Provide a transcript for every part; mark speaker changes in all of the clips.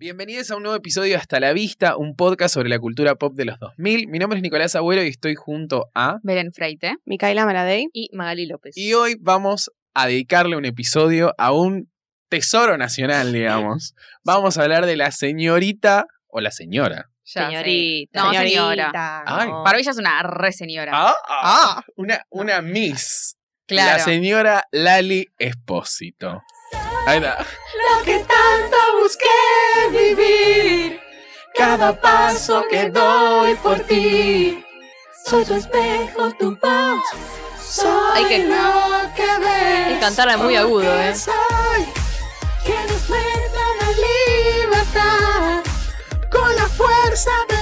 Speaker 1: Bienvenidos a un nuevo episodio de Hasta la Vista, un podcast sobre la cultura pop de los 2000. Mi nombre es Nicolás Abuelo y estoy junto a...
Speaker 2: Belén Freite
Speaker 3: Micaela Maradei.
Speaker 2: y Magali López.
Speaker 1: Y hoy vamos a dedicarle un episodio a un tesoro nacional, digamos. Vamos a hablar de la señorita o la señora.
Speaker 2: Ya,
Speaker 3: Señorita.
Speaker 2: sí. No,
Speaker 3: Señorita.
Speaker 2: señora.
Speaker 1: Ay.
Speaker 3: No.
Speaker 2: Para ella es una re señora.
Speaker 1: Ah, ah, una, una miss. La
Speaker 2: claro.
Speaker 1: señora Lali Espósito. Ahí está.
Speaker 4: Lo que tanto busqué vivir, cada paso que doy por ti. Soy tu espejo, tu voz. Soy
Speaker 2: Hay que-
Speaker 4: lo que ves.
Speaker 2: hay que cantarla muy agudo,
Speaker 4: porque
Speaker 2: eh.
Speaker 4: Soy quien despierta la libertad con la fuerza de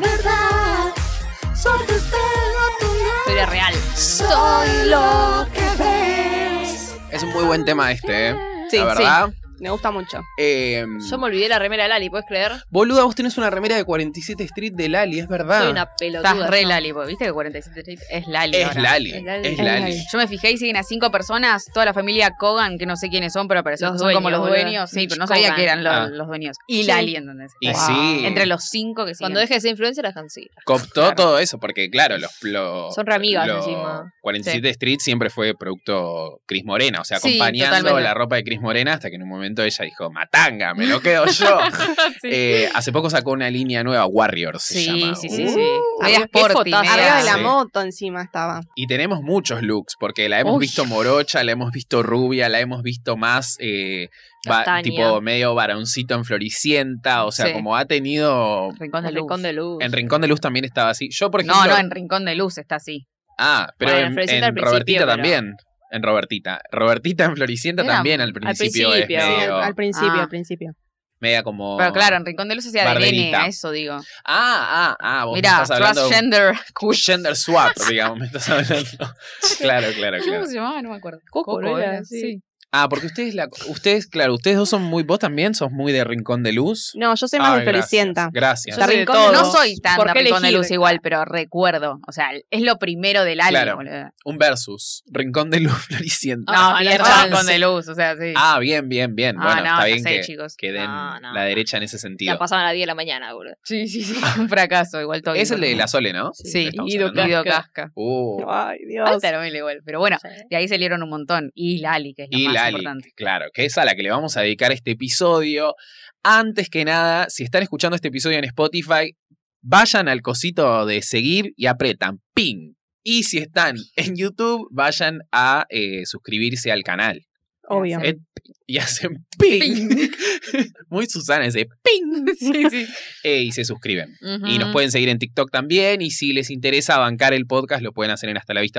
Speaker 4: la verdad. Soy tu espejo, tu voz.
Speaker 2: Historia real.
Speaker 4: Soy lo que ves.
Speaker 1: Es un muy buen tema este, ¿eh?
Speaker 3: Sí,
Speaker 1: la verdad.
Speaker 3: Me gusta mucho.
Speaker 1: Eh,
Speaker 5: Yo me olvidé la remera de Lali, ¿puedes creer?
Speaker 1: Boluda, vos tenés una remera de 47 Street de Lali, es verdad.
Speaker 5: Soy una pelotuda.
Speaker 2: Estás re Lali, porque viste que 47 Street es Lali.
Speaker 1: Es
Speaker 2: ahora.
Speaker 1: Lali,
Speaker 5: Es Lali.
Speaker 1: es
Speaker 3: Es
Speaker 1: Lali.
Speaker 3: Lali.
Speaker 2: Yo me fijé y siguen a cinco personas, toda la familia Kogan, que no sé quiénes son, pero aparecen
Speaker 5: Los
Speaker 2: son como
Speaker 5: dueños,
Speaker 2: los
Speaker 5: boluda.
Speaker 2: dueños. Sí, pero no sabía
Speaker 5: Kogan.
Speaker 2: que eran lo-
Speaker 1: Ah.
Speaker 2: los dueños. Y
Speaker 3: Sí.
Speaker 2: Lali, ¿entendés?
Speaker 1: Y
Speaker 3: Wow.
Speaker 1: sí,
Speaker 2: Entre los cinco que siguen.
Speaker 5: Cuando deje de ser influencer, las cancela.
Speaker 1: cooptó
Speaker 2: Claro.
Speaker 1: todo eso, porque claro, los... los-
Speaker 5: Son re amigas
Speaker 1: los
Speaker 5: encima.
Speaker 1: 47 Street siempre fue producto Cris Morena, o sea,
Speaker 2: Sí,
Speaker 1: acompañando
Speaker 2: totalmente.
Speaker 1: la ropa de Cris Morena hasta que en un momento ella dijo, matanga, me lo quedo yo.
Speaker 2: Sí.
Speaker 1: Eh, hace poco sacó una línea nueva, Warrior se
Speaker 2: Sí,
Speaker 1: llama.
Speaker 2: sí, sí,
Speaker 1: Uh,
Speaker 2: sí. Medias
Speaker 5: qué
Speaker 2: sporty,
Speaker 5: fotazo.
Speaker 2: medias-
Speaker 3: Arriba de la
Speaker 1: Sí.
Speaker 3: moto encima estaba.
Speaker 1: Y tenemos muchos looks, porque la hemos
Speaker 5: Uy.
Speaker 1: visto morocha, la hemos visto rubia, la hemos visto más eh, va-
Speaker 5: Castaña.
Speaker 1: tipo medio varoncito en floricienta, o sea,
Speaker 2: Sí.
Speaker 1: como ha tenido...
Speaker 2: Rincón de
Speaker 5: El
Speaker 2: luz.
Speaker 5: rincón de luz.
Speaker 1: En Rincón de Luz también estaba así. Yo, por ejemplo...
Speaker 2: No, no, en Rincón de Luz está así.
Speaker 1: Ah, pero
Speaker 5: Bueno, en
Speaker 1: en,
Speaker 5: Floricienta
Speaker 1: en
Speaker 5: al principio,
Speaker 1: Robertita
Speaker 5: pero-
Speaker 1: también. En Robertita. Robertita en Floricienta
Speaker 2: Era-
Speaker 1: también al principio, es
Speaker 5: principio. Sí,
Speaker 3: Sí, al,
Speaker 1: medio-
Speaker 3: al principio,
Speaker 2: Ah.
Speaker 3: al principio.
Speaker 1: media como...
Speaker 2: Pero claro, en Rincón de Luz hacía de nene,
Speaker 1: Barberita.
Speaker 2: a eso digo.
Speaker 1: Ah, ah, ah, vos me
Speaker 2: Mirá,
Speaker 1: estás hablando...
Speaker 2: transgender.
Speaker 1: Gender swap, digamos, me estás hablando. claro, claro, claro.
Speaker 2: ¿Cómo se llamaba? No me acuerdo.
Speaker 5: Coco, ¿no era? Sí.
Speaker 1: Ah, porque ustedes, la, ustedes, claro, ustedes dos son muy, vos también sos muy de Rincón de Luz.
Speaker 3: No, yo soy más
Speaker 1: Ay,
Speaker 3: de
Speaker 2: Ah,
Speaker 3: Floricienta.
Speaker 1: Gracias.
Speaker 5: Yo
Speaker 3: La
Speaker 5: soy de
Speaker 3: Rincón-
Speaker 5: todo.
Speaker 2: No soy tan
Speaker 5: ¿Por
Speaker 2: de
Speaker 5: qué
Speaker 2: Rincón de
Speaker 5: elegir?
Speaker 2: Luz igual, pero recuerdo. O sea, es lo primero del álbum.
Speaker 1: Claro.
Speaker 2: boludo.
Speaker 1: Un versus. Rincón de Luz Floricienta.
Speaker 2: No,
Speaker 5: Ah, la
Speaker 2: mierda,
Speaker 5: chance.
Speaker 2: Rincón de Luz, o sea, sí.
Speaker 1: Ah, bien, bien, bien.
Speaker 2: Ah,
Speaker 1: bueno,
Speaker 2: no,
Speaker 1: está
Speaker 2: ya
Speaker 1: bien
Speaker 2: sé,
Speaker 1: que,
Speaker 2: chicos.
Speaker 1: que den
Speaker 5: No, no.
Speaker 1: la derecha en ese
Speaker 5: La
Speaker 1: sentido.
Speaker 5: pasaban a las 10 de la mañana, boludo.
Speaker 2: Sí, sí, sí. Un fracaso, igual todo.
Speaker 1: Es
Speaker 2: bien.
Speaker 1: el de la Sole, ¿no?
Speaker 2: Sí,
Speaker 1: Estamos
Speaker 2: Guido
Speaker 1: hablando.
Speaker 2: Guido Casca.
Speaker 1: Uh,
Speaker 3: Ay, Dios.
Speaker 2: Alta novela igual, pero bueno,
Speaker 5: Sí.
Speaker 2: de ahí salieron un montón. Y Lali, que es la
Speaker 1: y
Speaker 2: más
Speaker 1: Lali,
Speaker 2: importante.
Speaker 1: claro, que es a la que le vamos a dedicar este episodio. Antes que nada, si están escuchando este episodio en Spotify, vayan al cosito de seguir y apretan ping. Y si están en YouTube, vayan a eh, suscribirse al canal.
Speaker 3: Obvio.
Speaker 1: Eh, Y hacen ping. Muy Susana ese ping.
Speaker 2: sí, Mm. sí.
Speaker 1: Eh, y se suscriben. Y nos
Speaker 2: Ujú.
Speaker 1: pueden seguir en TikTok también. Y si les interesa bancar el podcast, lo pueden hacer en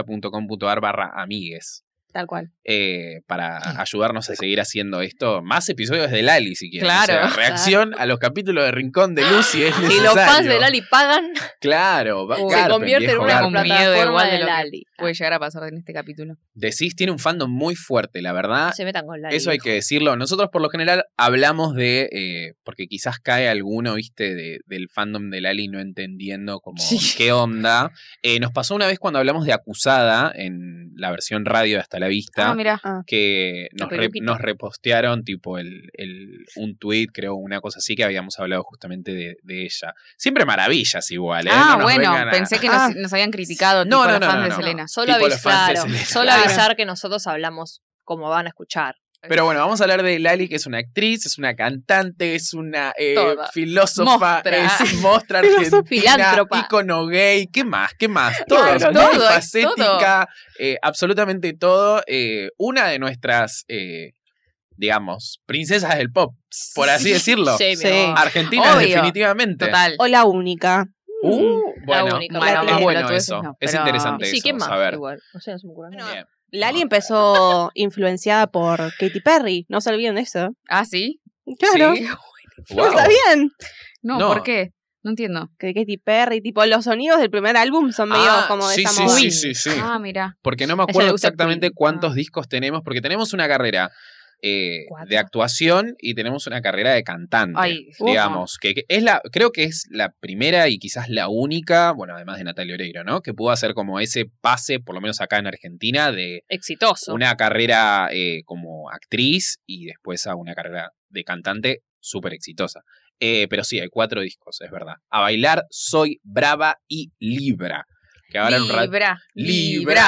Speaker 1: hastalavista.com.ar barra amigues.
Speaker 3: Tal cual.
Speaker 1: eh, para ayudarnos a seguir haciendo esto. Más episodios de Lali, si quieren.
Speaker 2: Claro.
Speaker 1: O sea, reacción a los capítulos de Rincón de Luz si es
Speaker 5: Si
Speaker 1: necesario.
Speaker 5: los fans de Lali pagan,
Speaker 1: Claro, va-
Speaker 2: Se
Speaker 5: se
Speaker 1: garpen,
Speaker 5: convierte en
Speaker 1: viejo,
Speaker 5: una
Speaker 2: garpen.
Speaker 1: garpen.
Speaker 2: plata- Miedo
Speaker 5: plataforma
Speaker 2: igual de
Speaker 5: de,
Speaker 2: lo que-
Speaker 5: Lali.
Speaker 2: Puede llegar a pasar en este capítulo.
Speaker 1: Decís, tiene un fandom muy fuerte, la verdad.
Speaker 5: Ah, Se metan con Lali.
Speaker 1: Eso hay que decirlo. Nosotros por lo general hablamos de, eh, porque quizás cae alguno, viste, de- del fandom de Lali no entendiendo como
Speaker 2: Sí.
Speaker 1: qué onda. Eh, nos pasó una vez cuando hablamos de Acusada en la versión radio de Hasta la Vista,
Speaker 2: Ah, mira.
Speaker 1: que nos,
Speaker 5: re
Speaker 1: re-
Speaker 5: loquito.
Speaker 1: nos repostearon tipo el, el- un tweet, creo, una cosa así que habíamos hablado justamente de, de ella. Siempre maravillas igual, ¿eh?
Speaker 2: ah,
Speaker 1: No nos
Speaker 2: bueno,
Speaker 1: vengan a-
Speaker 2: pensé que nos,
Speaker 3: Ah.
Speaker 2: nos habían criticado
Speaker 1: No,
Speaker 2: tipo,
Speaker 1: no,
Speaker 2: los
Speaker 1: no,
Speaker 2: fans
Speaker 1: no,
Speaker 2: de
Speaker 1: no.
Speaker 2: Selena.
Speaker 5: Solo
Speaker 1: Tipo los fans de
Speaker 5: avisar,
Speaker 1: Selena.
Speaker 5: solo
Speaker 3: Claro.
Speaker 5: avisar que nosotros hablamos como van a escuchar.
Speaker 1: Pero bueno, vamos a hablar de Lali, que es una actriz, es una cantante, es una eh,
Speaker 2: Toda.
Speaker 1: filósofa,
Speaker 2: Mostra.
Speaker 1: es mostra argentina,
Speaker 5: Filántropa.
Speaker 1: ícono gay, ¿qué más? ¿Qué más? Todo,
Speaker 2: Claro,
Speaker 1: es
Speaker 2: todo, es
Speaker 1: multifacética, eh, absolutamente todo. eh, una de nuestras, eh, digamos, princesas del pop, por así decirlo.
Speaker 5: Sí, mi
Speaker 3: Sí.
Speaker 5: amor.
Speaker 1: Argentina,
Speaker 2: Obvio.
Speaker 1: definitivamente.
Speaker 2: Total.
Speaker 3: O la única.
Speaker 1: Uh, bueno,
Speaker 5: única.
Speaker 1: bueno,
Speaker 3: La
Speaker 1: es
Speaker 3: que-
Speaker 1: bueno
Speaker 2: la tuya
Speaker 1: eso.
Speaker 2: no,
Speaker 1: es
Speaker 2: pero-
Speaker 1: interesante
Speaker 5: Sí,
Speaker 1: eso,
Speaker 5: ¿quién más?
Speaker 1: saber.
Speaker 5: Igual. No sé, no se me ocurre nada.
Speaker 1: Bien. Ah.
Speaker 3: Lali empezó influenciada por Katy Perry. No se olviden de eso.
Speaker 2: Ah, sí.
Speaker 3: Claro.
Speaker 2: Sí.
Speaker 3: ¿No
Speaker 1: Wow.
Speaker 3: sabían?
Speaker 2: No,
Speaker 1: No.
Speaker 2: ¿por qué? No entiendo.
Speaker 3: Que Katy Perry, tipo, los sonidos del primer álbum son medio
Speaker 1: Ah,
Speaker 3: como de
Speaker 1: sí,
Speaker 3: esa
Speaker 1: sí,
Speaker 3: moda.
Speaker 1: sí, sí, sí.
Speaker 2: Ah, mira.
Speaker 1: Porque no me
Speaker 5: le
Speaker 1: acuerdo
Speaker 5: gusta
Speaker 1: exactamente
Speaker 5: Queen.
Speaker 1: cuántos discos tenemos, porque tenemos una carrera eh, de
Speaker 2: Cuatro.
Speaker 1: actuación y tenemos una carrera de cantante,
Speaker 2: Ay,
Speaker 1: digamos. Que, que es la, creo que es la primera y quizás la única, bueno, además de Natalia Oreiro, ¿no? Que pudo hacer como ese pase, por lo menos acá en Argentina, de
Speaker 5: Exitoso.
Speaker 1: una carrera eh, como actriz y después a una carrera de cantante súper exitosa. Eh, pero sí, hay cuatro discos, es verdad. A bailar, Soy Brava y Libra. Que ahora en un rato-
Speaker 2: Libra.
Speaker 1: Libra.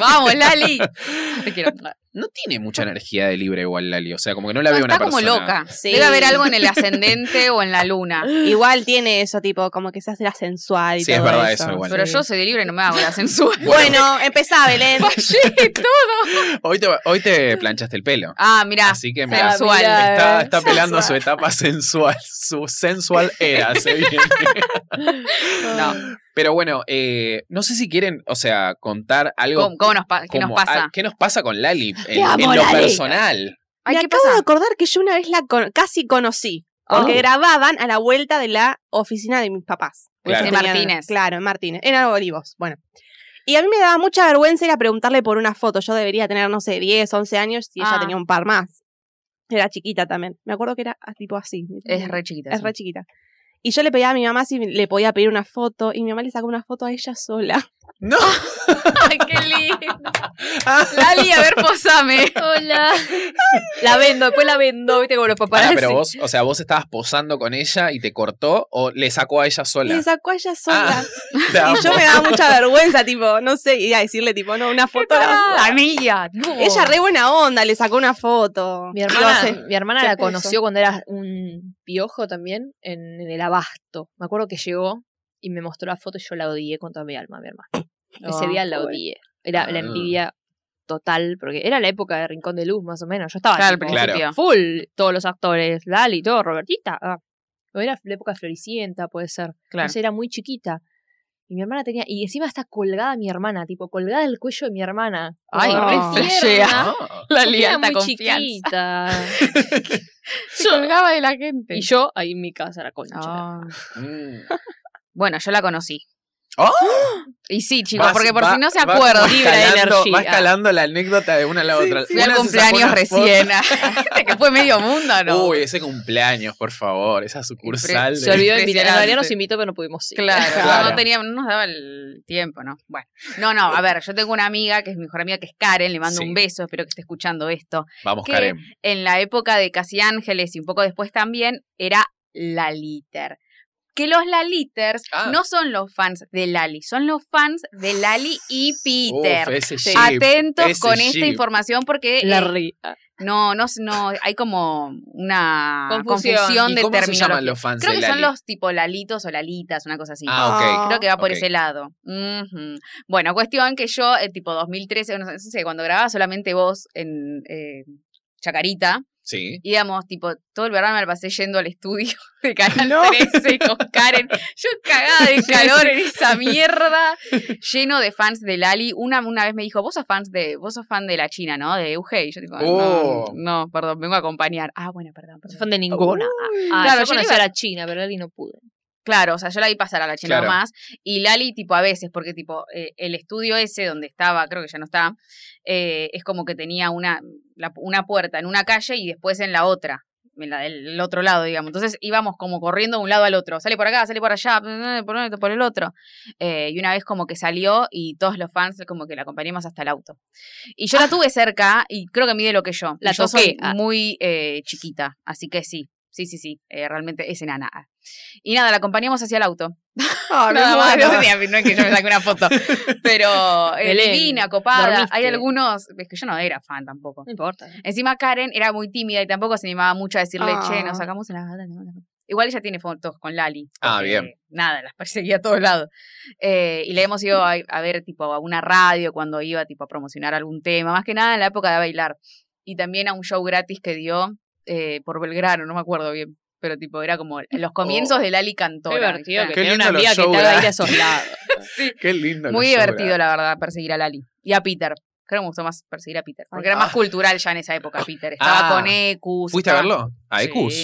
Speaker 2: Vamos, Lali. Te quiero.
Speaker 1: No tiene mucha energía de Libra igual, Lali. O sea, como que no la
Speaker 2: No,
Speaker 1: veo
Speaker 2: está
Speaker 1: una
Speaker 2: como
Speaker 1: persona.
Speaker 2: loca.
Speaker 3: Sí.
Speaker 2: Debe haber algo en el ascendente o en la luna.
Speaker 3: Igual tiene eso, tipo, como que se hace la sensual y
Speaker 1: Sí, es
Speaker 3: todo
Speaker 1: verdad
Speaker 3: eso.
Speaker 1: eso, igual.
Speaker 2: Pero
Speaker 3: Sí.
Speaker 2: yo soy de libre y no me hago la sensual.
Speaker 1: Bueno.
Speaker 3: Bueno, empezá, Belén.
Speaker 2: Fallé todo.
Speaker 1: Hoy te, hoy te planchaste el pelo.
Speaker 2: Ah, mirá.
Speaker 1: Así que mira,
Speaker 2: Sensual.
Speaker 5: mirá.
Speaker 1: está, está pelando su etapa sensual, su sensual era, se viene.
Speaker 2: No.
Speaker 1: Pero bueno, eh, no sé si quieren, o sea, contar algo.
Speaker 2: ¿Cómo, cómo nos pa- ¿Qué nos
Speaker 1: como-
Speaker 2: pasa?
Speaker 1: ah, ¿Qué nos pasa con Lali en,
Speaker 3: amo,
Speaker 1: en lo
Speaker 3: Lali.
Speaker 1: personal?
Speaker 2: Ay,
Speaker 3: Me
Speaker 2: ¿qué
Speaker 3: acabo de
Speaker 2: pasa?
Speaker 3: acordar que yo una vez la con- casi conocí. Porque
Speaker 1: Oh.
Speaker 3: grababan a la vuelta de la oficina de mis papás. Porque
Speaker 1: Claro.
Speaker 3: yo
Speaker 2: De
Speaker 3: tenía-
Speaker 2: Martínez.
Speaker 3: Claro, en Martínez. Era Olivos. Bueno. Y a mí me daba mucha vergüenza ir a preguntarle por una foto. Yo debería tener, no sé, 10, 11 años y
Speaker 2: Ah.
Speaker 3: ella tenía un par más. Era chiquita también. Me acuerdo que era ah, tipo así.
Speaker 2: Es re chiquita.
Speaker 3: Es
Speaker 2: sí.
Speaker 3: re chiquita. Y yo le pedía a mi mamá si le podía pedir una foto. Y mi mamá le sacó una foto a ella sola.
Speaker 1: No.
Speaker 2: Ay, qué lindo. Lali, a ver, posame. pues
Speaker 5: Hola. La vendo, después la vendo, viste, con los
Speaker 1: Pará,
Speaker 5: paparazzi.
Speaker 1: pero vos, o sea, vos estabas posando con ella y te cortó o le sacó a ella sola.
Speaker 3: Le sacó a ella sola.
Speaker 1: Ah, Te amo.
Speaker 3: y yo me daba mucha vergüenza, tipo, no sé, ir a decirle, tipo, no, una foto.
Speaker 2: Ah, Amiga. no.
Speaker 3: Ella re buena onda, le sacó una foto.
Speaker 2: Ah,
Speaker 5: Mi hermana,
Speaker 3: No sé.
Speaker 5: mi hermana
Speaker 3: Se
Speaker 5: la
Speaker 3: puso.
Speaker 5: conoció cuando era un piojo también en, en el abasto. Me acuerdo que llegó y me mostró la foto y yo la odié con toda mi alma, mi hermana. Ese
Speaker 3: Ah,
Speaker 5: día la
Speaker 3: pobre.
Speaker 5: odié. Era la
Speaker 1: Ah.
Speaker 5: envidia total, porque era la época de Rincón de Luz, más o menos. Yo estaba
Speaker 2: Claro, al
Speaker 5: tipo,
Speaker 1: Claro.
Speaker 2: principio.
Speaker 5: full, todos los actores, Lali, todo, Robertita. ah. O Era la época floricienta, puede ser.
Speaker 2: Claro.
Speaker 5: Entonces era muy chiquita. Y mi hermana tenía, y encima está colgada mi hermana, tipo colgada del cuello de mi hermana.
Speaker 2: Ay,
Speaker 5: Como
Speaker 3: re
Speaker 5: re
Speaker 2: flashea.
Speaker 5: tierna,
Speaker 1: Ah.
Speaker 2: Lali,
Speaker 5: porque era
Speaker 2: alta
Speaker 5: muy
Speaker 2: confianza.
Speaker 5: chiquita.
Speaker 2: Se colgaba de la gente.
Speaker 5: Y yo ahí en mi casa, la concha.
Speaker 2: Ah.
Speaker 1: Mm.
Speaker 2: Bueno, yo la conocí.
Speaker 1: ¡Oh!
Speaker 2: Y sí, chicos,
Speaker 1: Vas-
Speaker 2: porque por
Speaker 1: va-
Speaker 2: si no se
Speaker 1: va-
Speaker 2: acuerdan,
Speaker 1: va
Speaker 5: Libra
Speaker 1: escalando-
Speaker 5: energía.
Speaker 1: Va escalando la anécdota de una a la otra.
Speaker 2: fui al
Speaker 1: Una se sacó
Speaker 2: cumpleaños
Speaker 1: una foto-
Speaker 2: recién. que fue medio mundo, ¿no?
Speaker 1: Uy, ese cumpleaños, por favor, esa sucursal.
Speaker 5: Se olvidó de invitar. En realidad
Speaker 2: Impresionante.
Speaker 5: nos invitó, pero no pudimos ir.
Speaker 2: Claro, no,
Speaker 1: Claro.
Speaker 2: No, tenía, no nos daba el tiempo, ¿no? Bueno, no, no, a ver, yo tengo una amiga que es mi mejor amiga, que es Karen, le mando
Speaker 1: Sí.
Speaker 2: un beso, espero que esté escuchando esto.
Speaker 1: Vamos,
Speaker 2: que-
Speaker 1: Karen.
Speaker 2: En la época de Casi Ángeles y un poco después también, era la Liter. Que los Laliters
Speaker 1: Ah.
Speaker 2: no son los fans de Lali, son los fans de Lali y Peter.
Speaker 1: Uf, ese
Speaker 3: Sí.
Speaker 1: jeep,
Speaker 2: Atentos
Speaker 1: ese
Speaker 2: con esta
Speaker 1: jeep.
Speaker 2: información porque
Speaker 5: La
Speaker 2: eh,
Speaker 5: ri-
Speaker 2: no, no, no, hay como una
Speaker 5: Confusión.
Speaker 2: confusión,
Speaker 1: ¿Y
Speaker 2: de
Speaker 1: cómo se llaman
Speaker 2: terminología.
Speaker 1: los fans
Speaker 2: Creo
Speaker 1: de
Speaker 2: que son
Speaker 1: Lali?
Speaker 2: los tipo lalitos o lalitas, una cosa así.
Speaker 1: Ah, ok.
Speaker 2: Creo que va por
Speaker 1: ok.
Speaker 2: ese lado. Ujú. Bueno, cuestión que yo, eh, tipo 2013, no sé, no sé, cuando grababa solamente vos en eh, Chacarita,
Speaker 1: Sí.
Speaker 2: íbamos, tipo, todo el verano me la pasé yendo al estudio de Canal 13 con Karen. Yo cagada de calor en esa mierda, lleno de fans de Lali. Una, una vez me dijo, vos sos, fans de, vos sos fan de la China, ¿no? De UG. Y yo digo,
Speaker 1: Oh.
Speaker 2: no, no, perdón, vengo a acompañar. Ah, bueno, perdón.
Speaker 5: No
Speaker 2: perdón.
Speaker 5: soy fan de ninguna.
Speaker 3: Uh.
Speaker 5: Ah,
Speaker 2: Claro,
Speaker 5: yo
Speaker 2: yo le
Speaker 5: conocí
Speaker 2: iba-
Speaker 5: a la China, pero Lali no pude.
Speaker 2: Claro, o sea, yo la vi pasar a la china
Speaker 1: Claro.
Speaker 2: más. Y Lali, tipo, a veces, porque, tipo, eh, el estudio ese donde estaba, creo que ya no está, eh, es como que tenía una, la- una puerta en una calle y después en la otra, en la del otro lado, digamos. Entonces íbamos como corriendo de un lado al otro. Sale por acá, sale por allá, mm, por, un- por el otro. Eh, y una vez como que salió y todos los fans como que la acompañamos hasta el auto. Y yo la tuve cerca y creo que mide lo que yo. Y
Speaker 5: Ah. La
Speaker 2: yo soy
Speaker 5: toqué, ah.
Speaker 2: muy eh, chiquita, así que sí. Sí, sí, sí, eh, realmente es enana. ah. Y nada, la acompañamos hacia el auto.
Speaker 3: Ah, me
Speaker 2: Nada más,
Speaker 3: muero.
Speaker 2: no, sé si- no es que yo me saque una foto. Pero eh,
Speaker 5: Belén,
Speaker 2: divina, copada.
Speaker 5: dormiste.
Speaker 2: Hay algunos, es que yo no era fan tampoco.
Speaker 5: No importa.
Speaker 2: Encima Karen era muy tímida y tampoco se animaba mucho a decirle,
Speaker 3: Ah.
Speaker 2: che, nos sacamos una dale, dale". Igual ella tiene fotos con Lali.
Speaker 1: Ah,
Speaker 2: porque
Speaker 1: bien.
Speaker 2: Nada, las perseguía a todos lados. Eh, y le hemos ido a, a ver tipo a una radio cuando iba tipo a promocionar algún tema, más que nada en la época de bailar. Y también a un show gratis que dio eh, por Belgrano, no me acuerdo bien. Pero tipo, era como los comienzos
Speaker 1: Oh.
Speaker 2: de Lali
Speaker 5: Qué
Speaker 2: Cantora.
Speaker 5: divertido que
Speaker 2: ¿viste?
Speaker 1: Qué
Speaker 5: tener una
Speaker 1: lindo los
Speaker 5: amiga que te
Speaker 1: shows,
Speaker 5: haga
Speaker 1: ¿verdad?
Speaker 5: ir a esos lados.
Speaker 1: Qué lindo.
Speaker 2: Muy
Speaker 1: los
Speaker 2: divertido,
Speaker 1: Showgrounds.
Speaker 2: la verdad, perseguir a Lali. Y a Peter. Creo que me gustó más perseguir a Peter. Porque
Speaker 1: Ay.
Speaker 2: era más
Speaker 1: Ah.
Speaker 2: cultural ya en esa época, Peter. Estaba
Speaker 1: Ah.
Speaker 2: con Ecus.
Speaker 1: ¿Fuiste a
Speaker 2: estaba-
Speaker 1: verlo? A
Speaker 2: Sí.
Speaker 1: Ecus.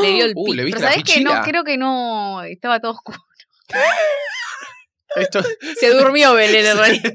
Speaker 5: Le dio el
Speaker 1: Uh,
Speaker 5: pi-
Speaker 1: le
Speaker 2: Pero
Speaker 1: viste la
Speaker 2: sabes que no,
Speaker 1: pichila.
Speaker 2: creo que no. Estaba todo oscuro.
Speaker 1: Esto,
Speaker 5: Se durmió Belén en realidad.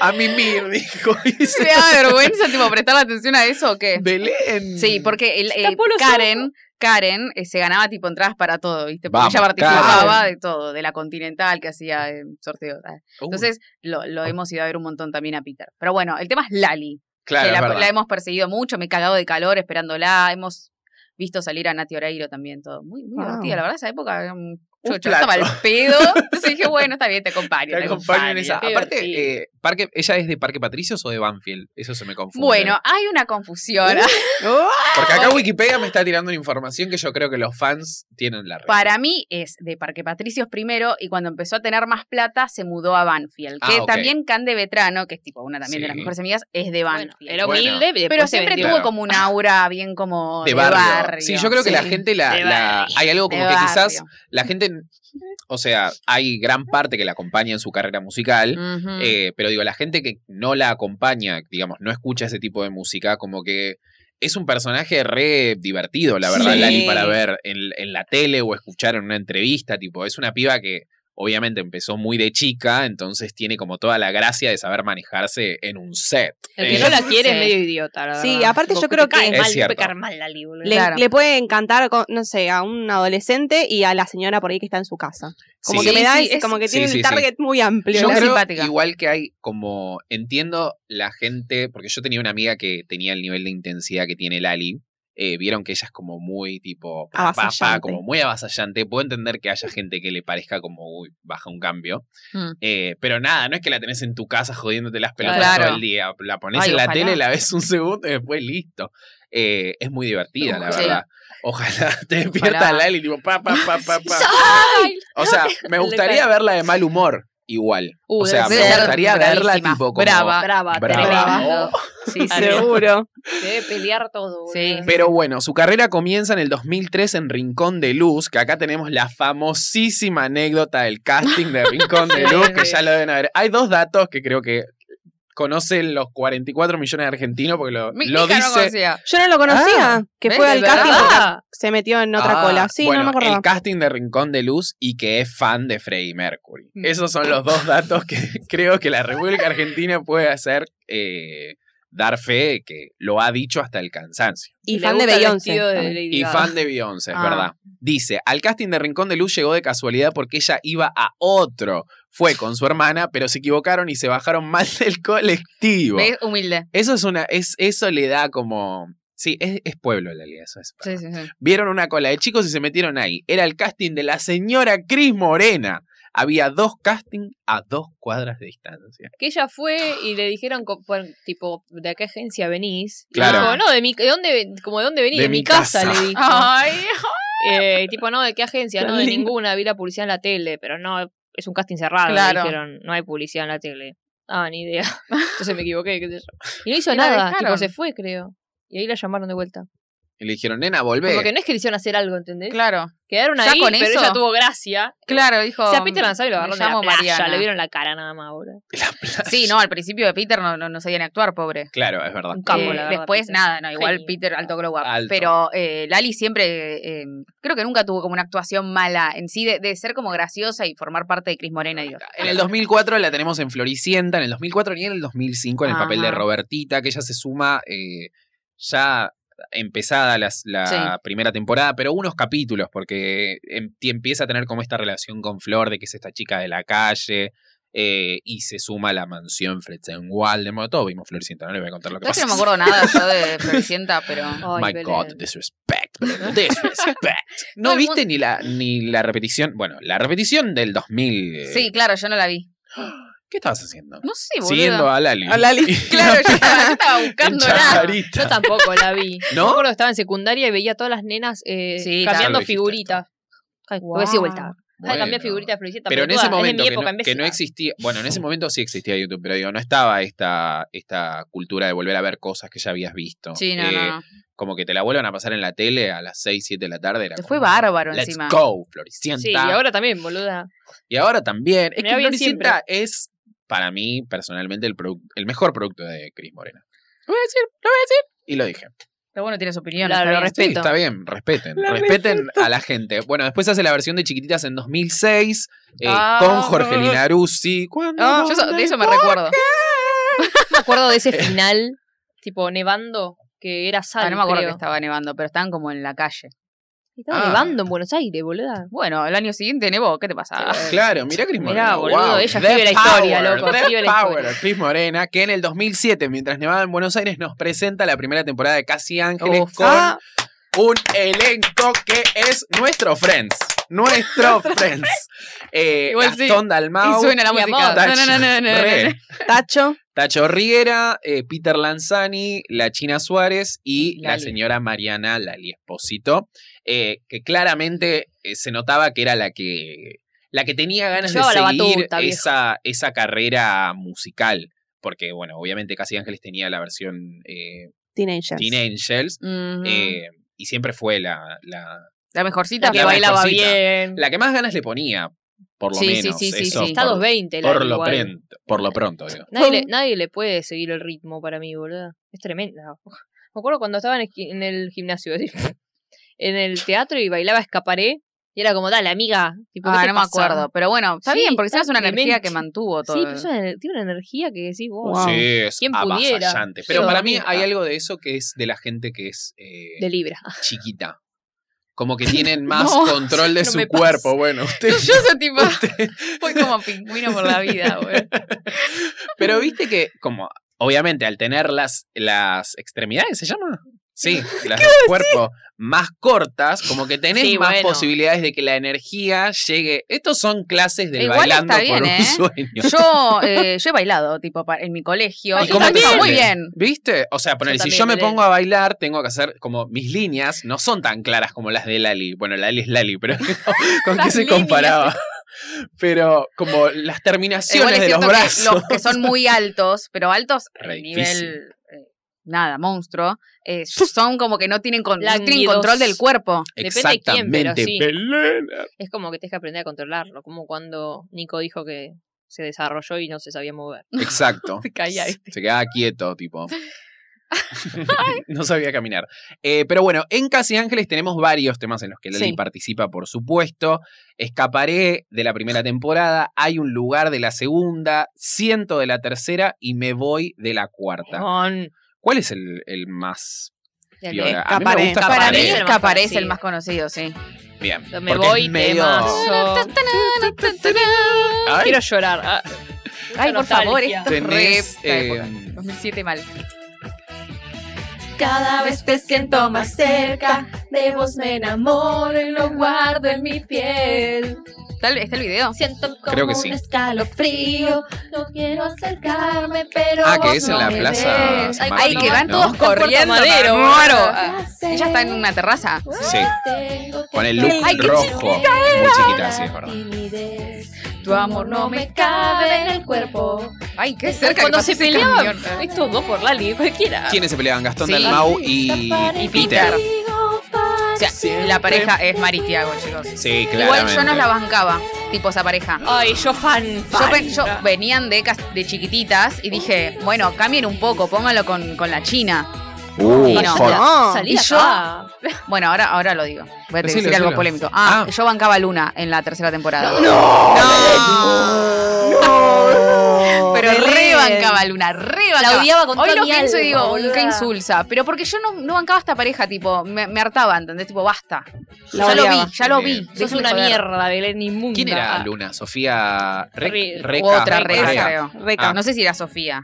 Speaker 1: a mimir, dijo.
Speaker 2: ¿Se le da vergüenza tipo prestar atención a eso o qué?
Speaker 1: Belén.
Speaker 2: Sí, porque el, eh,
Speaker 5: tapó los
Speaker 2: Karen, Karen eh, se ganaba tipo entradas para todo, ¿viste? Porque
Speaker 1: Vamos,
Speaker 2: ella participaba
Speaker 1: Karen.
Speaker 2: de todo, de la Continental que hacía eh, sorteo. ah.
Speaker 1: Uh,
Speaker 2: Entonces lo, lo hemos ido a ver un montón también a Peter. Pero bueno, el tema es Lali.
Speaker 1: claro,
Speaker 2: que
Speaker 1: es
Speaker 2: la,
Speaker 1: verdad.
Speaker 2: la hemos perseguido mucho, me he cagado de calor esperándola, hemos visto salir a Nati Oreiro también, todo. Muy, muy
Speaker 3: Wow.
Speaker 2: divertida, la verdad, esa época era un-
Speaker 1: Un
Speaker 2: yo, yo estaba al
Speaker 1: plato.
Speaker 2: pedo. Entonces dije, bueno, está bien, te acompaño.
Speaker 1: Te acompaño en esa.
Speaker 5: qué divertido.
Speaker 1: Aparte, eh, Parque, ¿ella es de Parque Patricios o de Banfield? Eso se me confunde.
Speaker 2: Bueno, ah, hay una confusión.
Speaker 3: Uh.
Speaker 1: Porque acá Wikipedia me está tirando una información que yo creo que los fans tienen la red.
Speaker 2: Para mí es de Parque Patricios primero y cuando empezó a tener más plata se mudó a Banfield. Que
Speaker 1: Ah, ok.
Speaker 2: también Cande Vetrano, que es tipo una también de las
Speaker 1: Sí.
Speaker 2: mejores amigas, es de
Speaker 5: Bueno,
Speaker 2: Banfield.
Speaker 5: era
Speaker 1: Bueno.
Speaker 5: humilde,
Speaker 2: pero
Speaker 5: después se
Speaker 2: siempre
Speaker 5: vendió.
Speaker 2: tuvo
Speaker 1: Claro.
Speaker 2: como un aura bien como
Speaker 1: de barrio. Sí, yo creo que la
Speaker 2: sí,
Speaker 1: gente la,
Speaker 5: de
Speaker 1: la-
Speaker 5: barrio.
Speaker 1: hay algo
Speaker 2: de
Speaker 1: como que quizás
Speaker 2: barrio.
Speaker 1: la gente, o sea, hay gran parte que la acompaña en su carrera musical,
Speaker 2: Ujú.
Speaker 1: eh, pero digo, la gente que no la acompaña, digamos, no escucha ese tipo de música, como que es un personaje re divertido, la verdad,
Speaker 3: Sí.
Speaker 1: Lali, para ver en, en la tele o escuchar en una entrevista, tipo, es una piba que obviamente empezó muy de chica, entonces tiene como toda la gracia de saber manejarse en un set.
Speaker 5: El que
Speaker 1: Eh,
Speaker 5: no la quiere es
Speaker 2: Sí.
Speaker 5: medio idiota, la
Speaker 3: Sí,
Speaker 5: verdad.
Speaker 3: aparte
Speaker 5: Tipo,
Speaker 3: yo
Speaker 5: te
Speaker 3: creo
Speaker 5: cae
Speaker 3: que-
Speaker 1: Es
Speaker 5: mal,
Speaker 1: cierto.
Speaker 5: pecar mal la libro.
Speaker 3: Le,
Speaker 2: Claro.
Speaker 3: le puede encantar, con- no sé, a un adolescente y a la señora por ahí que está en su casa. Como
Speaker 1: Sí.
Speaker 3: que me da,
Speaker 2: Sí,
Speaker 3: ese-
Speaker 2: es-
Speaker 3: como que
Speaker 1: Sí,
Speaker 3: tiene
Speaker 1: sí,
Speaker 3: un
Speaker 1: sí.
Speaker 3: target muy amplio.
Speaker 1: Yo
Speaker 2: la
Speaker 1: creo
Speaker 2: simpática.
Speaker 1: igual que hay como entiendo la gente, porque yo tenía una amiga que tenía el nivel de intensidad que tiene Lali. eh, vieron que ella es como muy tipo pa, pa, pa,
Speaker 3: Avasallante.
Speaker 1: como muy avasallante. Puedo entender que haya gente que le parezca como uy, baja un cambio.
Speaker 2: Mm.
Speaker 1: Eh, pero nada, no es que la tenés en tu casa jodiéndote las pelotas
Speaker 2: Claro.
Speaker 1: todo el día. La ponés
Speaker 2: Ay,
Speaker 1: en la
Speaker 2: ojalá.
Speaker 1: tele, la ves un segundo y después listo. Eh, es muy divertida, la
Speaker 2: Sí.
Speaker 1: verdad. Ojalá te despierta
Speaker 2: Ojalá.
Speaker 1: Lali, tipo, pa, pa, pa, pa, pa.
Speaker 2: ¡Ay!
Speaker 1: O sea, me gustaría verla de mal humor igual.
Speaker 5: Uh,
Speaker 1: o sea, me
Speaker 5: debe
Speaker 2: ser
Speaker 1: gustaría verla
Speaker 2: bravísima,
Speaker 1: tipo como
Speaker 2: brava. Oh.
Speaker 5: Brava,
Speaker 1: Brava.
Speaker 5: tremenda.
Speaker 2: Sí, sí.
Speaker 3: Seguro.
Speaker 5: Debe pelear todo.
Speaker 2: Sí.
Speaker 5: boludo.
Speaker 1: Pero bueno, su carrera comienza en el 2003 en Rincón de Luz, que acá tenemos la famosísima anécdota del casting de Rincón de
Speaker 5: Sí,
Speaker 1: Luz,
Speaker 5: sí.
Speaker 1: que ya lo deben haber. Hay dos datos que creo que conocen los 44 millones de argentinos, porque lo,
Speaker 2: Mi-
Speaker 1: lo
Speaker 2: mi cara no
Speaker 1: dice...
Speaker 2: conocía.
Speaker 3: Yo no lo conocía, que
Speaker 2: ¿ves?
Speaker 3: fue
Speaker 2: ¿De
Speaker 3: al casting
Speaker 2: verdad?
Speaker 3: porque se metió en otra
Speaker 1: Ah,
Speaker 3: cola. Sí,
Speaker 1: bueno,
Speaker 3: no me acordaba.
Speaker 1: El casting de Rincón de Luz y que es fan de Freddie Mercury.
Speaker 3: Mm.
Speaker 1: Esos son los dos datos que creo que la República Argentina puede hacer eh, dar fe que lo ha dicho hasta el cansancio.
Speaker 3: Y
Speaker 5: Le
Speaker 3: fan de
Speaker 5: gusta el
Speaker 3: Beyoncé.
Speaker 5: vestido de
Speaker 3: también.
Speaker 5: Lady
Speaker 1: Y
Speaker 5: Gaga.
Speaker 1: fan de Beyoncé, es
Speaker 2: Ah.
Speaker 1: verdad. Dice, al casting de Rincón de Luz llegó de casualidad porque ella iba a otro. Fue con su hermana, pero se equivocaron y se bajaron mal del colectivo.
Speaker 2: ¿Ves? Humilde.
Speaker 1: Eso es una, es, eso le da como. Sí, es, es pueblo la liga, eso es.
Speaker 2: Sí, sí, sí.
Speaker 1: Vieron una cola de chicos y se metieron ahí. Era el casting de la señora Cris Morena. Había dos castings a dos cuadras de distancia.
Speaker 5: Que ella fue y le dijeron, co- bueno, tipo, ¿de qué agencia venís? Y
Speaker 1: Claro.
Speaker 5: dijo, no, de mi, ¿de dónde, ven- como, ¿de dónde venís?
Speaker 1: De
Speaker 5: De,
Speaker 1: mi
Speaker 5: mi casa,
Speaker 1: casa.
Speaker 5: le dijo.
Speaker 2: Ay,
Speaker 5: Eh, tipo, no, ¿de qué agencia?
Speaker 1: Tan
Speaker 5: No, de
Speaker 1: lindo.
Speaker 5: ninguna, vi la publicidad en la tele, pero no, es un casting cerrado,
Speaker 2: Claro.
Speaker 5: le dijeron, no hay publicidad en la tele. Ah, ni idea. Entonces me equivoqué, qué sé yo. Y no hizo
Speaker 2: Y la
Speaker 5: nada, tipo,
Speaker 2: dejaron.
Speaker 5: se fue, creo. Y ahí la llamaron de vuelta.
Speaker 1: Y le dijeron, nena,
Speaker 5: Como
Speaker 1: volvé.
Speaker 5: que no es que le hicieron hacer algo, ¿entendés?
Speaker 2: claro.
Speaker 5: Quedaron
Speaker 2: Ya
Speaker 5: ahí,
Speaker 2: con
Speaker 5: pero
Speaker 2: eso-
Speaker 5: ella tuvo gracia.
Speaker 2: Claro, dijo.
Speaker 5: Se a Peter Lanzaro y lo
Speaker 2: me
Speaker 5: agarraron de la
Speaker 2: llamo
Speaker 5: playa,
Speaker 2: Mariana.
Speaker 5: le vieron la cara nada más, boludo.
Speaker 1: La playa.
Speaker 2: Sí, no, al principio de Peter no, no, no sabían actuar, pobre.
Speaker 1: Claro, es verdad.
Speaker 5: Un capo,
Speaker 2: Eh,
Speaker 5: la verdad,
Speaker 2: después,
Speaker 5: Peter.
Speaker 2: nada, no, igual
Speaker 5: Genio.
Speaker 2: Peter alto glow up.
Speaker 1: Alto.
Speaker 2: Pero eh, Lali siempre, eh, eh, creo que nunca tuvo como una actuación mala en sí, de, de ser como graciosa y formar parte de Cris Morena. digo.
Speaker 1: En el 2004 la tenemos en Floricienta, en el 2004 ni en el 2005 en el papel de
Speaker 2: Ajá.
Speaker 1: Robertita, que ella se suma eh, ya empezada las- la
Speaker 2: Sí.
Speaker 1: primera temporada, pero unos capítulos, porque em- ti empieza a tener como esta relación con Flor, de que es esta chica de la calle, eh, y se suma a la mansión Waldemar, todo vimos Floricienta, no le voy a contar lo que
Speaker 2: Entonces
Speaker 1: pasa.
Speaker 2: no me acuerdo nada yo de Floricienta, pero.
Speaker 5: Ay,
Speaker 1: My
Speaker 5: Belén.
Speaker 1: God, disrespect, Belén, disrespect.
Speaker 2: Todo
Speaker 1: ¿No
Speaker 2: el
Speaker 1: viste ni la, ni la repetición? Bueno, la repetición del 2000. eh,
Speaker 2: Sí, claro, yo no la vi.
Speaker 1: ¿Qué estabas haciendo?
Speaker 2: No sé, boludo.
Speaker 1: Siguiendo a Lali.
Speaker 3: A Lali.
Speaker 2: Claro, yo estaba, yo estaba buscando
Speaker 1: En
Speaker 2: nada.
Speaker 1: Chacarita.
Speaker 5: Yo tampoco la vi.
Speaker 1: ¿No?
Speaker 5: Yo me acuerdo que estaba en secundaria y veía a todas las nenas eh,
Speaker 2: Sí, ya
Speaker 1: lo
Speaker 5: cambiando
Speaker 1: dijiste
Speaker 5: figuritas.
Speaker 2: Wow.
Speaker 5: Ay, voy a decir vuelta. Ay,
Speaker 1: Bueno.
Speaker 5: cambié figuritas de Floricienta,
Speaker 1: Pero en
Speaker 5: pelotuda.
Speaker 1: ese
Speaker 5: Es de
Speaker 1: momento
Speaker 5: mi
Speaker 1: que,
Speaker 5: época,
Speaker 1: no, que no
Speaker 5: imbécil.
Speaker 1: existía, bueno, en ese momento sí existía YouTube, pero digo, no estaba esta, esta cultura de volver a ver cosas que ya habías visto.
Speaker 2: Sí, no,
Speaker 1: Eh,
Speaker 2: no, no.
Speaker 1: Como que te la vuelvan a pasar en la tele a las 6, 7 de la tarde. Era
Speaker 2: Te
Speaker 1: como,
Speaker 2: fue bárbaro
Speaker 1: Let's
Speaker 2: encima.
Speaker 1: go, Floricienta.
Speaker 5: Sí, y ahora también, boluda.
Speaker 1: también. Es
Speaker 5: Me
Speaker 1: que
Speaker 5: va bien
Speaker 1: Floricienta es, para mí, personalmente, el, produ- el mejor producto de Cris Morena. Lo voy a decir, lo voy a decir. Y lo dije.
Speaker 2: Pero bueno, tienes opinión.
Speaker 5: Claro,
Speaker 2: está
Speaker 5: lo
Speaker 2: bien.
Speaker 1: Sí,
Speaker 5: Respeto.
Speaker 1: está bien, respeten. respeten a la gente. Bueno, después hace la versión de Chiquititas en 2006 eh,
Speaker 2: Ah.
Speaker 1: con Jorgelina Aruzzi. Cuando
Speaker 2: Ah,
Speaker 1: no
Speaker 2: yo eso- de eso me
Speaker 1: importa.
Speaker 2: recuerdo.
Speaker 5: Me acuerdo de ese final, tipo nevando, que era sal.
Speaker 2: Ah, no me acuerdo
Speaker 5: creo.
Speaker 2: que estaba nevando, pero estaban como en la calle.
Speaker 5: Estaba
Speaker 1: Ah.
Speaker 5: nevando en Buenos Aires, boluda.
Speaker 2: Bueno, el año siguiente nevó, ¿qué te pasa?
Speaker 1: Claro, mirá Cris Morena.
Speaker 5: Mirá, boludo,
Speaker 1: wow.
Speaker 5: ella
Speaker 1: The
Speaker 5: escribe la historia,
Speaker 1: power,
Speaker 5: loco,
Speaker 1: the
Speaker 5: escribe la
Speaker 1: power,
Speaker 5: historia.
Speaker 1: Cris Morena, que en el 2007, mientras nevaba en Buenos Aires, nos presenta la primera temporada de Casi Ángeles
Speaker 2: Uf.
Speaker 1: con
Speaker 3: Ah,
Speaker 1: un elenco que es nuestro Friends. Nuestro Friends. Eh,
Speaker 5: Igual sí.
Speaker 1: Gastón Dalmau.
Speaker 2: Y suena la
Speaker 5: mi
Speaker 2: música.
Speaker 5: amor.
Speaker 2: No, no, no, no, no, no,
Speaker 1: Re.
Speaker 2: no.
Speaker 3: Tacho,
Speaker 1: Tacho Riera, eh, Peter Lanzani, la China Suárez y la
Speaker 2: Lali.
Speaker 1: señora Mariana Lali Espósito, eh, que claramente eh, se notaba que era la que, la que tenía ganas de
Speaker 5: Llevaba la
Speaker 1: seguir
Speaker 5: batuta, viejo.
Speaker 1: esa, esa carrera musical. Porque, bueno, obviamente Casi Ángeles tenía la versión eh,
Speaker 3: Teenagers.
Speaker 1: Teen Angels
Speaker 2: Ujú.
Speaker 1: eh, y siempre fue la, la,
Speaker 2: la Ah, mejorcita
Speaker 1: la
Speaker 5: que bailaba
Speaker 1: mejorcita.
Speaker 5: bien.
Speaker 1: la que más ganas le ponía, por lo
Speaker 2: Sí, sí,
Speaker 1: menos.
Speaker 2: sí, sí,
Speaker 1: eso
Speaker 2: sí.
Speaker 5: Está
Speaker 1: por-
Speaker 5: 220 la
Speaker 1: por, lo
Speaker 5: igual.
Speaker 1: pronto, por lo pronto, digo.
Speaker 5: Nadie le, nadie le puede seguir el ritmo para mí, boludo. Es tremenda. Me acuerdo cuando estaba en el, gi- en el gimnasio, así, en el teatro y bailaba escaparé. Y era como, dale, amiga. Tipo, ¿qué
Speaker 2: Ah,
Speaker 5: te
Speaker 2: no me
Speaker 5: pasa?
Speaker 2: acuerdo. eh. Pero bueno, está
Speaker 5: Sí,
Speaker 2: bien, porque
Speaker 5: está
Speaker 2: es una energía
Speaker 5: demente.
Speaker 2: que mantuvo todo.
Speaker 5: Sí, pero es una ener- tiene una energía que decís vos.
Speaker 3: Wow.
Speaker 1: Sí, es
Speaker 5: ¿Quién pudiera?
Speaker 1: avasallante.
Speaker 5: Yo
Speaker 1: Pero para mí
Speaker 5: dormía.
Speaker 1: hay algo de eso que es de la gente que es eh,
Speaker 5: De Libra.
Speaker 1: chiquita. Como que tienen más
Speaker 2: No,
Speaker 1: control de
Speaker 5: no
Speaker 1: su
Speaker 5: me
Speaker 1: cuerpo. Bueno, usted.
Speaker 2: Yo soy tipo.
Speaker 5: Este.
Speaker 2: Voy como pingüino por la vida, güey.
Speaker 1: Pero viste que, como, obviamente, al tener las, las extremidades, ¿se llama? Sí, las del cuerpo más cortas, como que tenés
Speaker 5: Sí,
Speaker 1: más
Speaker 5: bueno.
Speaker 1: posibilidades de que la energía llegue. Estos son clases del
Speaker 2: Igual está
Speaker 1: bailando por
Speaker 2: bien,
Speaker 1: un
Speaker 2: ¿eh?
Speaker 1: sueño.
Speaker 2: Yo, eh, yo he bailado, tipo, pa- en mi colegio.
Speaker 5: Ah,
Speaker 2: y
Speaker 5: yo
Speaker 2: estaba
Speaker 5: también.
Speaker 2: muy bien.
Speaker 1: ¿Viste? O sea, ponele, si
Speaker 5: también,
Speaker 1: yo me
Speaker 5: Belén.
Speaker 1: pongo a bailar, tengo que hacer como mis líneas no son tan claras como las de Lali. Bueno, Lali es Lali, pero ¿con qué
Speaker 2: Las
Speaker 1: se
Speaker 2: líneas.
Speaker 1: comparaba? Pero como las
Speaker 2: Igual
Speaker 1: terminaciones de
Speaker 2: es
Speaker 1: los
Speaker 2: cierto que
Speaker 1: brazos.
Speaker 2: los que son muy altos, pero altos
Speaker 1: Re
Speaker 2: eh,
Speaker 1: difícil.
Speaker 2: nivel eh, nada, monstruo, eh, son como que no tienen, con- no tienen
Speaker 5: Lánguidos.
Speaker 2: control del cuerpo.
Speaker 5: depende de quién, pero
Speaker 1: Exactamente,
Speaker 5: sí.
Speaker 1: Belén.
Speaker 5: Es como que tenés que aprender a controlarlo. Como cuando Nico dijo que se desarrolló y no se sabía mover.
Speaker 1: Exacto.
Speaker 2: Se caía, ¿viste?
Speaker 1: Se quedaba quieto, tipo. no sabía caminar. Eh, pero bueno, en Casi Ángeles tenemos varios temas en los que Lali
Speaker 3: Sí.
Speaker 1: participa, por supuesto. Escaparé de la primera temporada, Hay un lugar de la segunda, Siento de la tercera y Me voy de la cuarta.
Speaker 5: Con-
Speaker 1: ¿Cuál es el, el más
Speaker 5: del-
Speaker 1: piola?
Speaker 3: Escaparé.
Speaker 2: Para
Speaker 5: Escaparé
Speaker 2: mí
Speaker 5: es el más
Speaker 2: Escaparé es
Speaker 5: conocido.
Speaker 2: el más conocido, sí.
Speaker 1: Bien.
Speaker 5: Me
Speaker 1: porque es
Speaker 5: voy,
Speaker 1: medio-
Speaker 5: temazo.
Speaker 1: Ay,
Speaker 5: Quiero llorar. Ah,
Speaker 2: Ay, por favor,
Speaker 5: nostalgia.
Speaker 2: esto es re
Speaker 1: tenés,
Speaker 2: esta época.
Speaker 1: eh,
Speaker 2: 2007 mal.
Speaker 4: Cada vez te siento más cerca, de vos me enamoro y lo guardo en mi piel.
Speaker 2: ¿Está el, está el video?
Speaker 4: Siento como
Speaker 1: Creo que sí.
Speaker 4: un escalofrío, no quiero acercarme, pero
Speaker 1: Ah, que
Speaker 4: vos
Speaker 1: es en
Speaker 4: no
Speaker 1: la
Speaker 4: me
Speaker 1: plaza
Speaker 4: ves.
Speaker 1: San
Speaker 2: Ay,
Speaker 1: Martín,
Speaker 2: que van
Speaker 1: ¿no?
Speaker 2: todos corriendo.
Speaker 5: Madero,
Speaker 2: me muero. Ah,
Speaker 4: Placer.
Speaker 2: Ella está en una terraza.
Speaker 1: Sí.
Speaker 4: Tengo que
Speaker 1: Con el look
Speaker 4: Ay, qué
Speaker 1: rojo.
Speaker 4: chiquita
Speaker 1: Muy chiquita,
Speaker 4: era.
Speaker 1: sí, es verdad.
Speaker 4: Timidez. Tu amor no me cabe en el cuerpo.
Speaker 2: Ay, qué cerca. que
Speaker 5: Cuando
Speaker 2: pasó
Speaker 5: se
Speaker 2: ese
Speaker 5: peleaban
Speaker 2: camión.
Speaker 5: estos dos por Lali, cualquiera.
Speaker 1: ¿Quiénes se peleaban? Gastón
Speaker 2: Sí.
Speaker 1: Dalmau y,
Speaker 2: y Peter.
Speaker 4: Digo,
Speaker 2: O sea, la pareja es Mari y Tiago, chicos.
Speaker 1: Sí,
Speaker 2: Igual
Speaker 1: claramente.
Speaker 2: yo no la bancaba, tipo esa pareja.
Speaker 5: Ay, yo fan.
Speaker 2: Yo,
Speaker 5: fan.
Speaker 2: pen- yo venían de, cas- de chiquititas y dije, bueno, cambien un poco, póngalo con, con la China.
Speaker 1: Uh,
Speaker 2: Y no.
Speaker 1: hot.
Speaker 3: No.
Speaker 5: Salí
Speaker 2: Y
Speaker 5: acá.
Speaker 2: yo- Bueno, ahora, ahora lo digo. Voy a
Speaker 1: Decilo,
Speaker 2: decir algo
Speaker 1: decilo.
Speaker 2: polémico. Ah,
Speaker 1: Ah.
Speaker 2: yo bancaba a Luna en la tercera temporada. ¡No! Pero
Speaker 3: Belén.
Speaker 2: re bancaba a Luna, re bancaba.
Speaker 5: La odiaba con
Speaker 2: Hoy
Speaker 5: toda
Speaker 2: lo
Speaker 5: mi
Speaker 2: pienso y
Speaker 5: alma,
Speaker 2: digo,
Speaker 5: boluda.
Speaker 2: qué insulsa. Pero porque yo no, no bancaba a esta pareja, tipo, me, me hartaba, ¿entendés? Tipo, basta.
Speaker 3: La
Speaker 2: ya lo
Speaker 3: odiaba.
Speaker 2: vi, ya lo vi.
Speaker 1: Bien.
Speaker 5: Sos
Speaker 2: déjenme
Speaker 5: una
Speaker 2: joder.
Speaker 5: mierda, Belén Inmunda.
Speaker 1: ¿Quién era Luna? ¿Sofía Re-
Speaker 5: Re-
Speaker 1: Reca?
Speaker 2: U otra
Speaker 5: Reca,
Speaker 2: reca,
Speaker 5: Reca.
Speaker 2: creo.
Speaker 3: Reca.
Speaker 1: Ah.
Speaker 2: No sé si era Sofía,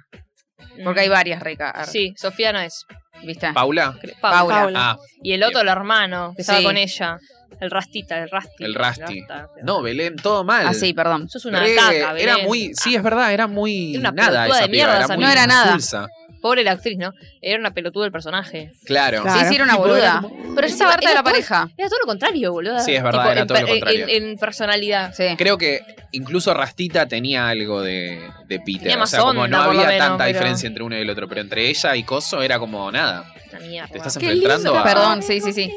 Speaker 2: porque hay
Speaker 5: va.
Speaker 2: varias recas.
Speaker 5: Sí, Sofía no es.
Speaker 2: ¿Viste?
Speaker 1: ¿Paula?
Speaker 5: Cre- Paula.
Speaker 2: Paula.
Speaker 3: Paula.
Speaker 1: Ah,
Speaker 5: Y el otro, el hermano, que estaba
Speaker 2: Sí.
Speaker 5: con ella. El rastita, el rasti.
Speaker 1: El Rasti.
Speaker 5: Rasta.
Speaker 1: no, Belén, todo mal.
Speaker 2: Ah, sí, perdón.
Speaker 5: Sos una
Speaker 1: Re-
Speaker 5: taca, Belén. Ah,
Speaker 1: Era muy, sí, es verdad, era muy
Speaker 5: Era una
Speaker 1: nada esa
Speaker 5: pelotuda de
Speaker 1: piba,
Speaker 5: mierda
Speaker 1: era
Speaker 5: esa
Speaker 1: muy
Speaker 2: mina. No era nada.
Speaker 1: Impulsa.
Speaker 5: Pobre la actriz, ¿no? Era una pelotuda el personaje.
Speaker 1: Claro.
Speaker 3: Claro.
Speaker 2: Sí, sí, era una boluda. Pero yo estaba harta de la
Speaker 5: Era todo-
Speaker 2: pareja.
Speaker 5: Era todo lo contrario, boludo.
Speaker 1: Sí, es verdad, era
Speaker 5: en
Speaker 1: todo lo
Speaker 5: per-
Speaker 1: contrario.
Speaker 5: En, en personalidad.
Speaker 2: Sí.
Speaker 1: Creo que incluso Rastita tenía algo de, de Peter.
Speaker 5: Tenía
Speaker 1: o
Speaker 5: más
Speaker 1: sea, como no
Speaker 5: onda, por lo
Speaker 1: había
Speaker 5: menos,
Speaker 1: tanta
Speaker 5: pero-
Speaker 1: diferencia entre uno y el otro, pero entre ella y Coso era como nada.
Speaker 5: Una mierda.
Speaker 1: Te estás
Speaker 2: Qué
Speaker 1: enfrentando
Speaker 2: lindo.
Speaker 1: a.
Speaker 2: Perdón, sí, sí, sí.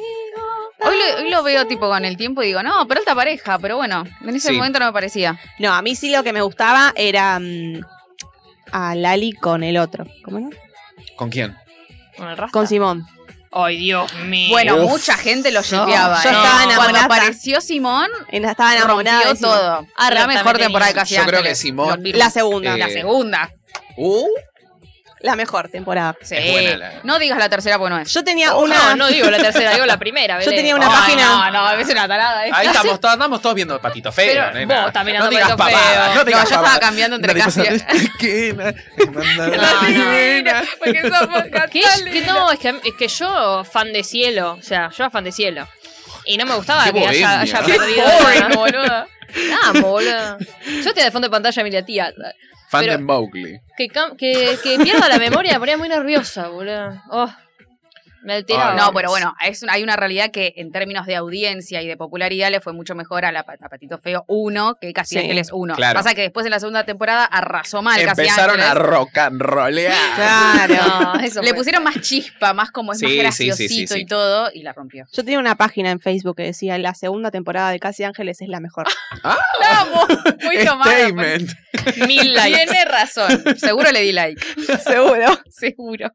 Speaker 2: Hoy lo, hoy lo veo tipo con el tiempo y digo, no, pero esta pareja, pero bueno, en ese
Speaker 1: Sí.
Speaker 2: momento no me parecía.
Speaker 3: No, a mí sí lo que me gustaba era mm, a Lali con el otro. ¿Cómo no?
Speaker 1: ¿Con quién?
Speaker 5: Con el rasta.
Speaker 3: Con Simón.
Speaker 5: Ay, Dios mío.
Speaker 2: Bueno,
Speaker 1: Uf.
Speaker 2: mucha gente lo shipeaba.
Speaker 3: yo
Speaker 2: ¿eh?
Speaker 3: estaba
Speaker 2: Cuando
Speaker 3: enamorada.
Speaker 2: apareció Simón,
Speaker 3: En- Estaba enamorada
Speaker 2: rompió
Speaker 3: de Simón. Ah,
Speaker 2: todo.
Speaker 5: Arre,
Speaker 2: la mejor
Speaker 5: también
Speaker 2: temporada de
Speaker 5: tenía.
Speaker 2: Casi
Speaker 1: Yo creo
Speaker 2: Ángeles.
Speaker 1: que Simón-
Speaker 2: Lo firmo.
Speaker 3: La segunda.
Speaker 1: Eh,
Speaker 2: La segunda.
Speaker 1: Uh,
Speaker 3: la mejor temporada.
Speaker 2: Sí.
Speaker 1: Es buena la-
Speaker 2: No digas la tercera porque no es.
Speaker 3: Yo tenía una.
Speaker 5: No, no digo la tercera, digo la primera.
Speaker 3: Yo
Speaker 5: Belén.
Speaker 3: tenía una
Speaker 5: Ay,
Speaker 3: página-
Speaker 2: Ah,
Speaker 5: No, no, a veces una tarada. ¿eh?
Speaker 1: Ahí estamos, todos, andamos todos viendo Patito Feo,
Speaker 5: Pero
Speaker 1: nena.
Speaker 5: vos también
Speaker 1: no
Speaker 5: andás
Speaker 1: digas
Speaker 5: Patito Feo.
Speaker 1: pavadas, no
Speaker 2: No, yo
Speaker 1: digas
Speaker 2: estaba
Speaker 1: pavadas.
Speaker 2: cambiando entre
Speaker 1: Nadie
Speaker 2: casi.
Speaker 1: pasa- ¿Qué?
Speaker 2: divina, Porque somos
Speaker 5: Que es- que no, es que, es que yo, fan de cielo, o sea, yo era fan de cielo. Y no me gustaba
Speaker 1: Qué
Speaker 5: que haya,
Speaker 1: bohemia.
Speaker 5: haya
Speaker 1: Qué
Speaker 5: perdido.
Speaker 2: boring,
Speaker 5: boluda. Amo, boluda. Yo tenía de fondo de pantalla a mi tía.
Speaker 1: Fan
Speaker 5: Pero-
Speaker 1: de Mowgli.
Speaker 5: Que, cam- que, que pierda la memoria me ponía muy nerviosa, boluda. Oh, me alteraba.
Speaker 1: Ay,
Speaker 2: No, pero bueno, es, hay una realidad que en términos de audiencia y de popularidad le fue mucho mejor a, la, pa- a Patito Feo 1 que Casi
Speaker 3: Sí,
Speaker 2: Ángeles 1.
Speaker 1: claro.
Speaker 2: Pasa que después en la segunda temporada arrasó mal
Speaker 1: Empezaron
Speaker 2: Casi
Speaker 1: a
Speaker 2: Ángeles.
Speaker 1: rock and rollear.
Speaker 3: Claro.
Speaker 5: No, eso
Speaker 2: Le
Speaker 5: fue.
Speaker 2: pusieron más chispa, más como es
Speaker 1: Sí,
Speaker 2: más
Speaker 1: sí, sí, sí,
Speaker 2: graciosito
Speaker 1: sí.
Speaker 2: y todo, y la rompió.
Speaker 3: Yo tenía una página en Facebook que decía la segunda temporada de Casi Ángeles es la mejor.
Speaker 2: La amo, muy tomada. pues.
Speaker 1: Statement.
Speaker 5: mil likes.
Speaker 2: Tiene razón. Seguro le di like.
Speaker 3: Seguro.
Speaker 2: Seguro.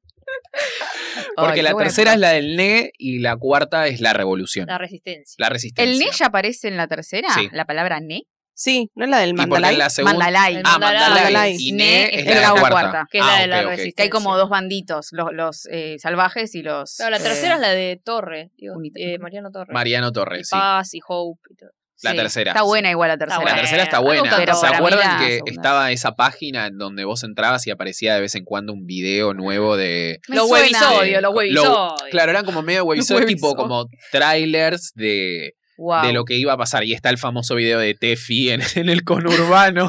Speaker 1: Porque
Speaker 2: Ay,
Speaker 1: la
Speaker 2: qué buena
Speaker 1: tercera
Speaker 2: época.
Speaker 1: es la del NE y la cuarta es la revolución.
Speaker 5: La resistencia.
Speaker 1: La resistencia.
Speaker 2: ¿El ne ya aparece en la tercera?
Speaker 1: Sí.
Speaker 2: La palabra ne.
Speaker 3: Sí, no es la del
Speaker 1: Y porque
Speaker 3: Mandalay.
Speaker 1: en la segunda.
Speaker 2: Mandalai.
Speaker 5: El
Speaker 1: Ah, Mandalay.
Speaker 3: Mandalay.
Speaker 1: Y
Speaker 2: Ne
Speaker 1: Ne es la, de la cuarta.
Speaker 5: que es la
Speaker 1: Ah,
Speaker 5: de la
Speaker 1: ok, ok.
Speaker 5: resistencia.
Speaker 2: Que hay como dos banditos, los, los eh, salvajes y los.
Speaker 5: Claro, la
Speaker 2: eh,
Speaker 5: tercera es la de Torre, digo,
Speaker 2: Bonita.
Speaker 5: eh, Mariano Torre.
Speaker 1: Mariano
Speaker 5: Y
Speaker 1: Torres, sí.
Speaker 5: Paz y Hope y todo.
Speaker 1: la
Speaker 2: sí,
Speaker 1: tercera,
Speaker 2: Está
Speaker 1: Ah, sí.
Speaker 2: buena igual la tercera.
Speaker 1: La
Speaker 5: buena.
Speaker 1: tercera está
Speaker 5: a mí me
Speaker 1: buena.
Speaker 5: gustó, pero
Speaker 1: ¿Se
Speaker 5: para mí
Speaker 1: acuerdan
Speaker 2: la
Speaker 1: que
Speaker 2: segunda.
Speaker 1: estaba esa página en donde vos entrabas y aparecía de vez en cuando un video nuevo de.
Speaker 2: Me
Speaker 5: los
Speaker 2: suena.
Speaker 5: huevisodios, los
Speaker 1: Lo-
Speaker 5: huevisodios.
Speaker 1: Claro, eran como medio webisodios, tipo
Speaker 2: Webisodios.
Speaker 1: como trailers de,
Speaker 2: Guau.
Speaker 1: de lo que iba a pasar. Y está el famoso video de Tefi en, en el conurbano.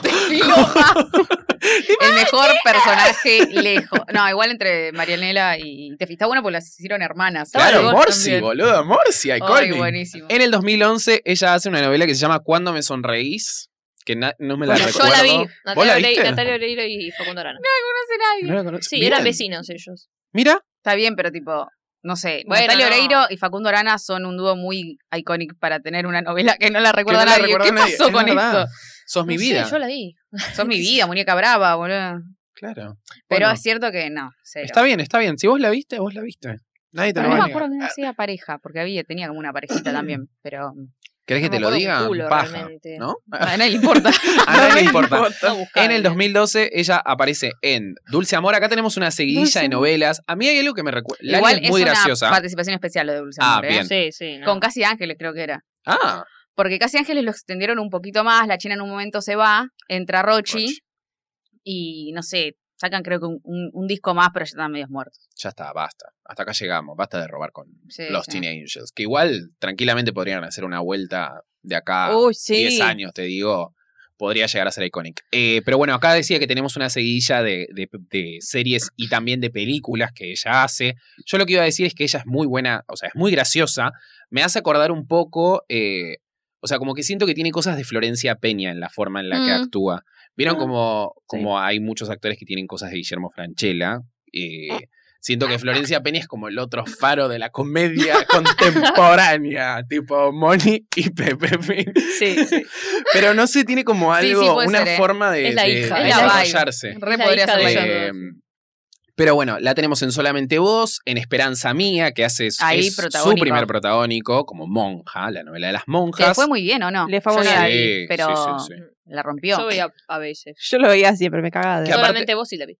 Speaker 2: El mejor personaje lejos. No, igual entre Marianela y Tefi. Está bueno porque las hicieron hermanas.
Speaker 1: claro,
Speaker 5: vos
Speaker 1: Morsi,
Speaker 5: también.
Speaker 1: boludo, Eh, Morsi,
Speaker 2: Ay,
Speaker 1: iconic.
Speaker 2: buenísimo.
Speaker 1: En el 2011 ella hace una novela que se llama Cuando me sonreís, que na- no me la
Speaker 5: Bueno, yo
Speaker 1: recuerdo.
Speaker 5: la vi.
Speaker 1: ¿Vos la
Speaker 5: Natalia, Oreiro-
Speaker 1: viste?
Speaker 5: Natalia Oreiro y Facundo Arana.
Speaker 1: No la conozco.
Speaker 5: Sí,
Speaker 1: Bien.
Speaker 5: eran vecinos ellos.
Speaker 1: Mira,
Speaker 2: Está bien, pero tipo, no sé.
Speaker 5: Bueno,
Speaker 2: Natalia
Speaker 5: no.
Speaker 2: Oreiro y Facundo Arana son un dúo muy icónico para tener una novela que no la
Speaker 1: que no
Speaker 2: recuerda
Speaker 1: la
Speaker 2: nadie.
Speaker 1: recuerdo
Speaker 2: ¿Qué
Speaker 1: nadie.
Speaker 2: pasó
Speaker 1: Es
Speaker 2: con
Speaker 1: verdad.
Speaker 2: esto?
Speaker 1: Sos mi
Speaker 5: No sé,
Speaker 1: vida.
Speaker 5: yo la vi.
Speaker 2: Sos mi vida, muñeca brava, boludo.
Speaker 1: Claro.
Speaker 2: Pero
Speaker 1: Bueno,
Speaker 2: es cierto que no. cero.
Speaker 1: está bien, está bien. Si vos la viste, vos la viste. Nadie te
Speaker 2: Pero
Speaker 1: lo
Speaker 2: no
Speaker 1: va a
Speaker 2: me
Speaker 1: negar.
Speaker 2: acuerdo que no sea pareja, porque había, tenía como una parejita también, pero mm,
Speaker 1: ¿Querés que
Speaker 5: No
Speaker 1: te
Speaker 5: me
Speaker 1: lo
Speaker 5: acuerdo un
Speaker 1: diga?
Speaker 5: culo,
Speaker 1: Paja,
Speaker 5: realmente.
Speaker 1: ¿no?
Speaker 2: a nadie le importa.
Speaker 1: A nadie le importa.
Speaker 5: No buscaba,
Speaker 1: En el
Speaker 5: ¿no?
Speaker 1: 2012 ella aparece en Dulce Amor. Acá tenemos una seguidilla
Speaker 3: Dulce
Speaker 1: de
Speaker 3: Amor.
Speaker 1: novelas. A mí hay algo que me recuerda.
Speaker 2: igual
Speaker 1: es muy
Speaker 2: una
Speaker 1: graciosa.
Speaker 2: participación especial lo de Dulce
Speaker 1: Ah,
Speaker 2: Amor, ¿eh?
Speaker 1: bien.
Speaker 5: Sí, sí. no.
Speaker 2: Con Casi Ángeles creo que era.
Speaker 1: Ah,
Speaker 2: Porque Casi Ángeles lo extendieron un poquito más, la China en un momento se va, entra Rochi,
Speaker 1: Rochi.
Speaker 2: y no sé, sacan creo que un, un- un disco más, pero ya están medios muertos.
Speaker 1: ya está, basta. Hasta acá llegamos. Basta de robar con
Speaker 2: Sí,
Speaker 1: los
Speaker 2: sí.
Speaker 1: Teen Angels. Que igual tranquilamente podrían hacer una vuelta de acá a
Speaker 3: Uy, sí.
Speaker 1: 10 años, te digo. Podría llegar a ser icónico. Eh, pero bueno, acá decía que tenemos una seguidilla de, de- de series y también de películas que ella hace. Yo lo que iba a decir es que ella es muy buena, o sea, es muy graciosa. Me hace acordar un poco, eh, o sea, como que siento que tiene cosas de Florencia Peña en la forma en la que
Speaker 2: Mm.
Speaker 1: actúa. ¿Vieron
Speaker 3: Ah,
Speaker 1: como, como hay muchos actores que tienen cosas de Guillermo Franchella?
Speaker 2: Mm.
Speaker 1: Eh, siento que Florencia Peña es como el otro faro de la comedia contemporánea, tipo Moni y Pepe Pig.
Speaker 5: Sí, sí.
Speaker 1: Pero no sé, tiene como
Speaker 2: Sí, sí,
Speaker 1: algo,
Speaker 2: puede
Speaker 1: una
Speaker 2: ser, ¿eh?
Speaker 1: forma de,
Speaker 5: Es la
Speaker 1: de-
Speaker 5: hija,
Speaker 1: de
Speaker 2: es la vibe.
Speaker 1: desarrollarse.
Speaker 2: Re
Speaker 5: Es la
Speaker 2: podría
Speaker 5: hija
Speaker 2: ser
Speaker 5: de
Speaker 2: ella.
Speaker 5: ellos.
Speaker 1: Eh, pero bueno, la tenemos en Solamente Vos, en Esperanza Mía, que hace s-
Speaker 2: Ahí,
Speaker 1: es su
Speaker 2: protagónico.
Speaker 1: primer protagónico como monja, la novela de las
Speaker 2: Que
Speaker 1: monjas.
Speaker 2: fue muy bien, ¿o no?
Speaker 3: Le fue
Speaker 2: Yo
Speaker 3: muy
Speaker 2: no la
Speaker 1: bien.
Speaker 2: vi,
Speaker 1: Sí,
Speaker 2: pero
Speaker 1: sí, sí, sí.
Speaker 2: la rompió.
Speaker 5: Yo veía a veces.
Speaker 3: Yo lo veía siempre, me cagaba de.
Speaker 1: Que aparte-
Speaker 5: Solamente vos y la vi.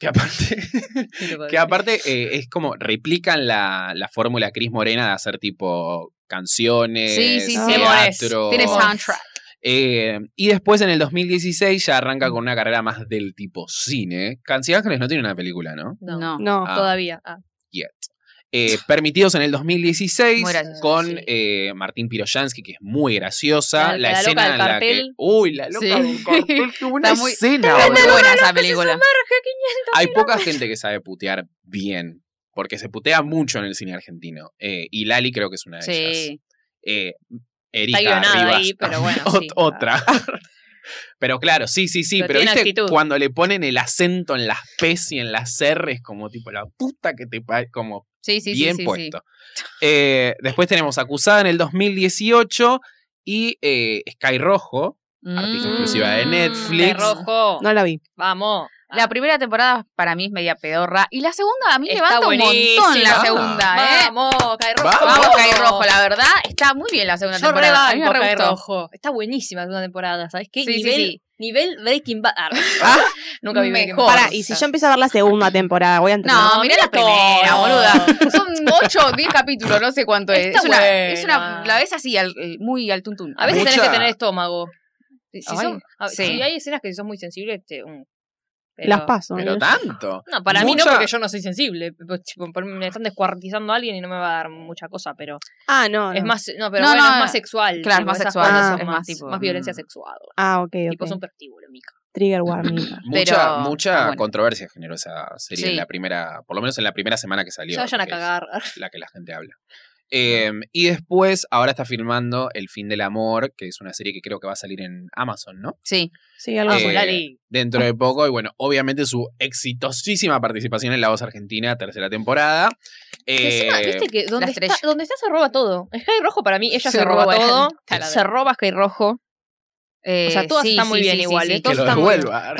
Speaker 1: Que aparte, que aparte eh, es como replican la, la fórmula Cris Morena de hacer tipo canciones,
Speaker 2: Sí, sí, sí.
Speaker 1: teatro.
Speaker 2: Tiene soundtrack.
Speaker 1: Eh, y después en el 2016 ya
Speaker 2: Mm.
Speaker 1: arranca con una carrera más del tipo cine. Cancilla Ángeles no tiene una película, ¿no?
Speaker 5: No,
Speaker 2: No.
Speaker 3: No.
Speaker 1: Ah.
Speaker 5: todavía. Ah,
Speaker 1: Eh, Permitidos en el 2016
Speaker 2: Muy gracioso,
Speaker 1: con
Speaker 5: sí.
Speaker 1: eh, Martín Piroyansky, que es muy graciosa.
Speaker 5: La-
Speaker 1: La,
Speaker 5: la
Speaker 1: escena
Speaker 5: loca del
Speaker 1: en la que.
Speaker 5: cartel.
Speaker 1: Uy, la loca
Speaker 2: Sí.
Speaker 1: del cartel, qué buena
Speaker 2: Está muy-
Speaker 1: escena,
Speaker 2: Está muy
Speaker 1: boludo.
Speaker 2: buena esa película.
Speaker 1: Hay poca gente que sabe putear bien, porque se putea mucho en el cine argentino. Eh, y Lali creo que es una de ellas.
Speaker 2: Sí.
Speaker 1: Eh,
Speaker 5: está
Speaker 1: Erika
Speaker 5: guionada
Speaker 1: Rivas
Speaker 5: ahí, pero bueno.
Speaker 1: Ot-
Speaker 5: sí.
Speaker 1: otra. Pero claro, sí, sí, sí,
Speaker 5: Pero
Speaker 1: pero,
Speaker 5: tiene
Speaker 1: viste
Speaker 5: actitud.
Speaker 1: cuando le ponen el acento en las P's y en las R's, como tipo la puta que te pa- como
Speaker 2: Sí, sí, sí,
Speaker 1: bien
Speaker 2: sí, sí.
Speaker 1: puesto. Eh, después tenemos Acusada en el 2018 y eh, Sky Rojo, artista
Speaker 2: Mm.
Speaker 1: exclusiva de
Speaker 5: Mm,
Speaker 1: Netflix.
Speaker 5: Rojo.
Speaker 3: No la vi.
Speaker 5: Vamos. Ah,
Speaker 2: La primera temporada para mí es media pedorra. Y la segunda a mí
Speaker 5: Está
Speaker 2: levanta un montón
Speaker 5: buenísima.
Speaker 2: la segunda, ¿eh?
Speaker 5: Vamos, cae rojo.
Speaker 1: Vamos,
Speaker 2: Ah. Vamos, Caí Rojo, la verdad. Está muy bien la segunda
Speaker 5: Yo
Speaker 2: temporada. A mí me re
Speaker 5: rebanco Cae
Speaker 2: gustó.
Speaker 5: Rojo. Está buenísima la segunda temporada, ¿sabes qué?
Speaker 2: Sí, sí,
Speaker 5: nivel,
Speaker 2: sí.
Speaker 5: nivel Breaking Bad. Ah, Nunca vi Breaking
Speaker 2: Mejor.
Speaker 5: Bad.
Speaker 3: Pará, y si yo empiezo a ver la segunda temporada, voy a entender.
Speaker 2: No, mirá la
Speaker 5: todo.
Speaker 2: primera, boluda. Son 8 o 10 capítulos, no sé cuánto es.
Speaker 5: Está
Speaker 2: Es una,
Speaker 5: buena.
Speaker 2: es una- La ves así, al- eh, muy al tuntún.
Speaker 5: A veces tenés
Speaker 1: Mucha-
Speaker 5: que tener estómago. Si,
Speaker 2: Ay,
Speaker 5: son- a-
Speaker 2: sí.
Speaker 5: si hay escenas que son muy sensibles, te, mm, pero-
Speaker 3: Las paso.
Speaker 1: Pero
Speaker 3: ¿no?
Speaker 1: tanto.
Speaker 2: ¿eh?
Speaker 5: No, para mí no,
Speaker 1: Mucha-
Speaker 5: porque yo no soy sensible. Pues, tipo, por- me están descuartizando a alguien y no me va a dar mucha cosa, pero
Speaker 3: Ah, no.
Speaker 5: es
Speaker 3: no.
Speaker 5: más, no, pero
Speaker 2: No,
Speaker 5: bueno,
Speaker 2: no,
Speaker 5: es
Speaker 2: no.
Speaker 5: más sexual.
Speaker 2: Claro, es
Speaker 5: tipo,
Speaker 2: más
Speaker 5: esas
Speaker 2: sexual,
Speaker 5: cosas
Speaker 3: ah,
Speaker 5: son
Speaker 2: es
Speaker 5: más,
Speaker 2: más tipo,
Speaker 5: más violencia
Speaker 2: mm.
Speaker 5: sexual.
Speaker 3: Ah, ok, ok.
Speaker 5: Tipo, son prostíbulo, mica.
Speaker 3: Trigger warning.
Speaker 1: Mucha,
Speaker 2: Pero-
Speaker 1: mucha
Speaker 2: ah, bueno.
Speaker 1: controversia generó esa serie en
Speaker 2: Sí.
Speaker 1: la primera, por lo menos en la primera semana que salió.
Speaker 5: Se vayan a
Speaker 1: que es
Speaker 5: cagar.
Speaker 1: La que la gente habla. Eh, y después, ahora está filmando El fin del amor, que es una serie que creo que va a salir en Amazon, ¿no?
Speaker 2: Sí.
Speaker 3: Sí, algo
Speaker 5: Ah,
Speaker 1: Eh,
Speaker 3: así.
Speaker 5: la ley.
Speaker 1: Dentro
Speaker 2: Ah.
Speaker 1: de poco, y bueno, obviamente su exitosísima participación en La Voz Argentina, tercera temporada.
Speaker 5: Que encima,
Speaker 1: Eh,
Speaker 5: viste que donde está,
Speaker 2: estrella.
Speaker 5: donde está se roba todo. Sky Rojo para mí, ella se,
Speaker 2: Se
Speaker 5: roba,
Speaker 2: roba,
Speaker 5: todo.
Speaker 2: está la
Speaker 5: Se
Speaker 2: de-
Speaker 5: roba Sky Rojo.
Speaker 2: Eh,
Speaker 5: O sea, todas
Speaker 2: sí,
Speaker 5: están muy
Speaker 2: sí,
Speaker 5: bien
Speaker 2: sí,
Speaker 5: igual,
Speaker 2: sí,
Speaker 5: ¿eh?
Speaker 2: sí.
Speaker 1: que lo
Speaker 5: está muy bien.
Speaker 1: devuelva.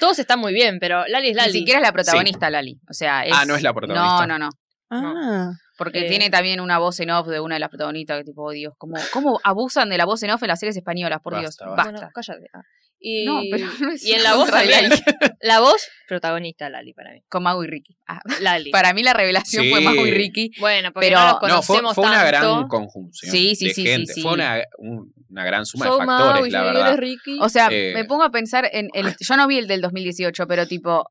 Speaker 5: Todos están muy bien, pero Lali es Lali.
Speaker 2: Ni siquiera es la protagonista, Lali. O sea, es...
Speaker 1: Ah, no es la protagonista.
Speaker 2: No, no, no.
Speaker 3: Ah,
Speaker 2: Porque
Speaker 5: Eh.
Speaker 2: tiene también una voz en off de una de las protagonistas que tipo, oh Dios, ¿cómo, cómo abusan de la voz en off en las series españolas? Por
Speaker 1: Basta,
Speaker 2: Dios,
Speaker 1: basta.
Speaker 2: basta.
Speaker 5: Bueno, cállate. Ah. Y,
Speaker 2: No, pero no es
Speaker 5: y en la voz
Speaker 2: contra
Speaker 5: también.
Speaker 2: Lali.
Speaker 5: La voz, protagonista Lali para mí.
Speaker 2: Con Mago y Ricky. Ah,
Speaker 5: Lali.
Speaker 2: para mí la revelación
Speaker 1: Sí.
Speaker 2: fue Mago y Ricky.
Speaker 5: Bueno, porque
Speaker 2: Pero-
Speaker 5: no los
Speaker 1: No, fue,
Speaker 5: conocemos
Speaker 1: fue una gran
Speaker 5: tanto.
Speaker 1: conjunción
Speaker 2: Sí, sí,
Speaker 1: de
Speaker 2: sí, sí,
Speaker 1: gente.
Speaker 2: sí.
Speaker 1: Fue una, un- una gran suma
Speaker 5: Yo,
Speaker 1: de
Speaker 5: Mau,
Speaker 1: factores,
Speaker 5: y
Speaker 1: la
Speaker 5: yo,
Speaker 1: verdad.
Speaker 5: eres Ricky.
Speaker 2: O sea,
Speaker 1: Eh.
Speaker 2: me pongo a pensar en el. Yo no vi el del 2018, pero tipo.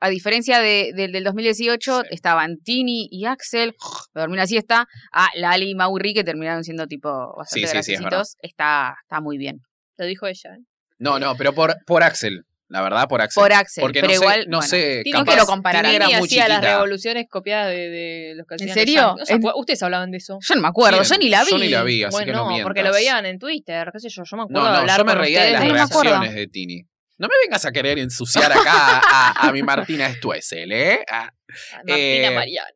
Speaker 2: A diferencia de- del del 2018,
Speaker 1: Sí.
Speaker 2: estaban Tini y Axel, dormí una siesta, a Ah, Lali y Mauri que terminaron siendo tipo bastante
Speaker 1: Sí, sí, sí, es
Speaker 2: graciositos. está, está muy bien.
Speaker 5: Lo dijo ella. ¿eh?
Speaker 1: No, no, pero por, por Axel. La verdad, por Axel.
Speaker 2: Por Axel,
Speaker 1: Porque
Speaker 2: pero
Speaker 1: no
Speaker 2: igual.
Speaker 1: sé, no
Speaker 2: bueno.
Speaker 1: sé,
Speaker 5: Tini
Speaker 1: capaz
Speaker 2: que lo comparar.
Speaker 1: Tini era
Speaker 5: Lali
Speaker 1: muy
Speaker 5: hacía las
Speaker 1: chiquita.
Speaker 5: revoluciones copiadas de, de los que
Speaker 2: ¿En
Speaker 5: hacían
Speaker 2: serio?
Speaker 5: Shanghai. No se
Speaker 2: En-
Speaker 5: acuer- pues, Ustedes hablaban de eso.
Speaker 2: Yo no me acuerdo, yo
Speaker 1: Bien,
Speaker 2: ni la vi.
Speaker 1: yo ni la vi, así
Speaker 5: bueno,
Speaker 1: que no mientas.
Speaker 5: porque lo veían en Twitter, qué sé yo, yo me acuerdo
Speaker 1: No,
Speaker 5: de
Speaker 1: no,
Speaker 5: hablar
Speaker 1: yo me
Speaker 5: con
Speaker 1: reía de las
Speaker 5: ustedes.
Speaker 2: Ay, no me acuerdo.
Speaker 1: reacciones de Tini. No me vengas a querer ensuciar acá a, a mi Martina Stuesel, ¿eh? Ah,
Speaker 5: Martina
Speaker 1: Eh,
Speaker 5: Mariana.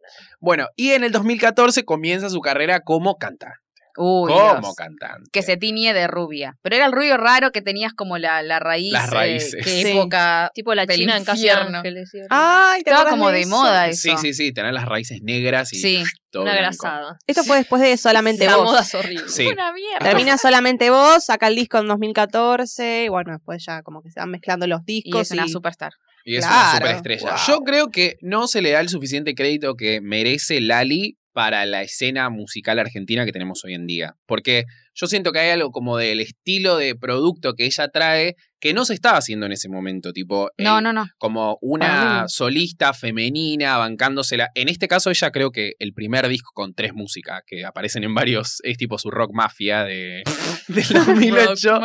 Speaker 1: Bueno, y en el 2014 comienza su carrera como cantante.
Speaker 2: Uy,
Speaker 1: como
Speaker 2: Dios.
Speaker 1: cantante.
Speaker 2: Que se tiñe de rubia. Pero era el rubio raro que tenías como la, la raíz.
Speaker 1: Las
Speaker 2: eh,
Speaker 1: raíces.
Speaker 2: que
Speaker 3: Sí.
Speaker 2: época.
Speaker 5: Tipo la
Speaker 2: del
Speaker 5: China en Casi
Speaker 2: infierno.
Speaker 5: Ángeles. ¿sí?
Speaker 3: Ay, ¿te
Speaker 2: Estaba
Speaker 3: acordás
Speaker 2: como de
Speaker 3: eso?
Speaker 2: moda eso.
Speaker 1: Sí, sí, sí, tener las raíces negras y
Speaker 2: Sí.
Speaker 1: todo
Speaker 5: Una
Speaker 1: blanco.
Speaker 5: grasada.
Speaker 3: Esto fue después de solamente
Speaker 5: La
Speaker 3: vos.
Speaker 5: moda es horrible.
Speaker 1: Sí.
Speaker 2: Una mierda.
Speaker 3: Termina solamente vos, saca el disco en 2014, y bueno, después ya como que se van mezclando los
Speaker 2: Y
Speaker 3: discos.
Speaker 2: es una
Speaker 3: y-
Speaker 2: superstar.
Speaker 1: Y es
Speaker 3: Claro,
Speaker 1: una superestrella.
Speaker 3: wow.
Speaker 1: Yo creo que no se le da el suficiente crédito que merece Lali para la escena musical argentina que tenemos hoy en día. Porque yo siento que hay algo como del estilo de producto que ella trae que no se estaba haciendo en ese momento. Tipo, el-
Speaker 2: No, no, no.
Speaker 1: como
Speaker 3: Para
Speaker 1: una
Speaker 3: mí.
Speaker 1: solista femenina bancándosela. En este caso, ella creo que el primer disco con tres músicas que aparecen en varios, es tipo su rock mafia de, del 2008.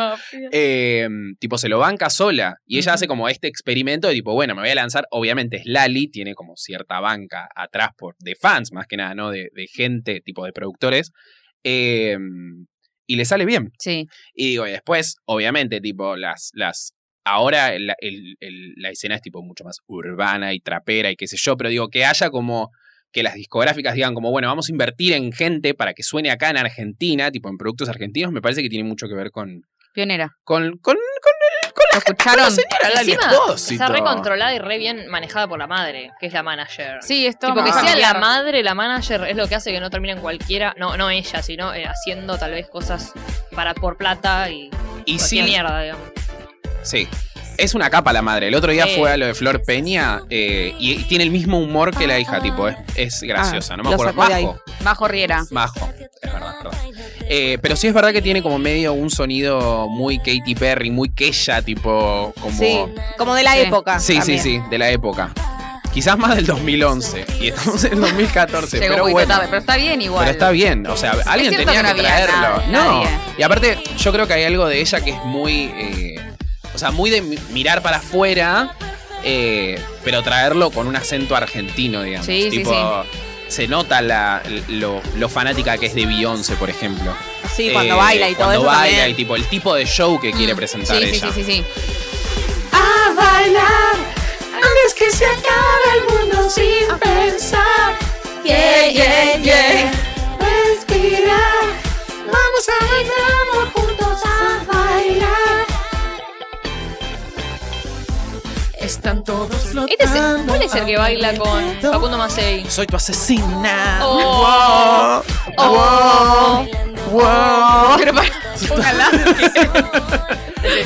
Speaker 1: Eh, tipo, se lo banca sola. Y ella
Speaker 2: Ujú.
Speaker 1: hace como este experimento de tipo, bueno, me voy a lanzar. Obviamente es Lali, tiene como cierta banca atrás por, de fans, más que nada, ¿no? De, de gente, tipo de productores. Eh, y le sale bien.
Speaker 2: Sí.
Speaker 1: Y digo, y después, obviamente, tipo, las. las ahora la, el- el- la escena es tipo mucho más urbana y trapera y qué sé yo, pero digo, que haya como. Que las discográficas digan como, bueno, vamos a invertir en gente para que suene acá en Argentina, tipo en productos argentinos, me parece que tiene mucho que ver con.
Speaker 2: Pionera.
Speaker 1: Con, con
Speaker 2: ¿Lo escucharon?
Speaker 1: señora Lali
Speaker 5: Encima,
Speaker 1: Espósito.
Speaker 5: Está recontrolada y re bien manejada por la madre, que es la manager.
Speaker 2: Sí, esto
Speaker 5: Tipo,
Speaker 1: no,
Speaker 5: que
Speaker 1: no.
Speaker 5: sea la
Speaker 2: madre.
Speaker 5: madre, la manager, es lo que hace que no terminen cualquiera, no, no ella, sino eh, haciendo tal vez cosas para por plata
Speaker 1: Y
Speaker 5: y cualquier
Speaker 1: sí,
Speaker 5: mierda, digamos.
Speaker 1: sí. Es una capa la madre. El otro día
Speaker 5: Sí.
Speaker 1: fue a lo de Flor Peña eh, y, y tiene el mismo humor que la hija, tipo, es, es graciosa, no me
Speaker 3: Ah, lo
Speaker 1: acuerdo.
Speaker 3: sacó de ahí.
Speaker 1: Majo.
Speaker 2: Majo Riera.
Speaker 1: Majo, es verdad, perdón. Eh, pero sí es verdad que tiene como medio un sonido muy Katy Perry, muy Kesha, tipo como...
Speaker 3: Sí, como de la
Speaker 2: Sí.
Speaker 3: época.
Speaker 1: sí, sí,
Speaker 3: también.
Speaker 1: sí, de la época. Quizás más del 2011 y estamos en el 2014,
Speaker 2: Llegó un
Speaker 1: pero
Speaker 2: poquito
Speaker 1: bueno.
Speaker 2: tarde, pero está bien igual.
Speaker 1: Pero está bien, o sea, alguien
Speaker 2: cierto
Speaker 1: tenía
Speaker 2: que
Speaker 1: que,
Speaker 2: no había
Speaker 1: traerlo.
Speaker 2: nadie,
Speaker 1: no.
Speaker 2: nadie.
Speaker 1: Y aparte, yo creo que hay algo de ella que es muy. eh, o sea, muy de mi- mirar para afuera, eh, pero traerlo con un acento argentino, digamos.
Speaker 2: Sí, sí,
Speaker 1: tipo, se nota la, lo, lo fanática que es de Beyoncé, por ejemplo.
Speaker 3: Sí, cuando
Speaker 1: Eh,
Speaker 3: baila y todo
Speaker 1: cuando
Speaker 3: eso.
Speaker 1: baila
Speaker 3: también.
Speaker 1: y tipo, el tipo de show que quiere
Speaker 2: Mm.
Speaker 1: presentar
Speaker 2: sí,
Speaker 1: ella.
Speaker 2: Sí, sí, sí, sí.
Speaker 4: a bailar antes que se acabe el mundo sin pensar.
Speaker 1: Eh,
Speaker 4: Yeah, yeah, yeah. Respirar. Vamos a bailar juntos a bailar. Es
Speaker 2: Este
Speaker 5: es el que baila con Facundo Macei?
Speaker 1: Soy tu asesina.
Speaker 5: Oh.
Speaker 1: Wow. Wow. Wow.
Speaker 2: Oh. Pero para- Ojalá.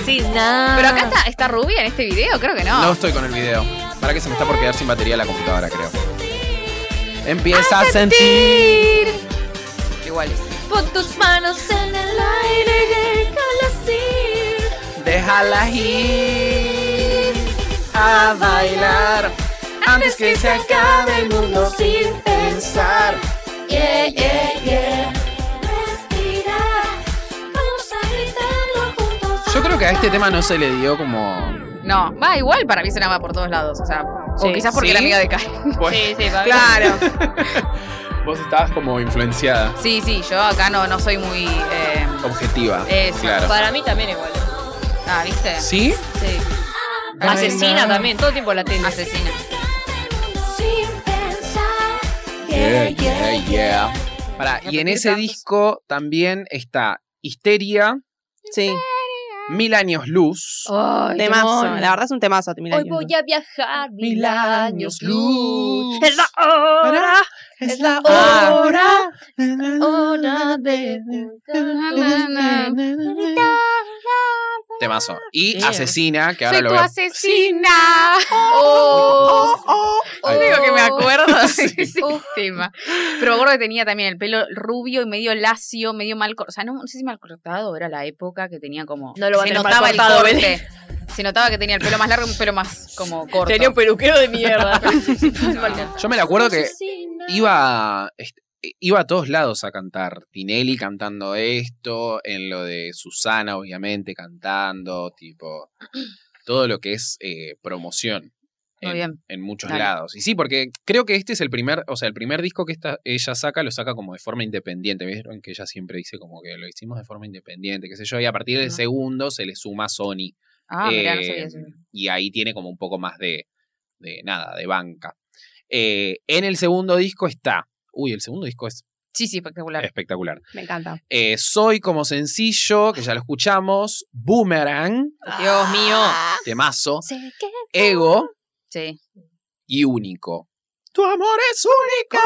Speaker 5: Sí, nada.
Speaker 2: Pero acá está, está rubia en este video, creo que no.
Speaker 1: No estoy con el video. Para que se me está por quedar sin batería la computadora, creo. Empieza a sentir.
Speaker 2: Igual.
Speaker 5: Pon tus manos en el aire
Speaker 1: Déjala ir a bailar antes que se acabe el mundo sin pensar.
Speaker 4: Yeah, yeah, yeah. Respira. Vamos a gritarlo juntos.
Speaker 1: Yo creo que a este tema no se le dio como.
Speaker 2: No, va igual para mí sonaba por todos lados. O sea, o
Speaker 5: Sí.
Speaker 2: quizás porque
Speaker 1: ¿Sí?
Speaker 2: era amiga de Kai.
Speaker 5: Sí, sí, para mí.
Speaker 2: Pues, Claro.
Speaker 1: Vos estabas como influenciada,
Speaker 2: Sí, sí, yo acá no, no soy muy. eh,
Speaker 1: objetiva.
Speaker 2: Eso,
Speaker 1: claro.
Speaker 5: Para mí también igual.
Speaker 2: ah, ¿viste?
Speaker 1: ¿Sí?
Speaker 5: Sí. Asesina también, todo el tiempo la tele.
Speaker 2: Asesina.
Speaker 4: Sin pensar.
Speaker 1: Yeah, yeah, yeah. Pará, y en ese
Speaker 2: Repetir
Speaker 1: disco también está Histeria,
Speaker 3: Sí,
Speaker 1: Mil Años Luz.
Speaker 5: Ay,
Speaker 3: temazo.
Speaker 5: temón.
Speaker 3: La verdad es un temazo, Timmy
Speaker 5: Hoy
Speaker 3: Lane.
Speaker 5: voy a viajar mil
Speaker 1: Mil
Speaker 5: años
Speaker 1: años
Speaker 5: luz.
Speaker 1: luz.
Speaker 5: Es la hora,
Speaker 1: es la Ah.
Speaker 5: hora,
Speaker 3: Mm.
Speaker 1: hora
Speaker 5: hora de
Speaker 1: Temazo. Y
Speaker 5: Yeah.
Speaker 1: Asesina, que ahora
Speaker 2: Soy
Speaker 1: lo
Speaker 2: tu
Speaker 1: veo.
Speaker 2: asesina.
Speaker 5: Oh,
Speaker 2: Lo único que me acuerdo de
Speaker 1: Sí.
Speaker 2: ese tema. Pero me acuerdo que tenía también el pelo rubio y medio lacio, medio mal cortado. O sea, no, no sé si mal cortado, era la época que tenía como.
Speaker 5: No lo va a
Speaker 2: se
Speaker 5: tener mal
Speaker 2: notaba el
Speaker 5: cortado,
Speaker 2: corte. Se notaba que tenía el pelo más largo y un pelo más como corto.
Speaker 5: Tenía un peluquero de mierda.
Speaker 1: Yo me la acuerdo que iba a, est- iba a todos lados a cantar. Tinelli cantando esto, en lo de Susana, obviamente, cantando, tipo, todo lo que es eh, promoción. en,
Speaker 2: Muy bien.
Speaker 1: en muchos
Speaker 2: Dale.
Speaker 1: lados. Y sí, porque creo que este es el primer, o sea, el primer disco que esta, ella saca, lo saca como de forma independiente. Vieron que ella siempre dice como que lo hicimos de forma independiente, qué sé yo, y a partir del
Speaker 2: Ah.
Speaker 1: segundo se le suma Sony.
Speaker 2: Ah, mirá, no
Speaker 1: Eh,
Speaker 2: sabía eso.
Speaker 1: Y ahí tiene como un poco más de, de nada, de banca. Eh, en el segundo disco está. Uy, el segundo disco es
Speaker 2: Sí,
Speaker 1: eh.
Speaker 2: sí, espectacular.
Speaker 1: espectacular.
Speaker 3: Me encanta.
Speaker 1: Eh, Soy como sencillo, que ya lo escuchamos. Boomerang,
Speaker 2: Ah,
Speaker 5: Dios mío.
Speaker 1: temazo. Ego
Speaker 2: Sí.
Speaker 1: y único. Tu amor es único.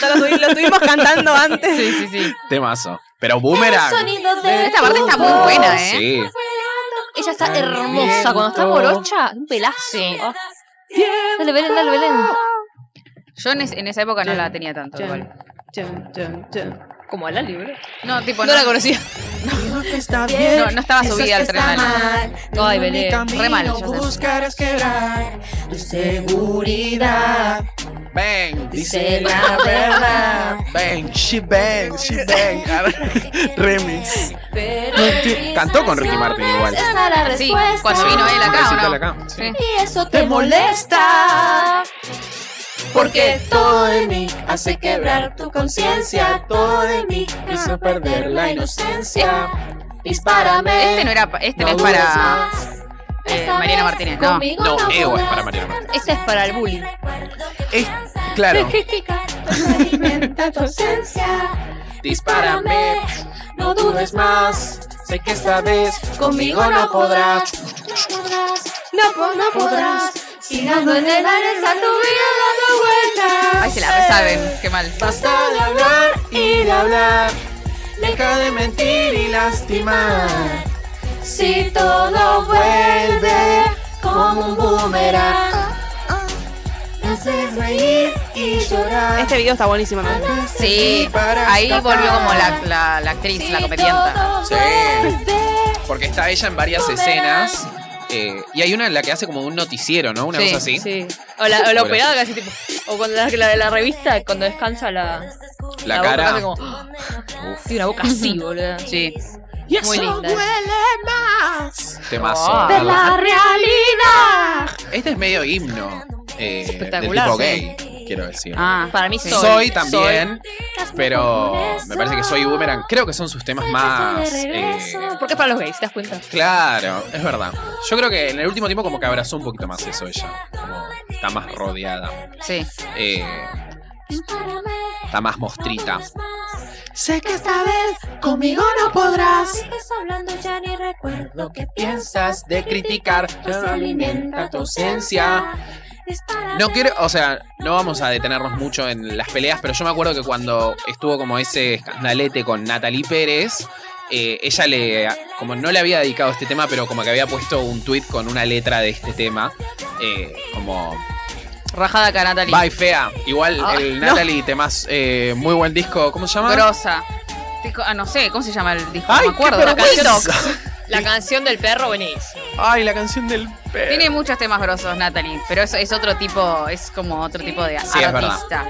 Speaker 3: Ya lo, tuvi- lo estuvimos cantando antes.
Speaker 2: Sí, sí, sí.
Speaker 1: Temazo. Pero Boomerang.
Speaker 4: Sonido de
Speaker 2: Esta parte está muy buena, ¿eh?
Speaker 1: Sí.
Speaker 5: Ella está hermosa. Cuando está morocha, un pelazo. Ah, Dale, Belén, dale, Belén.
Speaker 2: Yo en, es- en esa época no la tenía tanto. igual.
Speaker 3: Chum, chum, chum.
Speaker 5: Como a Lali, boludo.
Speaker 2: No, tipo,
Speaker 5: No la conocía.
Speaker 6: Está bien.
Speaker 2: No, no estaba
Speaker 6: eso
Speaker 2: subida al
Speaker 6: que
Speaker 2: tren.
Speaker 6: está
Speaker 2: Dani.
Speaker 6: mal.
Speaker 5: Ay, Belén,
Speaker 6: camino
Speaker 2: re mal, yo sé.
Speaker 6: buscarás quebrar tu seguridad.
Speaker 1: Bang.
Speaker 6: Dice la verdad.
Speaker 1: Bang. She bang. She bang. Remix. Cantó con Ricky Martin igual.
Speaker 4: Esa la
Speaker 2: Sí,
Speaker 4: respuesta.
Speaker 2: cuando vino él acá, ¿o
Speaker 1: Recital
Speaker 2: no?
Speaker 1: acá, sí.
Speaker 2: Sí.
Speaker 4: Y eso te molesta. Porque todo de mí hace quebrar tu conciencia. Todo de mí hizo perder la inocencia. Dispárame.
Speaker 2: Este no era, pa- este no, es
Speaker 4: dudes
Speaker 2: para
Speaker 4: más.
Speaker 2: eh,
Speaker 4: Esta
Speaker 2: Mariana
Speaker 4: vez
Speaker 2: Martínez, no.
Speaker 4: conmigo
Speaker 1: No, Evo es
Speaker 4: podrás
Speaker 1: para Mariana Martínez.
Speaker 5: Esta es para el bullying.
Speaker 1: Es- claro.
Speaker 4: Alimenta tu ausencia. Dispárame. No dudes más.
Speaker 6: Sé que esta vez
Speaker 4: Conmigo no podrás, no podrás, no, po- no podrás. Girando en el aire está tu vida dando vueltas.
Speaker 2: Ay, se la resaben, qué mal.
Speaker 6: basta de hablar y de hablar. Deja de mentir y lastimar.
Speaker 4: Si todo vuelve como un boomerang, me haces reír y llorar.
Speaker 3: Este video está buenísimo. ¿no?
Speaker 2: Sí, ahí volvió como la, la, la actriz, la comedianta.
Speaker 4: todo
Speaker 1: Sí.
Speaker 4: vuelve,
Speaker 1: Porque está ella en varias escenas. eh, y hay una en la que hace como un noticiero, ¿no? Una
Speaker 2: Sí,
Speaker 1: cosa así.
Speaker 5: Sí. O la, o la operada casi tipo. O cuando la, la de la revista, cuando descansa la,
Speaker 1: La,
Speaker 5: boca,
Speaker 1: cara.
Speaker 5: hace como, ¡ah!
Speaker 1: Uf,
Speaker 5: Tiene una boca así, boludo.
Speaker 2: Sí.
Speaker 5: Muy linda.
Speaker 1: temazo.
Speaker 5: ¡Ah!
Speaker 2: Oh.
Speaker 4: ver la realidad.
Speaker 1: Este es medio himno. eh,
Speaker 5: espectacular,
Speaker 1: Del
Speaker 5: sí.
Speaker 1: tipo gay, quiero decir.
Speaker 2: Ah,
Speaker 5: Para mí
Speaker 2: Sí.
Speaker 5: soy.
Speaker 1: soy también. Pero me parece que soy boomerang. Creo que son sus temas más. eh,
Speaker 5: Porque es para los gays, ¿te das cuenta?
Speaker 1: claro, es verdad. Yo creo que en el último tiempo como que abrazó un poquito más eso ella. Como está más rodeada.
Speaker 2: sí.
Speaker 1: eh, está más mostrita.
Speaker 6: Sé que esta vez conmigo no podrás.
Speaker 4: Sigues hablando, ya ni recuerdo qué piensas.
Speaker 1: Piensas de criticar,
Speaker 4: Pues alimenta tu ausencia. Dispara.
Speaker 1: No quiero, o sea, no vamos a detenernos mucho en las peleas, pero yo me acuerdo que cuando estuvo como ese escandalete con Natalie Pérez, eh, ella le, como no le había dedicado este tema, pero como que había puesto un tweet con una letra de este tema, eh, como
Speaker 2: Rajada acá, Natalie.
Speaker 1: Bye fea. Igual
Speaker 2: Ah,
Speaker 1: el Natalie temas, eh, muy buen disco, ¿cómo se llama?
Speaker 2: Grosa. Disco- Ah, no sé, ¿cómo se llama el disco?
Speaker 1: Ay,
Speaker 2: no me acuerdo.
Speaker 1: qué
Speaker 2: La
Speaker 1: vergüenza.
Speaker 2: canción-
Speaker 5: La canción del perro, venís.
Speaker 1: Ay, la canción del perro.
Speaker 2: Tiene muchos temas grosos, Natalie, pero eso es otro tipo, es como otro tipo de
Speaker 1: Sí, es verdad.
Speaker 2: artista.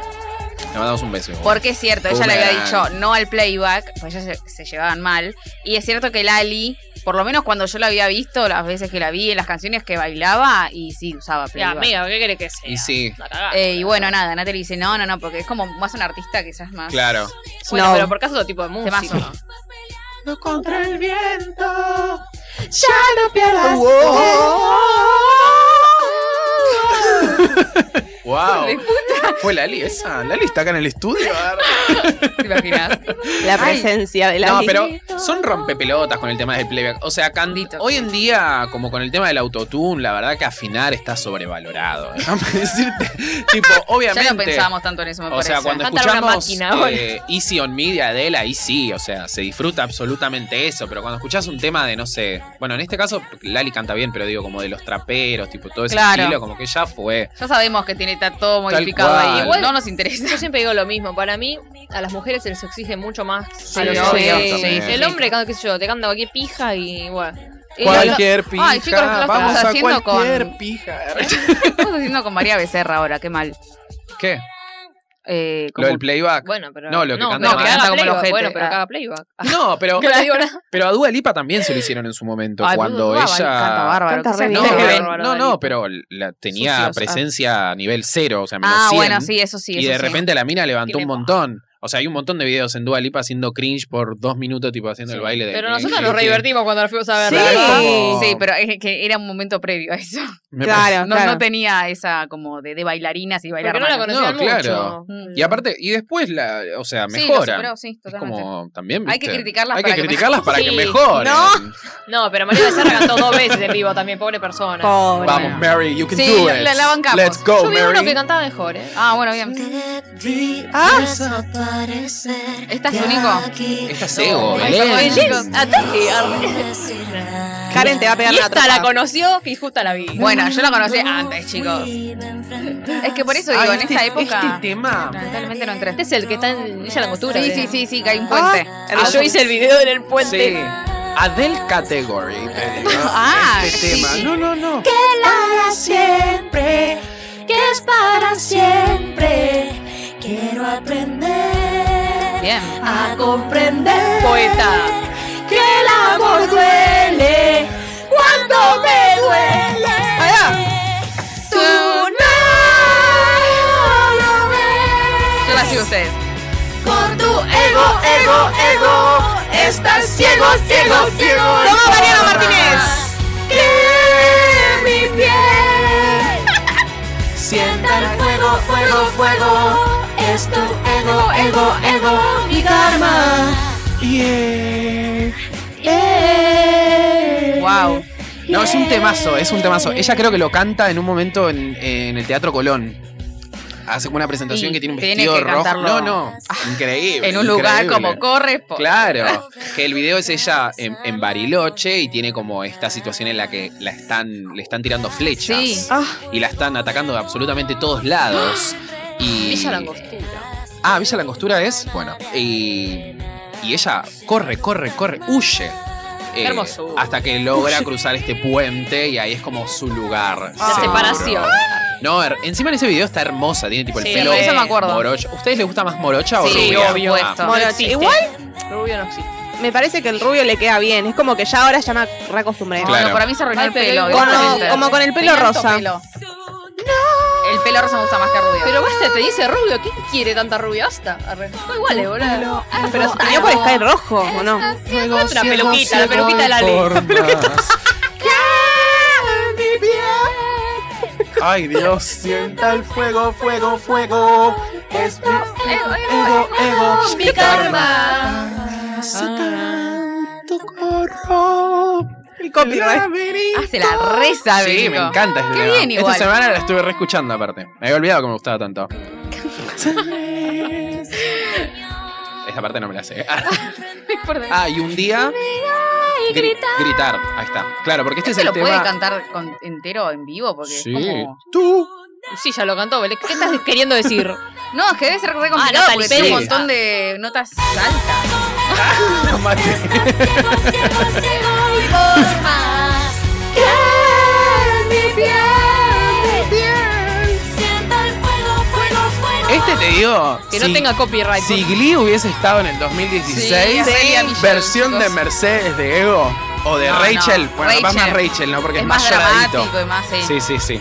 Speaker 1: Le mandamos un beso.
Speaker 2: Porque es cierto, ella le
Speaker 1: Boomerang.
Speaker 2: había dicho no al playback, pues ya se, se llevaban mal. Y es cierto que Lali, por lo menos cuando yo la había visto, las veces que la vi en las canciones que bailaba, y sí usaba
Speaker 5: Ya,
Speaker 2: playback.
Speaker 5: amiga, ¿qué querés que sea?
Speaker 1: Y sí,
Speaker 5: La cagá.
Speaker 2: Eh, y bueno, nada, Natalie dice, no, no, no, porque es como más un artista quizás más.
Speaker 1: claro.
Speaker 5: Bueno,
Speaker 3: No.
Speaker 5: pero por caso otro tipo de música.
Speaker 2: Temazo.
Speaker 6: contra el viento. Ya no pierdas.
Speaker 1: Wow.
Speaker 2: De
Speaker 1: Fue Lali esa. Lali está acá en el estudio. a ver.
Speaker 2: ¿Te imaginas?
Speaker 3: La presencia de la
Speaker 1: No,
Speaker 3: Lali.
Speaker 1: pero son rompepelotas con el tema del playback. O sea, can-
Speaker 2: Bendito.
Speaker 1: hoy en día, como con el tema del autotune, la verdad que afinar está sobrevalorado. Déjame decirte. tipo, obviamente.
Speaker 2: Ya no pensábamos tanto en eso, me
Speaker 1: O
Speaker 2: parece.
Speaker 1: sea, cuando
Speaker 5: Cantar una
Speaker 1: escuchamos
Speaker 5: máquina ahora.
Speaker 1: eh, Easy on Me de Adele, ahí sí, o sea, se disfruta absolutamente eso, pero cuando escuchás un tema de, no sé, bueno, en este caso Lali canta bien, pero digo, como de los traperos, tipo todo ese
Speaker 2: Claro.
Speaker 1: estilo, como que ya fue.
Speaker 2: Ya sabemos que tiene está todo modificado ahí.
Speaker 1: cual.
Speaker 2: Igual no nos interesa.
Speaker 5: Yo siempre digo lo mismo, para mí a las mujeres se les exige mucho más.
Speaker 1: Sí,
Speaker 5: a los
Speaker 1: obvio,
Speaker 5: hombres.
Speaker 1: sí,
Speaker 5: El
Speaker 1: sí.
Speaker 5: hombre, qué sé yo, te canta cualquier pija y bueno.
Speaker 2: Y lo-
Speaker 1: Cualquier pija,
Speaker 2: Ay, chicos, lo estamos
Speaker 1: vamos a
Speaker 2: haciendo con-
Speaker 1: cualquier pija.
Speaker 2: ¿Qué estamos haciendo con María Becerra ahora? Qué mal.
Speaker 1: ¿Qué?
Speaker 2: Eh,
Speaker 1: ¿Lo
Speaker 2: como-
Speaker 1: del playback?
Speaker 5: Bueno, pero.
Speaker 1: No, lo que canta
Speaker 5: pero
Speaker 2: mal.
Speaker 5: que haga
Speaker 2: Canta como el
Speaker 5: playback,
Speaker 2: ojete.
Speaker 5: Bueno, pero
Speaker 2: Ah.
Speaker 5: que haga playback.
Speaker 1: No, pero,
Speaker 5: No le digo nada.
Speaker 1: pero a Dua Lipa también se lo hicieron en su momento,
Speaker 2: Ay,
Speaker 1: cuando
Speaker 2: Dua
Speaker 1: ella...
Speaker 2: Lipa Canta bárbaro.
Speaker 3: Canta
Speaker 2: que sea
Speaker 3: re
Speaker 1: No,
Speaker 3: bien.
Speaker 2: Dua Lipa.
Speaker 1: pero-
Speaker 5: bárbaro,
Speaker 1: no,
Speaker 5: Dua
Speaker 1: no,
Speaker 5: Lipa.
Speaker 1: pero la, tenía
Speaker 2: Sucios, ah.
Speaker 1: presencia a nivel cero, o sea, menos
Speaker 2: Ah,
Speaker 1: 100.
Speaker 2: bueno, sí, eso sí.
Speaker 1: Y
Speaker 2: eso
Speaker 1: de
Speaker 2: sí.
Speaker 1: repente la mina levantó
Speaker 5: Tiene
Speaker 1: un
Speaker 5: pa.
Speaker 1: montón. O sea, hay un montón de videos en Dua Lipa haciendo cringe por dos minutos, tipo haciendo el baile de.
Speaker 5: Pero nosotros nos re divertimos cuando la fuimos a ver.
Speaker 3: Sí.
Speaker 5: la verdad.
Speaker 1: Como-
Speaker 2: Sí, pero es que era un momento previo a eso.
Speaker 1: Me parece-
Speaker 3: Claro,
Speaker 2: No,
Speaker 3: claro.
Speaker 2: no tenía esa como de, de bailarinas y bailar
Speaker 5: Porque no la
Speaker 2: mal.
Speaker 5: conocían
Speaker 1: No, claro.
Speaker 5: mucho.
Speaker 2: Mm.
Speaker 1: Y aparte, y después, la, o sea,
Speaker 2: Sí, lo
Speaker 1: mejora.
Speaker 2: superó, sí,
Speaker 1: es
Speaker 2: totalmente.
Speaker 1: como también.
Speaker 2: Hay que
Speaker 1: ¿viste?
Speaker 2: criticarlas
Speaker 1: Hay
Speaker 2: para
Speaker 1: que
Speaker 2: que
Speaker 1: criticarlas para que
Speaker 5: Sí.
Speaker 1: mejoren.
Speaker 3: No.
Speaker 5: No, pero María Becerra cantó dos veces en vivo también, pobre persona.
Speaker 3: Pobre.
Speaker 1: Vamos,
Speaker 2: Bueno.
Speaker 1: Mary, you can
Speaker 2: Sí,
Speaker 1: do
Speaker 2: la-
Speaker 1: it.
Speaker 2: la- la bancamos.
Speaker 1: Let's go,
Speaker 5: Yo vi
Speaker 1: Mary.
Speaker 5: uno que cantaba mejor, ¿eh?
Speaker 2: Ah, bueno, bien.
Speaker 3: Ah.
Speaker 2: ¿Estás único?
Speaker 1: Esta es ego, ¿eh?
Speaker 2: Ahí estamos,
Speaker 1: Belén.
Speaker 2: chicos.
Speaker 5: Ataque.
Speaker 3: Karen te va a pegar
Speaker 5: Y
Speaker 3: una
Speaker 5: esta la
Speaker 3: trompa.
Speaker 5: conoció que justa la vi.
Speaker 2: Bueno, yo la conocí antes, chicos. Es que por eso digo, en esta época.
Speaker 1: este, tema.
Speaker 2: Lamentablemente no entré.
Speaker 5: Este es el que está en Villa La eh. Costura.
Speaker 2: Sí,
Speaker 5: creo.
Speaker 2: sí, sí, sí, que hay un puente.
Speaker 5: Ah, yo hice el video en el puente.
Speaker 1: Sí. Adele Category. te digo,
Speaker 2: Ah,
Speaker 1: este
Speaker 2: sí,
Speaker 1: tema.
Speaker 2: sí.
Speaker 1: No, no, no.
Speaker 4: para siempre, que es para siempre. Quiero aprender
Speaker 2: Bien.
Speaker 4: a comprender.
Speaker 5: Poeta.
Speaker 4: Que el amor duele cuando me duele. Tú no lo ves.
Speaker 2: Yo la sigo a ustedes.
Speaker 4: Con tu ego, ego, ego. Estás ciego, ciego, ciego.
Speaker 2: Toma, Mariano Martínez.
Speaker 4: Que mi piel sienta el fuego, fuego, fuego. Es tu ego, ego, ego. Mi karma. Yeah.
Speaker 2: Wow.
Speaker 1: No, es un temazo, es un temazo. Ella creo que lo canta en un momento en, en el Teatro Colón. Hace como una presentación
Speaker 2: Y
Speaker 1: que tiene un
Speaker 2: tiene
Speaker 1: vestido
Speaker 2: que
Speaker 1: rojo.
Speaker 2: cantarlo.
Speaker 1: No,
Speaker 2: Ah,
Speaker 1: no. Increíble.
Speaker 2: En un lugar
Speaker 1: increíble.
Speaker 2: como corresponde.
Speaker 1: Claro, que el video es ella en, en Bariloche y tiene como esta situación en la que la están, le están tirando flechas
Speaker 2: Sí.
Speaker 3: Ah,
Speaker 1: y la están atacando de absolutamente todos lados. Y,
Speaker 5: Villa La Costura.
Speaker 1: Ah, Villa Langostura es. Bueno. Y, y ella corre, corre, corre, huye. eh,
Speaker 5: hermosura.
Speaker 1: hasta que logra cruzar este puente y ahí es como su lugar.
Speaker 5: La
Speaker 1: seguro.
Speaker 5: separación.
Speaker 1: No, her- encima en ese video está hermosa, tiene tipo el
Speaker 5: Sí,
Speaker 1: pelo.
Speaker 5: eso me
Speaker 2: acuerdo.
Speaker 1: morocho. ¿Ustedes les gusta más morocha o
Speaker 2: Sí,
Speaker 1: rubia?
Speaker 2: obvio.
Speaker 1: Ah,
Speaker 3: Morocho.
Speaker 5: existe.
Speaker 3: Igual-
Speaker 5: Rubio no existe.
Speaker 3: me parece que el rubio le queda bien. Es como que ya ahora ya me reacostumbré.
Speaker 2: No,
Speaker 1: Claro.
Speaker 2: no, para mí se arruinó
Speaker 5: Ay,
Speaker 2: el
Speaker 5: pero
Speaker 2: pelo.
Speaker 5: igual-
Speaker 3: Como,
Speaker 2: directamente.
Speaker 3: como con el pelo
Speaker 2: Tenía alto
Speaker 3: rosa.
Speaker 2: pelo. El pelo rosa me gusta más que rubio.
Speaker 5: Pero basta, te dice rubio. ¿Quién quiere tanta rubia? Basta. Arre. No, igual, eh, boludo.
Speaker 3: Pero se teñió por Sky Rojo, ¿o no?
Speaker 5: La peluquita, la peluquita de la ley.
Speaker 1: Ay, Dios.
Speaker 6: Sienta el fuego, fuego, fuego. Es mi ego, ego.
Speaker 5: Mi karma.
Speaker 6: Hace tanto corro.
Speaker 3: El copyright.
Speaker 2: Ah, se la reza,
Speaker 1: Sí, me encanta este
Speaker 2: Qué
Speaker 1: tema.
Speaker 2: bien igual.
Speaker 1: Esta semana la estuve reescuchando aparte. Me había olvidado que me gustaba tanto. Esta parte no me la sé. Ah, y un día
Speaker 4: y
Speaker 1: gri- gritar. Ahí está. Claro, porque este
Speaker 2: ¿Se
Speaker 1: es
Speaker 2: lo
Speaker 1: el
Speaker 2: puede
Speaker 1: tema.
Speaker 2: cantar con- entero en vivo? Porque es
Speaker 1: Sí.
Speaker 2: como-
Speaker 1: Tú.
Speaker 5: Sí, ya lo cantó, Belén. ¿Qué estás queriendo decir?
Speaker 2: No, es que debe ser re complicado
Speaker 5: Ah, no,
Speaker 2: porque
Speaker 5: tal
Speaker 2: tiene un
Speaker 1: vez.
Speaker 2: montón de notas altas.
Speaker 1: No mates. Este te digo.
Speaker 5: Que no
Speaker 1: si-
Speaker 5: tenga copyright.
Speaker 1: Si Glee hubiese estado en el 2016,
Speaker 2: Sí, Celia Michelle,
Speaker 1: versión de
Speaker 2: chicos.
Speaker 1: Mercedes de Ego o de
Speaker 2: No, no,
Speaker 1: Rachel, bueno, capaz más
Speaker 2: Rachel.
Speaker 1: Rachel, ¿no? Porque
Speaker 2: Es
Speaker 1: es
Speaker 2: más
Speaker 1: más lloradito.
Speaker 2: dramático y más. eh,
Speaker 1: Sí, sí, sí.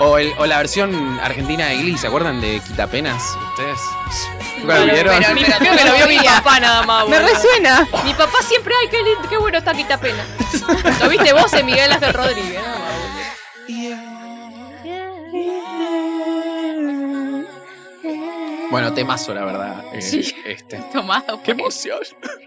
Speaker 1: O, el- o la versión argentina de Glee, ¿se acuerdan de Quitapenas? ¿Ustedes? ¿Nunca lo
Speaker 2: Pero-
Speaker 1: vieron?
Speaker 2: pero-
Speaker 5: Mi,
Speaker 2: pero-
Speaker 5: creo que lo vio mi papá nada más.
Speaker 3: Me
Speaker 5: boludo.
Speaker 3: resuena.
Speaker 5: Mi papá siempre, ay, qué, lindo, qué bueno está Quitapena. Lo viste vos en Miguel Ángel Rodríguez. nada más, boludo.
Speaker 2: Eh.
Speaker 1: Bueno, temazo, la verdad. eh, Este.
Speaker 2: Tomado.
Speaker 1: ¡Qué emoción!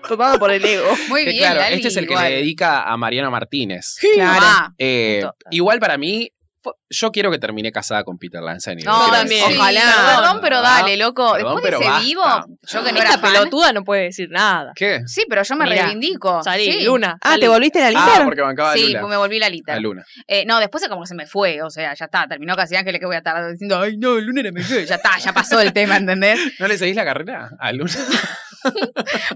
Speaker 3: Tomado por el ego.
Speaker 2: Muy
Speaker 1: Que
Speaker 2: bien,
Speaker 1: claro,
Speaker 2: Lali,
Speaker 1: este es el que
Speaker 2: igual.
Speaker 1: le dedica a Mariano Martínez.
Speaker 3: Claro.
Speaker 2: Ah,
Speaker 1: Eh,
Speaker 2: Justo.
Speaker 1: igual para mí, fue- yo quiero que termine casada con Peter Lanzani.
Speaker 5: Yo
Speaker 2: no,
Speaker 1: quiero
Speaker 5: también.
Speaker 1: decir. Ah,
Speaker 2: Ojalá.
Speaker 5: Perdón,
Speaker 2: Perdón, pero dale, loco.
Speaker 1: Perdón,
Speaker 2: Después de
Speaker 1: pero
Speaker 2: ese
Speaker 1: basta.
Speaker 2: vivo, yo que no era
Speaker 5: Esta
Speaker 2: fan.
Speaker 5: pelotuda no puede decir nada.
Speaker 1: ¿Qué?
Speaker 2: Sí, pero yo me
Speaker 5: Mirá,
Speaker 2: reivindico.
Speaker 5: Salí,
Speaker 2: sí.
Speaker 5: Luna.
Speaker 3: Ah,
Speaker 5: salí.
Speaker 3: ¿te volviste la
Speaker 1: Ah,
Speaker 3: líder?
Speaker 1: porque bancaba a
Speaker 2: Sí,
Speaker 1: Luna.
Speaker 2: me volví la lita.
Speaker 1: A Luna.
Speaker 2: Eh, no, después es como que se me fue, o sea, ya está, terminó Casi Ángeles que voy a estar diciendo, ay no, Luna era mejor, ya está, ya pasó el tema, ¿entendés?
Speaker 1: ¿No le seguís la carrera a Luna?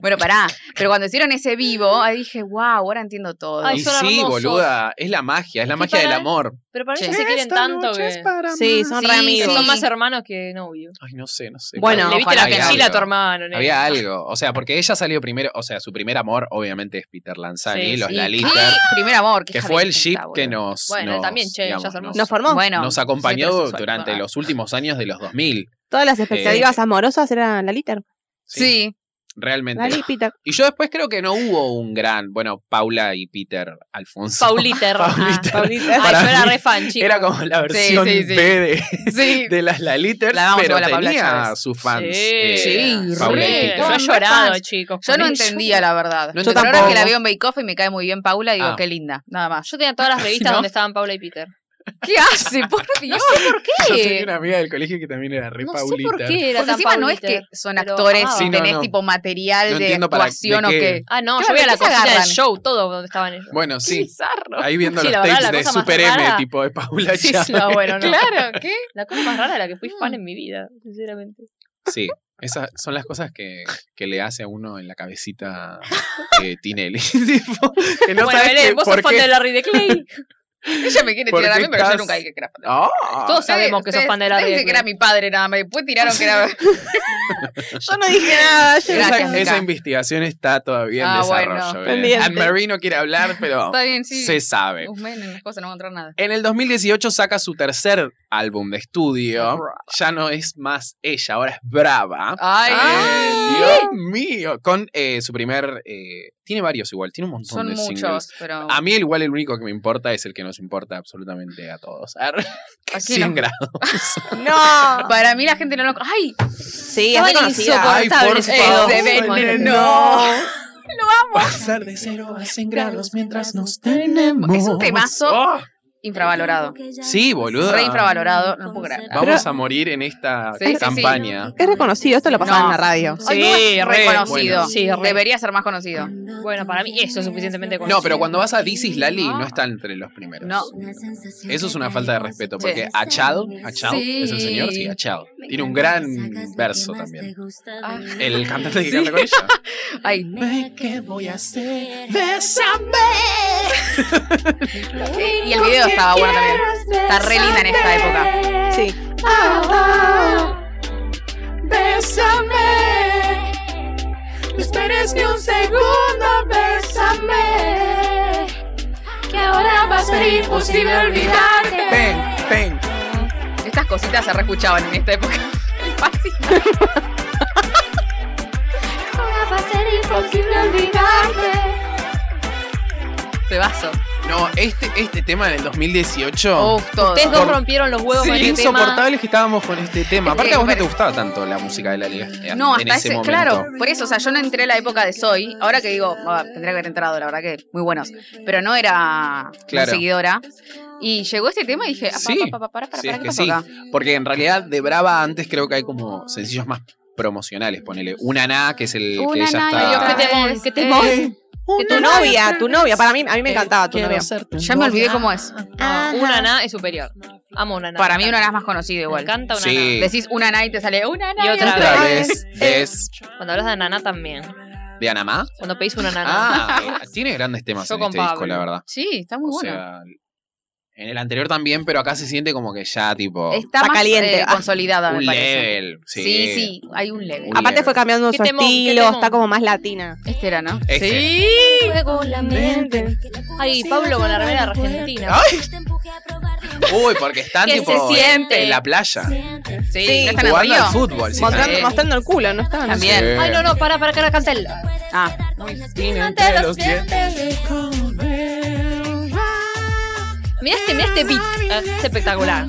Speaker 2: Bueno, pará, pero cuando hicieron ese vivo, ahí dije, wow, ahora entiendo todo.
Speaker 5: Ay,
Speaker 1: y
Speaker 5: son
Speaker 1: sí,
Speaker 5: hermosos.
Speaker 1: boluda. Es la magia, es la
Speaker 5: Y
Speaker 1: magia del
Speaker 5: para-
Speaker 1: amor.
Speaker 5: Pero para
Speaker 2: Sí.
Speaker 5: ellos se quieren tanto que...
Speaker 3: Sí, son
Speaker 2: Sí,
Speaker 3: re
Speaker 2: sí.
Speaker 3: amigos.
Speaker 5: Son más hermanos que novios.
Speaker 1: Ay, no sé, no sé.
Speaker 3: Bueno,
Speaker 5: Le viste
Speaker 2: ojalá
Speaker 5: la
Speaker 1: que
Speaker 5: mochila a tu
Speaker 1: algo.
Speaker 5: hermano. nene.
Speaker 1: Había algo. O sea, porque ella salió primero. O sea, su primer amor, obviamente, es Peter Lanzani,
Speaker 5: Sí,
Speaker 1: los
Speaker 2: Y
Speaker 1: Laliter.
Speaker 2: qué Primer amor, qué
Speaker 1: Que
Speaker 2: hija
Speaker 1: fue
Speaker 2: de
Speaker 1: el
Speaker 2: puta,
Speaker 1: ship
Speaker 2: boludo.
Speaker 1: que nos.
Speaker 5: Bueno,
Speaker 1: nos-
Speaker 5: también, che,
Speaker 1: digamos,
Speaker 5: ya somos-
Speaker 3: Nos formó.
Speaker 2: Bueno,
Speaker 1: nos
Speaker 2: soy
Speaker 1: acompañó
Speaker 2: heterosexual,
Speaker 1: durante
Speaker 2: ah.
Speaker 1: los últimos años de los 2000.
Speaker 3: Todas las expectativas amorosas eran la líder.
Speaker 1: Sí.
Speaker 2: Sí,
Speaker 1: Realmente.
Speaker 3: Lali Peter.
Speaker 1: Y yo después creo que no hubo un gran. Bueno, Paula y Peter Alfonso.
Speaker 5: Pauliter.
Speaker 1: Pauliter.
Speaker 5: Ah.
Speaker 3: Paulita.
Speaker 5: Ay,
Speaker 1: Para
Speaker 5: yo era
Speaker 1: mí
Speaker 5: re fan, chico.
Speaker 1: Era como la versión
Speaker 2: sí,
Speaker 1: B
Speaker 2: sí.
Speaker 1: de,
Speaker 2: sí.
Speaker 1: de las Laliters,
Speaker 2: La vamos a
Speaker 1: pero
Speaker 2: ver a Paula
Speaker 1: tenía
Speaker 2: Chávez.
Speaker 1: sus fans. eh,
Speaker 5: Sí.
Speaker 2: Sí,
Speaker 1: Paula y
Speaker 2: re.
Speaker 1: Peter.
Speaker 5: Yo he
Speaker 2: Son
Speaker 5: llorado,
Speaker 2: fans.
Speaker 5: chicos.
Speaker 2: Yo no
Speaker 5: con ellos.
Speaker 2: entendía, la verdad.
Speaker 1: No
Speaker 2: Yo pero ahora
Speaker 1: tampoco.
Speaker 2: que la veo en Bake Off y me cae muy bien Paula, digo,
Speaker 1: Ah.
Speaker 2: qué linda, nada más.
Speaker 5: Yo tenía todas las revistas
Speaker 2: ¿No?
Speaker 5: donde estaban Paula y Peter.
Speaker 2: ¿Qué hace? Por Dios.
Speaker 5: ¿Por
Speaker 1: Yo tenía
Speaker 5: qué?
Speaker 1: una amiga del colegio que también era re
Speaker 5: No sé
Speaker 1: Paulita.
Speaker 5: por qué era
Speaker 2: Porque
Speaker 5: tan
Speaker 2: encima no es que
Speaker 5: Pauliter.
Speaker 2: son
Speaker 5: pero
Speaker 2: actores
Speaker 5: amaba.
Speaker 2: y
Speaker 1: Sí, no,
Speaker 2: tenés
Speaker 1: no.
Speaker 2: tipo material
Speaker 1: No
Speaker 2: de
Speaker 1: entiendo para-
Speaker 2: actuación
Speaker 1: de
Speaker 2: o
Speaker 1: qué.
Speaker 2: qué.
Speaker 5: Ah, no,
Speaker 2: Claro,
Speaker 5: yo veía
Speaker 2: ¿de
Speaker 5: la
Speaker 2: qué se
Speaker 5: cocina del
Speaker 2: agarran?
Speaker 5: show, todo donde estaban ellos.
Speaker 1: Bueno,
Speaker 2: Qué
Speaker 1: sí.
Speaker 2: bizarro.
Speaker 1: Ahí viendo
Speaker 5: Sí,
Speaker 1: los
Speaker 5: la verdad,
Speaker 1: tapes
Speaker 5: la
Speaker 1: de
Speaker 5: cosa más
Speaker 1: Super M,
Speaker 5: rara.
Speaker 1: tipo de Paula
Speaker 5: Sí,
Speaker 1: Chávez.
Speaker 5: no, bueno, no.
Speaker 2: Claro, ¿qué?
Speaker 5: La cosa más rara de la que
Speaker 1: Mm.
Speaker 5: fui fan en mi vida, sinceramente.
Speaker 1: Sí, esas son las cosas que, que le hace a uno en la cabecita de Tinelli. Tipo, que no
Speaker 5: bueno,
Speaker 1: sabes
Speaker 5: Belén,
Speaker 1: que-
Speaker 5: vos sos
Speaker 1: por
Speaker 5: fan
Speaker 1: qué.
Speaker 5: de Larry de Clay.
Speaker 2: Ella me quiere
Speaker 1: ¿Por
Speaker 2: tirar a
Speaker 1: qué
Speaker 2: mí, pero yo
Speaker 1: estás-
Speaker 2: nunca dije que era fan.
Speaker 1: Ah.
Speaker 5: Todos sabemos que sos fan de Larry de
Speaker 2: Dije que era
Speaker 5: Clay.
Speaker 2: mi padre nada más. Después tiraron que era.
Speaker 3: Yo no dije nada. Yo
Speaker 1: Esa-
Speaker 2: Gracias,
Speaker 1: esa,
Speaker 2: Mica.
Speaker 1: investigación está todavía en
Speaker 2: Ah, bueno.
Speaker 1: desarrollo. Belén.
Speaker 3: Pendiente.
Speaker 1: Anne Marie no quiere hablar, pero
Speaker 2: Está bien, sí.
Speaker 1: se sabe.
Speaker 2: Guzmán en las cosas no va a encontrar nada.
Speaker 1: En el 2018 saca su tercer álbum de estudio. Ya no es más ella, ahora es Brava.
Speaker 2: Ay,
Speaker 1: Eh,
Speaker 2: ay,
Speaker 1: Dios mío. Con eh, su primer. eh, tiene varios igual, tiene un montón
Speaker 2: son
Speaker 1: de
Speaker 2: muchos,
Speaker 1: singles.
Speaker 2: pero.
Speaker 1: A mí, el igual, el único que me importa es el que nos importa absolutamente a todos. Ar-
Speaker 2: ¿A quién
Speaker 1: 100
Speaker 2: no?
Speaker 1: grados.
Speaker 3: No.
Speaker 2: Para mí la gente no lo. ¡Ay!
Speaker 3: Sí, es
Speaker 5: Estaban
Speaker 3: reconocida.
Speaker 1: Ay, por
Speaker 5: insoportables
Speaker 1: favor.
Speaker 5: pedos.
Speaker 2: Ese veneno.
Speaker 6: Pasar de cero a 100 grados mientras nos tenemos.
Speaker 2: Es un temazo
Speaker 1: Oh,
Speaker 2: infravalorado.
Speaker 1: Sí, boluda.
Speaker 2: Re infravalorado, no puedo creer.
Speaker 1: vamos a morir en esta
Speaker 2: Sí, sí, sí.
Speaker 1: campaña.
Speaker 3: Es reconocido. Esto lo pasaban
Speaker 2: No.
Speaker 3: en la radio.
Speaker 2: Ay, no es
Speaker 5: re,
Speaker 2: reconocido.
Speaker 1: bueno.
Speaker 5: Sí, re.
Speaker 2: Debería ser más conocido.
Speaker 5: Bueno, para mí eso es suficientemente conocido.
Speaker 1: No, pero cuando vas a This is Lali no está entre los primeros.
Speaker 2: No.
Speaker 1: Eso es una falta de respeto, porque
Speaker 2: Sí.
Speaker 1: Achal, Achal
Speaker 2: Sí.
Speaker 1: es el señor, sí, Achal. Tiene un gran verso también.
Speaker 2: Ah.
Speaker 1: El cantante que canta con ella.
Speaker 2: Ay,
Speaker 6: Ve qué voy a hacer.
Speaker 2: y el video estaba bueno también. Está re linda en esta época. Ah,
Speaker 3: Sí.
Speaker 4: Ah.
Speaker 6: Bésame. No esperes ni un segundo, bésame. Que ahora va a ser imposible olvidarte.
Speaker 1: Pen, pen.
Speaker 2: Estas cositas se reescuchaban en esta época. El pasito.
Speaker 6: Ahora va a ser imposible olvidarte.
Speaker 2: Te vaso.
Speaker 1: No, este, este tema del 2018.
Speaker 2: Uf, todo.
Speaker 5: Ustedes dos
Speaker 1: Por-
Speaker 5: rompieron los huevos
Speaker 1: Sí,
Speaker 5: con este tema.
Speaker 1: insoportables que estábamos con este tema. Aparte, a vos no te
Speaker 2: pero-
Speaker 1: gustaba tanto la música de la liga. eh,
Speaker 2: No,
Speaker 1: en
Speaker 2: hasta
Speaker 1: ese,
Speaker 2: ese,
Speaker 1: momento.
Speaker 2: claro, por eso, o sea, yo no entré a la época de Soy, ahora que digo, ah, tendría que haber entrado, la verdad que muy buenos, pero no era muy
Speaker 1: Claro.
Speaker 2: seguidora. Y llegó este tema y dije, ah, pa,
Speaker 1: Sí,
Speaker 2: pa, pa, pa, para, para,
Speaker 1: sí,
Speaker 2: para,
Speaker 1: es que
Speaker 2: ¿qué pasó
Speaker 1: sí.
Speaker 2: acá?
Speaker 1: Porque en realidad de Brava antes creo que hay como sencillos más promocionales. Ponele una na, que es el que
Speaker 2: Una
Speaker 1: ella
Speaker 2: nana y
Speaker 1: está.
Speaker 2: otra
Speaker 5: Que te mon,
Speaker 2: vez.
Speaker 5: que te mon.
Speaker 2: Eh,
Speaker 3: Que tu novia, tu novia. Para mí, a mí me encantaba tu novia.
Speaker 2: Ya me olvidé cómo es.
Speaker 3: Ajá.
Speaker 5: Ah, Una na es superior. Amo una na.
Speaker 2: Para mí una nana es más conocida
Speaker 5: Me
Speaker 2: igual.
Speaker 5: encanta una
Speaker 1: Sí.
Speaker 2: Decís una nana y te sale una nana
Speaker 5: Y otra
Speaker 1: Otra
Speaker 5: vez.
Speaker 1: vez, ves.
Speaker 5: na. Cuando hablas de nana también.
Speaker 1: ¿De Anamá?
Speaker 5: Cuando pedís una nana.
Speaker 1: Ah, tiene grandes temas
Speaker 5: Yo
Speaker 1: en
Speaker 5: con
Speaker 1: este disco,
Speaker 5: Pablo.
Speaker 1: la verdad.
Speaker 2: Sí, está muy
Speaker 1: O
Speaker 2: bueno.
Speaker 1: sea, en el anterior también, pero acá se siente como que ya tipo
Speaker 2: Está,
Speaker 3: Está
Speaker 2: más,
Speaker 3: caliente.
Speaker 2: eh,
Speaker 3: Ah.
Speaker 2: consolidada, me
Speaker 1: un
Speaker 2: parece.
Speaker 1: level. Sí,
Speaker 2: Sí. sí, hay un level.
Speaker 1: Un
Speaker 2: Ah,
Speaker 3: Aparte fue cambiando
Speaker 5: Qué
Speaker 3: su
Speaker 5: temón, qué
Speaker 3: estilo,
Speaker 5: temón.
Speaker 3: está como más latina.
Speaker 2: Este era, ¿no?
Speaker 1: Este.
Speaker 2: Sí.
Speaker 4: Juego la mente.
Speaker 5: Ay, Pablo con la remera argentina.
Speaker 1: Ay. Uy, porque están
Speaker 5: Que
Speaker 1: tipo
Speaker 5: se siente.
Speaker 1: en la playa.
Speaker 2: Sí,
Speaker 3: Sí.
Speaker 2: ¿no están en
Speaker 1: Jugando
Speaker 2: Río?
Speaker 1: al fútbol. sí,
Speaker 3: Mostrando,
Speaker 1: también.
Speaker 3: mostrando el culo, ¿no está?
Speaker 2: También.
Speaker 1: Sí.
Speaker 5: Ay, no, no, para, para, cara, cancela.
Speaker 2: Ah,
Speaker 1: entre los dientes.
Speaker 5: Mirá este, mirá este beat. Ah, Es espectacular.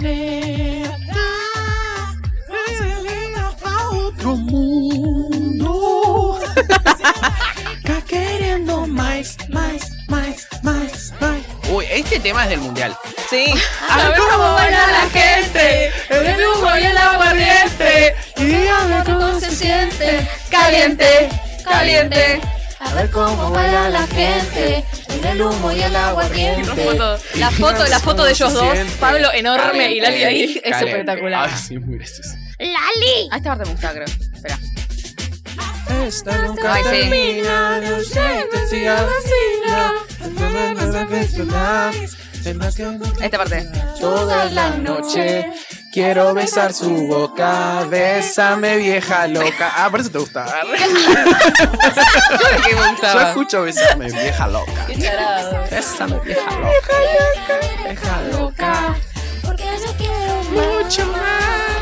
Speaker 6: Querendo mais, mais, mais, mais, mais.
Speaker 1: Uy, este tema es del mundial.
Speaker 3: Sí.
Speaker 6: A ver cómo baila la gente, el dibujo y el aguardiente. Y a ver cómo se siente,
Speaker 2: caliente, caliente.
Speaker 4: A ver cómo baila la gente. Entre el humo y el agua
Speaker 5: Una
Speaker 4: ardiente.
Speaker 5: foto- La foto, la foto de ellos dos. Pablo enorme y Lali ahí.
Speaker 1: Caliente,
Speaker 5: Es
Speaker 1: caliente.
Speaker 5: espectacular.
Speaker 1: eh, Ay, sí, muy gracioso.
Speaker 2: A esta parte me gusta, creo. Espera.
Speaker 6: Esta nunca
Speaker 2: Ay, sí.
Speaker 6: termina de usted, si vacila.
Speaker 2: Esta parte.
Speaker 6: Toda la noche quiero besar su boca, bésame vieja loca. Ah, por eso te gusta.
Speaker 2: ¿Qué me
Speaker 1: Yo
Speaker 2: gustaba?
Speaker 1: escucho besame, vieja loca. Besame, vieja loca.
Speaker 6: Vieja loca,
Speaker 4: Porque yo quiero
Speaker 6: mucho más.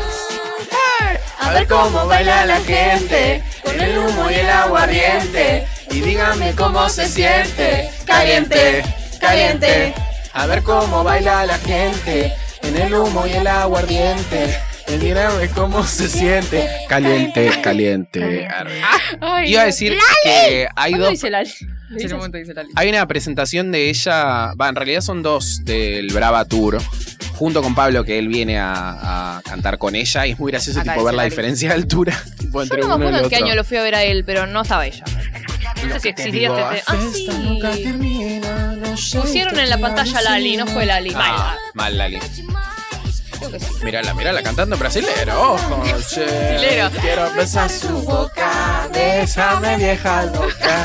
Speaker 4: A ver cómo baila la gente.
Speaker 6: con el humo y el agua ardiente. Y díganme cómo se siente, caliente, caliente. A ver cómo baila la gente, en el humo y el agua ardiente. Y díganme cómo se siente, caliente, caliente. Arre.
Speaker 5: Ay,
Speaker 1: Ah, Iba a decir que hay
Speaker 5: ¿Cuándo
Speaker 1: dos
Speaker 5: dice Lali?
Speaker 2: Sí, en un momento dice Lali.
Speaker 1: Hay una presentación de ella, va, en realidad son dos del Brava Tour, junto con Pablo, que él viene a, a cantar con ella, y es muy gracioso
Speaker 2: Acá
Speaker 1: tipo, ver
Speaker 2: dice
Speaker 1: la
Speaker 2: Lali.
Speaker 1: diferencia de altura tipo,
Speaker 5: Yo
Speaker 1: entre
Speaker 5: no me
Speaker 1: uno y
Speaker 5: acuerdo
Speaker 1: el
Speaker 5: en qué
Speaker 1: otro.
Speaker 5: año lo fui a ver a él, pero no estaba ella. No sé si existía este tema. Ah,
Speaker 6: Esta
Speaker 5: sí.
Speaker 6: nunca termina, no sé
Speaker 5: Pusieron
Speaker 6: qué
Speaker 5: en la
Speaker 6: te
Speaker 5: pantalla Lali, no fue Lali.
Speaker 1: Ah, mal, Lali. Mirala, mirala, cantando en brasilero, ojo, che.
Speaker 5: Brasilero.
Speaker 6: Quiero besar su boca, bésame vieja loca.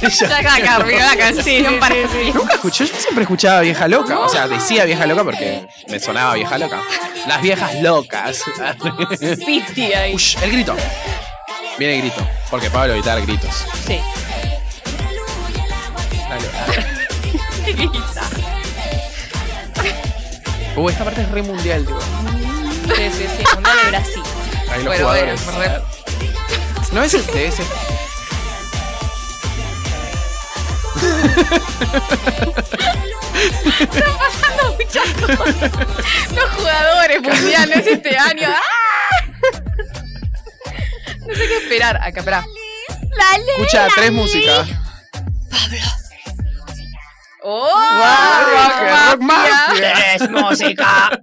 Speaker 1: Ella-
Speaker 2: Ya acá, acá, arriba la canción parecía.
Speaker 1: Nunca escuché, yo siempre escuchaba vieja loca, o sea, decía vieja loca porque me sonaba vieja loca. Las viejas locas.
Speaker 5: Piti ahí.
Speaker 1: Ush, el grito. Viene el grito, porque Pablo evitar gritos.
Speaker 5: Sí.
Speaker 1: Dale, dale. Uh, esta parte es re mundial, tío.
Speaker 5: Sí, sí, sí. Mundial de Brasil.
Speaker 1: Ahí los
Speaker 2: Bueno,
Speaker 1: jugadores.
Speaker 2: bueno, re-
Speaker 1: No es este, es este.
Speaker 2: pasando muchas cosas. Los jugadores mundiales este año. ¡Ah! No sé qué esperar. Acá, espera.
Speaker 1: Escucha tres músicas.
Speaker 2: ¡Oh!
Speaker 1: Rock
Speaker 2: Rock Mafia.
Speaker 1: Mafia.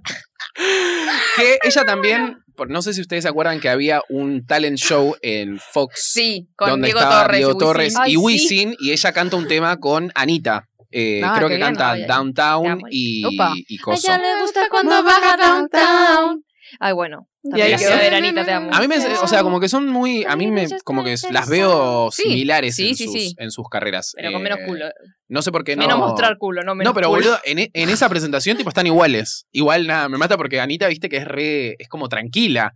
Speaker 1: Que ella también, por- no sé si ustedes se acuerdan que había un talent show en Fox
Speaker 2: Sí, con
Speaker 1: donde
Speaker 2: Diego
Speaker 1: estaba
Speaker 2: Torres.
Speaker 1: Diego
Speaker 2: y
Speaker 1: Torres
Speaker 2: Wisin.
Speaker 5: Ay,
Speaker 1: y
Speaker 5: sí.
Speaker 1: Wisin, y ella canta un tema con Anita. Eh,
Speaker 2: Ah,
Speaker 1: creo
Speaker 2: qué
Speaker 1: que
Speaker 2: bien,
Speaker 1: canta
Speaker 5: ay, ay. Te
Speaker 1: Downtown
Speaker 5: amo.
Speaker 1: y,
Speaker 2: Opa.
Speaker 1: y Coso.
Speaker 5: Ay, ya le gusta cuando
Speaker 2: baja
Speaker 5: baja
Speaker 2: downtown.
Speaker 5: downtown. Ay, bueno.
Speaker 3: Y ahí
Speaker 5: También quiero
Speaker 1: quedó.
Speaker 5: ver, Anita, te amo.
Speaker 1: A mí me, o sea, como que son muy, a mí me, como que las veo
Speaker 2: Sí,
Speaker 1: similares
Speaker 2: sí,
Speaker 1: en,
Speaker 2: sí,
Speaker 1: sus,
Speaker 2: sí.
Speaker 1: en sus carreras.
Speaker 5: Pero con
Speaker 1: Eh,
Speaker 5: menos culo.
Speaker 1: No sé por qué no.
Speaker 5: Menos mostrar culo, no menos
Speaker 1: no, pero
Speaker 5: culo.
Speaker 1: boludo, en, e- en esa presentación tipo están iguales. Igual nada, me mata porque Anita, viste que es re, es como tranquila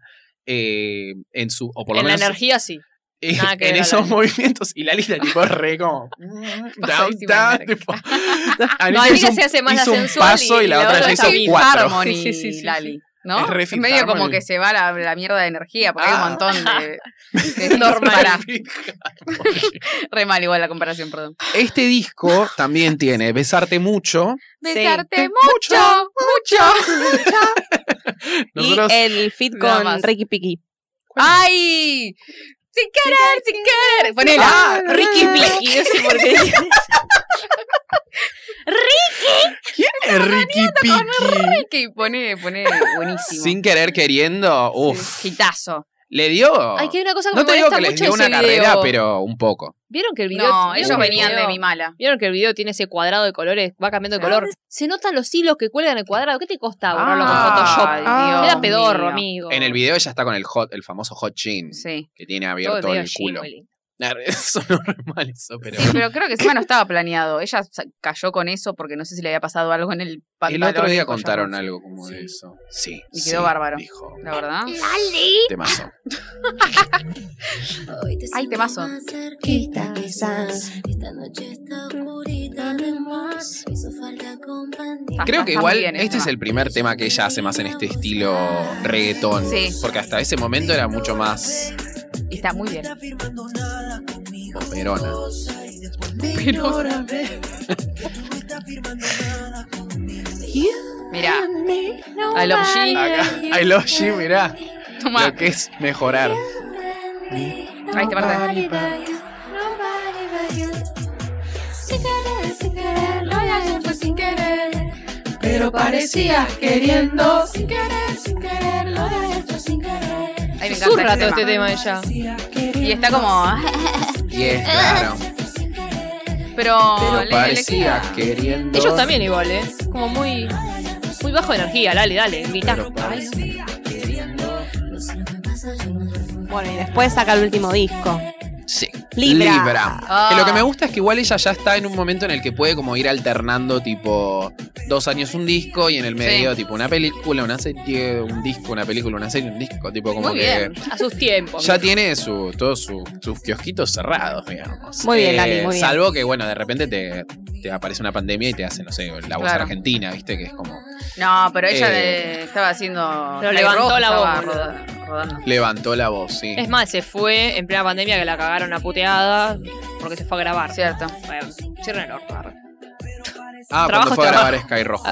Speaker 1: eh, en su, o por lo
Speaker 5: En la
Speaker 1: menos
Speaker 5: energía sí.
Speaker 1: eh,
Speaker 5: nada que
Speaker 1: en
Speaker 5: ver a
Speaker 1: esos
Speaker 5: Lali.
Speaker 1: movimientos. Y la lista tipo es re como mm,
Speaker 2: Pasadísima
Speaker 1: down,
Speaker 2: de
Speaker 1: down, tipo.
Speaker 5: No,
Speaker 1: Anita
Speaker 5: Anita
Speaker 1: hizo un,
Speaker 5: se hace más la
Speaker 1: hizo un
Speaker 5: sensual
Speaker 1: paso y, la otra ya
Speaker 5: está
Speaker 1: hizo
Speaker 5: bien.
Speaker 1: cuatro.
Speaker 2: Harmony,
Speaker 5: Sí, sí, sí, sí,
Speaker 2: Lali. ¿no?
Speaker 1: Es re Fifth
Speaker 2: medio como
Speaker 1: Harmony.
Speaker 2: que se va la, la mierda de energía, porque hay
Speaker 1: Ah.
Speaker 2: un montón de... de
Speaker 5: Normal.
Speaker 2: Pará,
Speaker 1: Fifth
Speaker 2: re mal igual la comparación, perdón.
Speaker 1: Este disco también tiene Besarte Mucho.
Speaker 2: Besarte mucho, mucho.
Speaker 1: Nosotros
Speaker 3: Y el fit
Speaker 2: Nada más.
Speaker 3: con Ricky Picky.
Speaker 2: ¡Ay! Sin querer, sin querer. Ponela.
Speaker 1: Ah,
Speaker 3: Ricky Picky, no sé por qué.
Speaker 1: ¿Quién es Ricky Picky?
Speaker 2: que pone, pone buenísimo.
Speaker 1: Sin querer queriendo, uff.
Speaker 2: Sí, Hitazo.
Speaker 1: Le dio.
Speaker 5: Ay, que hay una cosa que
Speaker 1: No
Speaker 5: me
Speaker 1: te digo que
Speaker 5: molesta
Speaker 1: les
Speaker 5: mucho
Speaker 1: dio
Speaker 5: de
Speaker 1: una
Speaker 5: ese
Speaker 1: carrera,
Speaker 5: video.
Speaker 1: pero un poco.
Speaker 5: ¿Vieron que el video?
Speaker 2: No,
Speaker 5: vieron
Speaker 2: ellos
Speaker 5: que el
Speaker 2: venían de
Speaker 5: video-
Speaker 2: mi mala.
Speaker 5: ¿Vieron que el video tiene ese cuadrado de colores? Va cambiando de
Speaker 2: Sí.
Speaker 5: color. Se notan los hilos que cuelgan el cuadrado. ¿Qué te costaba borrarlo
Speaker 1: Ah,
Speaker 5: con
Speaker 2: Ay,
Speaker 5: Photoshop?
Speaker 3: Ah.
Speaker 2: Dios
Speaker 5: Era pedorro,
Speaker 2: mío.
Speaker 5: amigo.
Speaker 1: En el video ella está con el hot, el famoso hot chin,
Speaker 2: Oh. Sí.
Speaker 1: que tiene
Speaker 5: Todo
Speaker 1: abierto
Speaker 5: medio
Speaker 1: el culo.
Speaker 5: Gimli.
Speaker 1: Eso no es normal, eso, pero.
Speaker 2: Sí, pero creo que encima no estaba planeado. Ella sa- cayó con eso porque no sé si le había pasado algo en el
Speaker 1: El
Speaker 2: pantalón.
Speaker 1: otro
Speaker 2: y
Speaker 1: día
Speaker 2: collar,
Speaker 1: contaron
Speaker 2: no sé.
Speaker 1: algo como de
Speaker 2: Sí.
Speaker 1: eso. Sí.
Speaker 2: Y quedó
Speaker 1: sí,
Speaker 2: bárbaro.
Speaker 1: Dijo.
Speaker 2: La verdad.
Speaker 1: Temazo.
Speaker 2: Ay,
Speaker 4: Ay,
Speaker 2: temazo.
Speaker 4: temazo. Cerquita, quizás. Esta noche está oscurita de más. Hizo falta compañía.
Speaker 1: Creo
Speaker 2: está
Speaker 1: que
Speaker 2: muy
Speaker 1: igual
Speaker 2: bien el
Speaker 4: ¿eh?
Speaker 1: este es
Speaker 2: tema.
Speaker 1: el primer tema que ella hace más en este estilo reggaetón.
Speaker 2: Sí.
Speaker 1: Porque hasta ese momento era mucho más
Speaker 2: Y está muy bien.
Speaker 1: operona.
Speaker 2: Mira. I love G.
Speaker 1: Acá, I love you, mirá.
Speaker 2: Toma.
Speaker 1: Lo que es mejorar.
Speaker 2: Ahí te parte.
Speaker 4: Sin querer, sin querer, lo de ayer fue sin querer.
Speaker 6: Pero parecías queriendo.
Speaker 4: Sin querer, sin querer, lo de ayer fue sin querer.
Speaker 2: Ay, me
Speaker 5: Zurra
Speaker 2: encanta
Speaker 5: todo
Speaker 2: este
Speaker 5: este
Speaker 2: tema.
Speaker 5: tema de ella.
Speaker 2: Y está como.
Speaker 1: Y es claro.
Speaker 2: ah, Pero. Ah. Oh, le- le-
Speaker 1: Parecías queriendo.
Speaker 5: Ellos también igual, ¿eh? Como muy, muy bajo de energía. Dale, dale, grita.
Speaker 1: Pero parecía-
Speaker 3: Bueno, y después saca el último disco.
Speaker 1: Sí.
Speaker 3: Libra.
Speaker 2: Ah.
Speaker 1: Que lo que me gusta es que igual ella ya está en un momento en el que puede como ir alternando tipo dos años un disco y en el medio tipo una película, una serie, un disco, una película, una serie, un disco. Tipo como
Speaker 2: Muy
Speaker 1: que
Speaker 2: bien.
Speaker 5: A sus tiempos.
Speaker 1: ya tiene su, todos su- sus kiosquitos cerrados, digamos. Eh,
Speaker 3: Muy bien, Lali, muy bien.
Speaker 1: Salvo que, bueno, de repente te, te aparece una pandemia y te hace, no sé, la voz
Speaker 2: Claro.
Speaker 1: argentina, ¿viste? Que es como
Speaker 2: No, pero ella
Speaker 1: Eh.
Speaker 2: le- estaba haciendo.
Speaker 5: Pero
Speaker 2: Fly
Speaker 5: levantó
Speaker 2: Rock,
Speaker 5: la
Speaker 2: estaba
Speaker 5: voz,
Speaker 2: roda- rodando.
Speaker 1: levantó la voz, sí.
Speaker 5: Es más, se fue en plena pandemia que la cagaron a puteada porque se fue a grabar.
Speaker 2: Cierto.
Speaker 5: Bueno, cierren el orto. arre.
Speaker 1: Ah, cuando
Speaker 5: Trabajo
Speaker 1: fue a
Speaker 5: es trabajo.
Speaker 1: grabar Sky Rojo.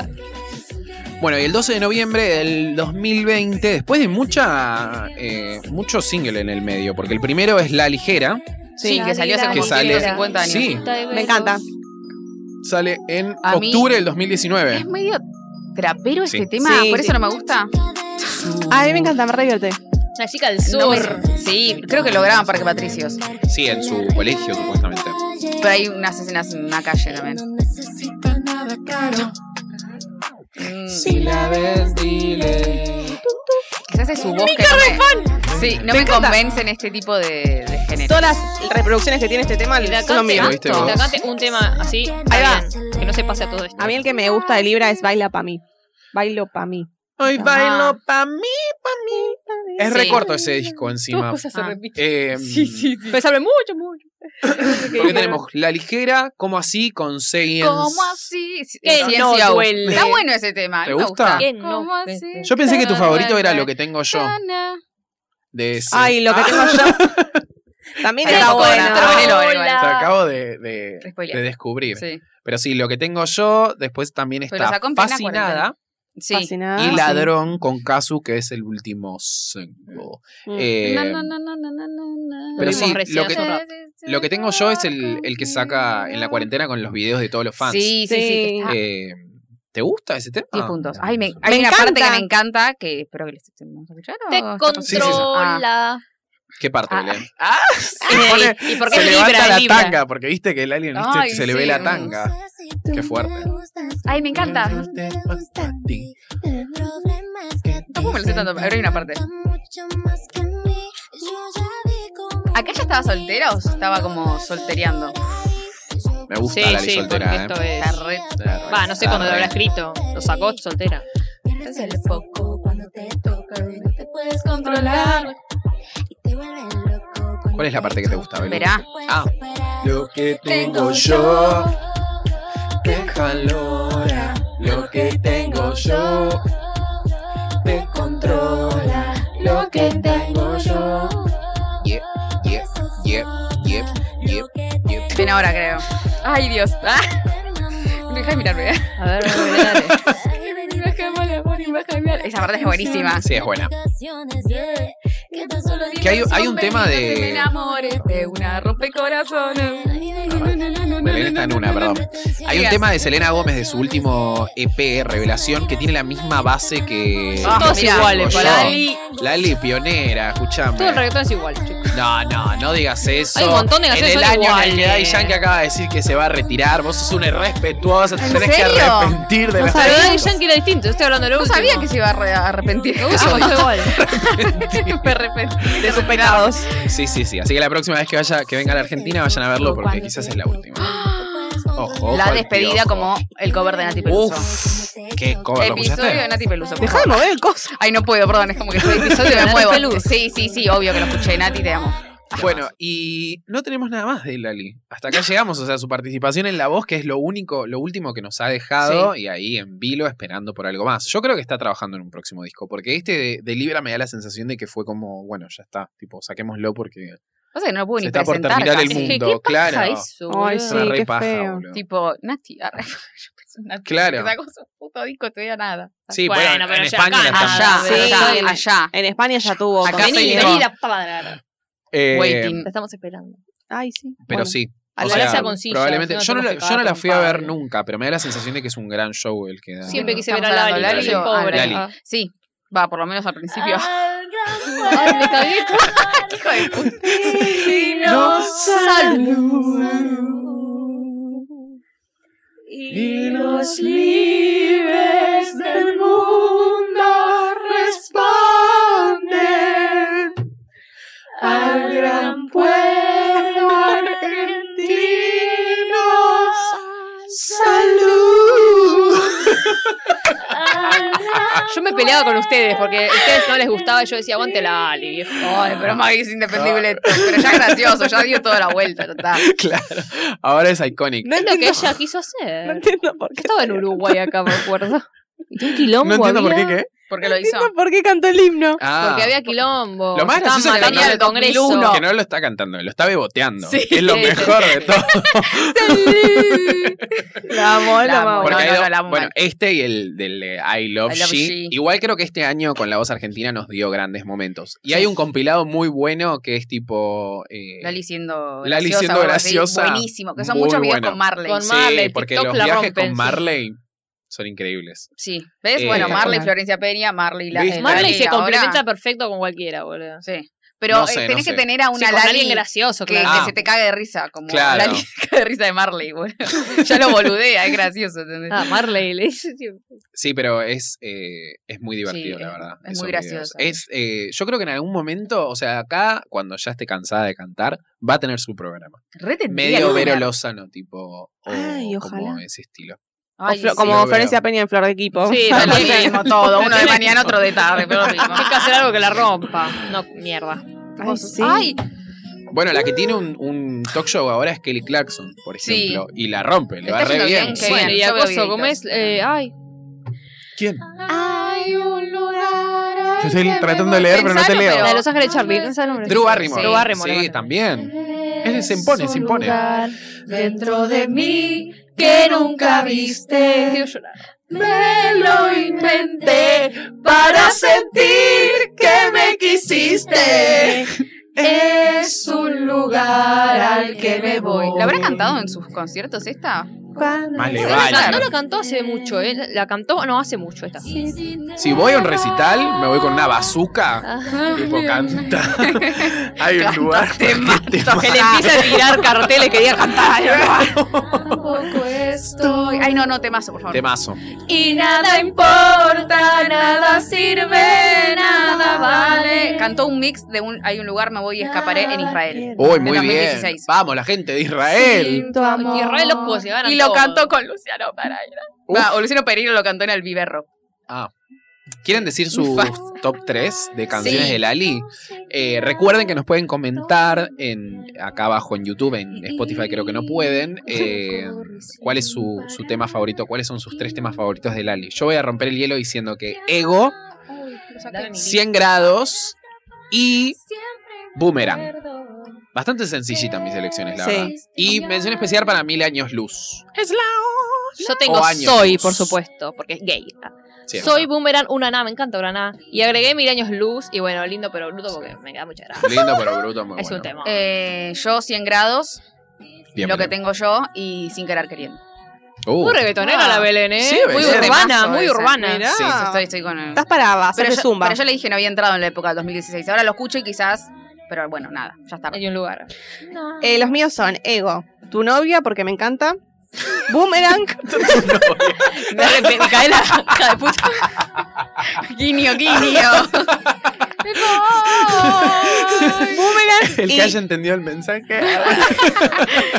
Speaker 1: Bueno, y el 12 de noviembre del 2020, después de mucha eh, mucho single en el medio, porque el primero es La Ligera,
Speaker 2: Ah, Sí, que salió hace
Speaker 1: Que
Speaker 2: como
Speaker 1: sale-
Speaker 2: 150 años.
Speaker 1: Sí.
Speaker 3: Me encanta.
Speaker 1: sale en
Speaker 2: A mí-
Speaker 1: octubre del 2019.
Speaker 2: Es medio trapero
Speaker 1: Sí.
Speaker 2: este tema,
Speaker 3: Sí,
Speaker 2: por eso
Speaker 3: sí.
Speaker 2: no me gusta.
Speaker 3: A mí me encanta, me re divierte.
Speaker 5: La chica del sur.
Speaker 2: No me- Sí, creo que lo graban Parque Patricios.
Speaker 1: Sí, en su colegio, supuestamente.
Speaker 2: Pero hay unas escenas en una calle también.
Speaker 4: No necesita nada caro.
Speaker 2: Mm,
Speaker 6: Si la ves, dile.
Speaker 2: Quizás es su voz que no me, sí, no me convencen este tipo de, de género.
Speaker 3: Todas las reproducciones que tiene este tema
Speaker 5: Y de acá
Speaker 3: son lo
Speaker 5: te-
Speaker 3: mismo.
Speaker 1: Lo viste
Speaker 5: y de
Speaker 1: vos.
Speaker 5: acá te- un tema así.
Speaker 3: Ahí va.
Speaker 5: bien, Que no se pase a todo esto.
Speaker 3: A mí el que me gusta de Libra es Baila pa' mí. Bailo pa' mí.
Speaker 1: Hoy
Speaker 2: bailo
Speaker 1: pa' mí, pa' mí. Es
Speaker 2: Sí.
Speaker 1: recorto ese disco encima.
Speaker 2: se Ah.
Speaker 5: repiten.
Speaker 1: Eh,
Speaker 5: Pero se habla mucho, mucho.
Speaker 1: Porque tenemos La Ligera, como así, con Seguien.
Speaker 2: ¿Cómo así? Sí,
Speaker 5: Que
Speaker 2: sí,
Speaker 5: no
Speaker 2: sí, au.
Speaker 5: duele.
Speaker 2: Está bueno ese tema.
Speaker 1: ¿Te
Speaker 2: me
Speaker 1: gusta?
Speaker 5: Que no
Speaker 2: ¿Cómo
Speaker 5: duele.
Speaker 2: así?
Speaker 1: Yo pensé que tu favorito era lo que tengo yo. De ese. Ah,
Speaker 3: Ay, lo que tengo yo. También
Speaker 2: Ahí
Speaker 3: está
Speaker 2: está buena. Ah,
Speaker 3: bueno.
Speaker 2: ponelo, ponelo,
Speaker 1: Te
Speaker 2: ponelo.
Speaker 1: acabo de, de-
Speaker 2: Spoiler.
Speaker 1: de descubrir.
Speaker 2: Sí.
Speaker 1: Pero sí, lo que tengo yo, después también
Speaker 2: Pero
Speaker 1: está
Speaker 2: sacó en plena Ah,
Speaker 1: Fascinada
Speaker 2: Sí.
Speaker 3: Fascinada.
Speaker 1: y Ladrón con Kazu, que es el último single.
Speaker 3: Mm.
Speaker 1: Eh,
Speaker 2: Na, na, na, na, na, na, na.
Speaker 1: Pero
Speaker 5: Tuvimos
Speaker 1: sí,
Speaker 5: recién
Speaker 1: lo
Speaker 5: hace
Speaker 1: que-
Speaker 5: un rato.
Speaker 1: Lo que tengo yo es el, el que saca en la cuarentena con los videos de todos los fans. Ah,
Speaker 2: Sí, sí, sí.
Speaker 3: Sí.
Speaker 5: Ah.
Speaker 2: está
Speaker 1: Eh, ¿Te gusta ese tema?
Speaker 2: 10 puntos. Ay, me,
Speaker 3: Me
Speaker 2: hay una parte que
Speaker 3: encanta.
Speaker 2: me encanta, que espero que les estemos escuchando.
Speaker 5: Te
Speaker 1: sí, sí.
Speaker 5: controla.
Speaker 1: ¿Qué parte,
Speaker 2: Ah,
Speaker 1: Belén?
Speaker 5: Eh, ¿Y por qué
Speaker 1: se
Speaker 5: Libra?
Speaker 1: levanta la
Speaker 5: Libra?
Speaker 1: tanga, porque viste que el alien viste,
Speaker 2: Ay,
Speaker 1: se le
Speaker 2: sí.
Speaker 1: ve la tanga. Qué fuerte.
Speaker 2: Ay, me encanta.
Speaker 4: ¿Cómo
Speaker 2: ¿Cómo me lo sé tanto? Ahora hay una parte. ¿Acá ya estaba soltera o estaba como soltereando?
Speaker 1: Me gusta
Speaker 5: Sí,
Speaker 1: la
Speaker 5: sí, porque
Speaker 1: soltera,
Speaker 5: esto
Speaker 1: ¿eh?
Speaker 5: es.
Speaker 2: Está re-
Speaker 1: Claro.
Speaker 5: Va, no sé
Speaker 1: Está
Speaker 5: cuándo lo habrá
Speaker 1: re-
Speaker 5: escrito. Lo sacó soltera.
Speaker 4: Pierdes el foco cuando te toca y no te puedes controlar. Y te vuelves loco cuando
Speaker 1: ¿Cuál es la parte que te gusta, Belén?
Speaker 2: Verá.
Speaker 1: Ah,
Speaker 6: Lo que tengo yo. Qué calor. Lo que tengo yo.
Speaker 4: te controla lo que tengo yo.
Speaker 1: Yep, yep, yep, yep, yep, yep.
Speaker 2: Ven ahora, creo. Ay, Dios. Ah, deja de mirarme.
Speaker 5: A ver, dale, dale.
Speaker 2: Esa parte es buenísima.
Speaker 1: Sí, es buena. Que hay- hay un tema de-
Speaker 4: Me enamore de una rompecorazones.
Speaker 1: Belén está en una, perdón. Hay un
Speaker 2: Digas.
Speaker 1: tema de Selena Gómez de su último EP, Revelación, que tiene la misma base que.
Speaker 2: Ah,
Speaker 5: Todos
Speaker 2: mirá,
Speaker 5: iguales,
Speaker 1: Yo.
Speaker 5: para
Speaker 1: Lali, pionera,
Speaker 5: Todo el
Speaker 1: escuchame.
Speaker 5: reggaetón es igual, chicos.
Speaker 1: No, no, no digas eso.
Speaker 5: Hay un montón de
Speaker 1: En
Speaker 5: canciones
Speaker 1: el
Speaker 5: son
Speaker 1: año en el que
Speaker 5: iguales.
Speaker 1: Daddy Yankee acaba de decir que se va a retirar, vos sos una irrespetuosa, te
Speaker 2: ¿En
Speaker 1: tenés que
Speaker 2: serio?
Speaker 1: arrepentir de
Speaker 5: No
Speaker 1: las
Speaker 5: sabía
Speaker 1: cosas.
Speaker 5: que Yankee era distinto, yo estoy hablando de lo
Speaker 2: No
Speaker 5: último. Ah,
Speaker 2: sabía que se iba a re- a arrepentir.
Speaker 5: Lo último es todo igual.
Speaker 2: Me arrepentí.
Speaker 1: de sus pecados. Sí, sí, sí. Así que la próxima vez que vaya, que venga a la Argentina, vayan a verlo porque quizás es la última. Ojo,
Speaker 2: La
Speaker 1: ojo al
Speaker 2: despedida
Speaker 1: piojo.
Speaker 2: como el cover de Nati Peluso.
Speaker 1: Uf, qué cover, ¿lo
Speaker 2: Episodio de
Speaker 1: escuchaste?
Speaker 2: Nati Peluso. por
Speaker 3: Deja de
Speaker 2: favor.
Speaker 3: mover el coso.
Speaker 2: Ay, no puedo, perdón, es como que soy episodio me muevo. Sí, sí, sí, obvio que lo escuché, Nati, te amo.
Speaker 1: Bueno, y no tenemos nada más de Lali. Hasta acá llegamos, o sea, su participación en La Voz, que es lo único, lo último que nos ha dejado, y ahí en vilo esperando por algo más. Yo creo que está trabajando en un próximo disco, porque este de, de Libra me da la sensación de que fue como, bueno, ya está, tipo, saquémoslo porque
Speaker 2: Pasa que no lo pude
Speaker 1: se
Speaker 2: ni
Speaker 1: está por
Speaker 2: presentar
Speaker 1: terminar el
Speaker 2: casi.
Speaker 5: Es que,
Speaker 1: mundo,
Speaker 5: ¿qué pasa
Speaker 1: claro.
Speaker 5: eso,
Speaker 3: Ay,
Speaker 5: boludo?
Speaker 1: Es una
Speaker 3: Sí,
Speaker 1: re
Speaker 3: qué
Speaker 1: paja,
Speaker 3: feo.
Speaker 1: boludo.
Speaker 2: Tipo, Nati, arre, yo pensé en Nati.
Speaker 1: Claro.
Speaker 2: Que sacó su puto disco, todavía nada.
Speaker 1: Sí, bueno,
Speaker 5: Bueno,
Speaker 1: en
Speaker 5: pero ya
Speaker 1: España
Speaker 5: acá,
Speaker 1: la están-
Speaker 2: Allá,
Speaker 3: Sí.
Speaker 2: allá, allá.
Speaker 3: En España ya tuvo.
Speaker 2: Acá
Speaker 3: cosas.
Speaker 1: se
Speaker 5: Vení,
Speaker 1: dijo.
Speaker 5: vení la puta madre. ahora.
Speaker 1: Eh,
Speaker 2: Waiting.
Speaker 5: La estamos esperando.
Speaker 3: Ay, sí.
Speaker 1: Pero
Speaker 3: Bueno.
Speaker 1: sí.
Speaker 5: A
Speaker 1: O
Speaker 5: la
Speaker 1: sea,
Speaker 5: Plaza Concilla,
Speaker 1: probablemente.
Speaker 5: si no
Speaker 1: Yo no,
Speaker 5: tenemos
Speaker 1: la,
Speaker 5: que
Speaker 1: yo no
Speaker 5: cagar
Speaker 1: la
Speaker 5: con
Speaker 1: fui a ver
Speaker 5: padre.
Speaker 1: nunca, pero me da la sensación de que es un gran show el que da.
Speaker 5: Siempre quise ver a
Speaker 2: Estamos
Speaker 5: Lali,
Speaker 2: hablando de
Speaker 5: Lali,
Speaker 2: Lali o-
Speaker 5: pobre.
Speaker 1: Lali.
Speaker 5: Ah.
Speaker 2: Sí, va, por lo menos al principio.
Speaker 5: Ay, me cagué.
Speaker 2: Hijo de puta.
Speaker 4: No
Speaker 1: Y
Speaker 4: los libres del mundo responden al gran pueblo argentino. Salud.
Speaker 5: Yo me peleaba con ustedes porque a ustedes no les gustaba y yo decía, aguante la Ali, viejo.
Speaker 2: Ay, pero más que es indefendible esto. Pero ya es gracioso, ya dio toda la vuelta, ya está.
Speaker 1: Claro. Ahora es icónico.
Speaker 3: No
Speaker 5: Es lo que
Speaker 3: entiendo,
Speaker 5: ella quiso hacer.
Speaker 3: no entiendo por
Speaker 5: Yo
Speaker 3: qué.
Speaker 5: estaba en Uruguay acá, me acuerdo. Y un quilombo
Speaker 1: No entiendo por
Speaker 5: había,
Speaker 1: qué qué.
Speaker 2: Porque lo
Speaker 3: No
Speaker 2: hizo.
Speaker 3: entiendo por qué cantó el himno.
Speaker 1: Ah.
Speaker 5: Porque había quilombo.
Speaker 1: Lo más gracioso
Speaker 5: Estaban
Speaker 1: es que
Speaker 5: matando
Speaker 1: no-
Speaker 5: el Congreso.
Speaker 2: 2001.
Speaker 1: Que no lo está cantando, lo está beboteando.
Speaker 2: Sí.
Speaker 1: Es lo mejor de todo.
Speaker 3: La amo,
Speaker 2: La
Speaker 3: la
Speaker 2: amo.
Speaker 3: amo.
Speaker 1: Porque
Speaker 2: no,
Speaker 1: hay
Speaker 2: no,
Speaker 1: dos-
Speaker 2: no, la amo
Speaker 1: bueno,
Speaker 2: mal.
Speaker 1: este y el del eh, I Love,
Speaker 2: I Love
Speaker 1: She.
Speaker 2: She.
Speaker 1: Igual creo que este año con la voz argentina nos dio grandes momentos. Y hay un compilado muy bueno que es tipo. eh,
Speaker 2: Lali siendo graciosa.
Speaker 1: Lali siendo
Speaker 2: o algo así.
Speaker 1: graciosa,
Speaker 2: Buenísimo, que son
Speaker 1: muy
Speaker 2: muchos videos
Speaker 1: bueno.
Speaker 2: con Marley.
Speaker 5: Con
Speaker 1: sí,
Speaker 5: Marley,
Speaker 1: porque
Speaker 5: TikTok
Speaker 1: los
Speaker 5: la
Speaker 1: viajes
Speaker 5: rompen,
Speaker 1: con
Speaker 5: sí.
Speaker 1: Marley son increíbles.
Speaker 2: Sí, ¿ves?
Speaker 1: Eh,
Speaker 2: bueno, Marley,
Speaker 3: espectacular.
Speaker 2: Florencia Peña, Marley, la
Speaker 1: ¿Viste?
Speaker 5: Marley se
Speaker 2: ahora.
Speaker 5: complementa perfecto con cualquiera, boludo.
Speaker 2: Sí. Pero
Speaker 1: No sé,
Speaker 2: eh,
Speaker 1: no
Speaker 2: tenés
Speaker 1: sé.
Speaker 2: que tener a
Speaker 5: Sí,
Speaker 2: una
Speaker 5: con
Speaker 2: Lali
Speaker 5: alguien gracioso,
Speaker 2: que,
Speaker 5: claro.
Speaker 2: que
Speaker 1: Ah.
Speaker 2: se te cague de risa, como
Speaker 1: Claro.
Speaker 2: Lali se cague de risa de Marley, bueno. ya lo boludeas, es gracioso, ¿entendés?
Speaker 5: Ah, Marley le dice siempre.
Speaker 1: Sí, pero es, eh, es muy divertido,
Speaker 2: Sí,
Speaker 1: la
Speaker 2: es-
Speaker 1: verdad.
Speaker 2: es muy
Speaker 1: esos
Speaker 2: gracioso.
Speaker 1: videos. Es, eh, yo creo que en algún momento, o sea, acá, cuando ya esté cansada de cantar, va a tener su programa.
Speaker 2: Re tendría
Speaker 1: Medio
Speaker 2: que
Speaker 1: Vero
Speaker 2: tener.
Speaker 1: Lozano, tipo. o
Speaker 3: Ay, ojalá.
Speaker 1: Como ese estilo.
Speaker 3: O
Speaker 2: Ay,
Speaker 3: Flo-
Speaker 2: sí.
Speaker 1: Lo
Speaker 3: Como
Speaker 1: veo.
Speaker 3: Florencia Peña en Flor de Equipo.
Speaker 5: Sí,
Speaker 2: Es
Speaker 5: no,
Speaker 2: lo
Speaker 5: sí.
Speaker 2: mismo todo, uno de mañana, otro de tarde, pero lo mismo.
Speaker 5: Hay que hacer algo que la rompa. No, mierda.
Speaker 3: Ay, sí.
Speaker 2: Ay,
Speaker 1: Bueno, la que tiene un, un talk show ahora es Kelly Clarkson, por
Speaker 2: Sí.
Speaker 1: ejemplo. Y la rompe, le
Speaker 2: Está
Speaker 1: va re
Speaker 2: yendo
Speaker 1: bien.
Speaker 2: bien,
Speaker 1: Sí.
Speaker 2: Kelly.
Speaker 5: Bueno, y
Speaker 2: yo veo
Speaker 5: acoso,
Speaker 2: videitos.
Speaker 5: ¿cómo es? Eh, ay,
Speaker 1: ¿Quién?
Speaker 4: Hay un lugar. al
Speaker 6: Yo estoy
Speaker 4: que me
Speaker 6: tratando de leer, pero no te
Speaker 2: Pensalo,
Speaker 6: leo.
Speaker 2: pero-
Speaker 5: la de Los Ángeles Charlie, no sé el nombre.
Speaker 1: Drew Barrymore.
Speaker 2: Sí.
Speaker 5: Drew Barrymore.
Speaker 1: Sí,
Speaker 5: bueno.
Speaker 1: también.
Speaker 4: Él
Speaker 1: se impone, se impone.
Speaker 4: Dentro de mí que nunca viste,
Speaker 5: Quiero llorar.
Speaker 4: me lo inventé para sentir que me quisiste. Es un lugar al que me voy.
Speaker 2: ¿la habrá cantado en sus conciertos esta?
Speaker 1: Más le
Speaker 5: No la, can- no
Speaker 1: vale.
Speaker 5: la cantó hace mucho, ¿eh? La cantó, no, hace mucho esta.
Speaker 1: Si voy a un recital, me voy con una bazooka. Tipo, canta. Hay un lugar. Te mato.
Speaker 5: Que le empieza a tirar carteles que diga cantar.
Speaker 4: Tampoco estoy.
Speaker 2: Ay, no, no, temazo, por favor.
Speaker 1: Temazo.
Speaker 4: Y nada importa, nada sirve, nada vale.
Speaker 2: Cantó un mix de un Hay un lugar, me voy y escaparé en Israel.
Speaker 1: Uy, muy
Speaker 2: De
Speaker 1: bien.
Speaker 2: 2016.
Speaker 1: Vamos, la gente de Israel.
Speaker 4: Sin tu amor.
Speaker 5: Y re loco, se van a
Speaker 2: Y lo
Speaker 5: todos.
Speaker 2: cantó con Luciano Pereira. Va, o Luciano Pereira lo cantó en El Viverro.
Speaker 1: ¿Quieren decir sus top 3 de canciones
Speaker 2: Sí.
Speaker 1: de Lali? Eh, recuerden que nos pueden comentar en, acá abajo en YouTube, en Spotify creo que no pueden. eh, ¿Cuál es su, su tema favorito? ¿Cuáles son sus tres temas favoritos de Lali? Yo voy a romper el hielo diciendo que Ego,
Speaker 5: sacar
Speaker 1: 100 grados y Boomerang. Bastante sencillitas mis elecciones, la
Speaker 3: Sí.
Speaker 1: verdad. Y mención especial para Mil Años Luz.
Speaker 3: Es la
Speaker 5: Yo tengo
Speaker 1: O años
Speaker 5: Soy,
Speaker 1: luz.
Speaker 5: por supuesto, porque es gay.
Speaker 1: Sí, es
Speaker 5: soy
Speaker 1: verdad.
Speaker 5: Boomerang, una nada, me encanta una nada. Y agregué mil años luz, y bueno, lindo pero bruto porque me da mucha gracia.
Speaker 1: Lindo pero bruto, muy
Speaker 5: Es
Speaker 1: bueno.
Speaker 5: un tema.
Speaker 2: Eh, yo 100 grados,
Speaker 1: Bien,
Speaker 2: lo que
Speaker 1: bien.
Speaker 2: tengo yo y sin querer queriendo.
Speaker 1: Uh,
Speaker 5: muy reggaetonera
Speaker 2: Ah.
Speaker 5: la Belén, ¿eh?
Speaker 1: Sí,
Speaker 5: muy
Speaker 1: Belén.
Speaker 5: urbana,
Speaker 2: Temazo
Speaker 5: muy
Speaker 2: esa.
Speaker 5: urbana.
Speaker 3: Mirá.
Speaker 1: Sí,
Speaker 2: Eso, estoy, estoy con...
Speaker 3: Estás para hacer
Speaker 2: pero, yo,
Speaker 3: zumba.
Speaker 2: pero yo le dije, no había entrado en la época del 2016. Ahora lo escucho y quizás... Pero bueno, nada, ya está.
Speaker 5: Hay un lugar.
Speaker 1: E
Speaker 3: Eh, los míos son Ego, tu novia, porque me encanta. Boomerang,
Speaker 5: Me arrep- me cae la hija de puta.
Speaker 2: Guiño, guiño.
Speaker 3: Boomerang
Speaker 1: El
Speaker 3: y,
Speaker 1: que haya entendido el mensaje. Uh,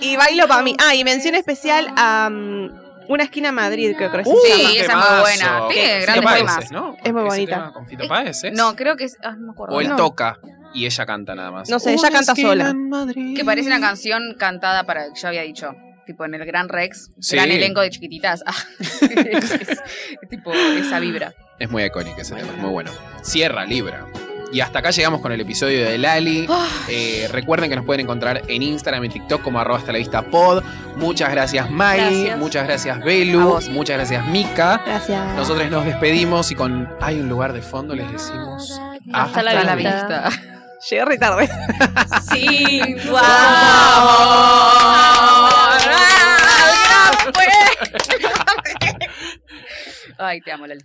Speaker 3: y bailo para mí. Ah, y mención especial a mm, Una esquina Madrid, creo que
Speaker 1: Uh,
Speaker 3: se llama.
Speaker 2: esa es muy
Speaker 1: temazo.
Speaker 2: buena. Tiene
Speaker 1: Fito
Speaker 2: grandes
Speaker 1: Páez
Speaker 2: temas. Eh,
Speaker 1: es, ¿no?
Speaker 3: Es muy
Speaker 1: Ese
Speaker 3: bonita.
Speaker 1: tema con Fito Páez, ¿es?
Speaker 2: No, creo que es. ah, no me acuerdo.
Speaker 1: O él
Speaker 3: No.
Speaker 1: toca y ella canta nada más.
Speaker 3: No sé, ella canta sola.
Speaker 2: Que parece una canción cantada para. Yo había dicho. Tipo en el Gran Rex.
Speaker 1: Sí.
Speaker 2: Gran elenco de chiquititas. Ah, es- es tipo esa vibra.
Speaker 1: Es muy icónico ese tema, es muy bueno. Sierra Libra. Y hasta acá llegamos con el episodio de Lali.
Speaker 2: Ah.
Speaker 1: Eh, recuerden que nos pueden encontrar en Instagram y TikTok como arroba hasta la vista pod. Muchas gracias Mai,
Speaker 5: Gracias.
Speaker 1: muchas gracias
Speaker 2: A
Speaker 1: Belu,
Speaker 2: vos.
Speaker 1: muchas gracias Mika.
Speaker 3: Gracias.
Speaker 1: Nosotros nos despedimos y con hay un lugar de fondo les decimos
Speaker 5: Hasta la
Speaker 2: Hasta
Speaker 5: vista.
Speaker 3: Llegué re tarde.
Speaker 5: Sí,
Speaker 2: ¡Vamos! ¡Ah, ya fue! Ay, te amo, Lali.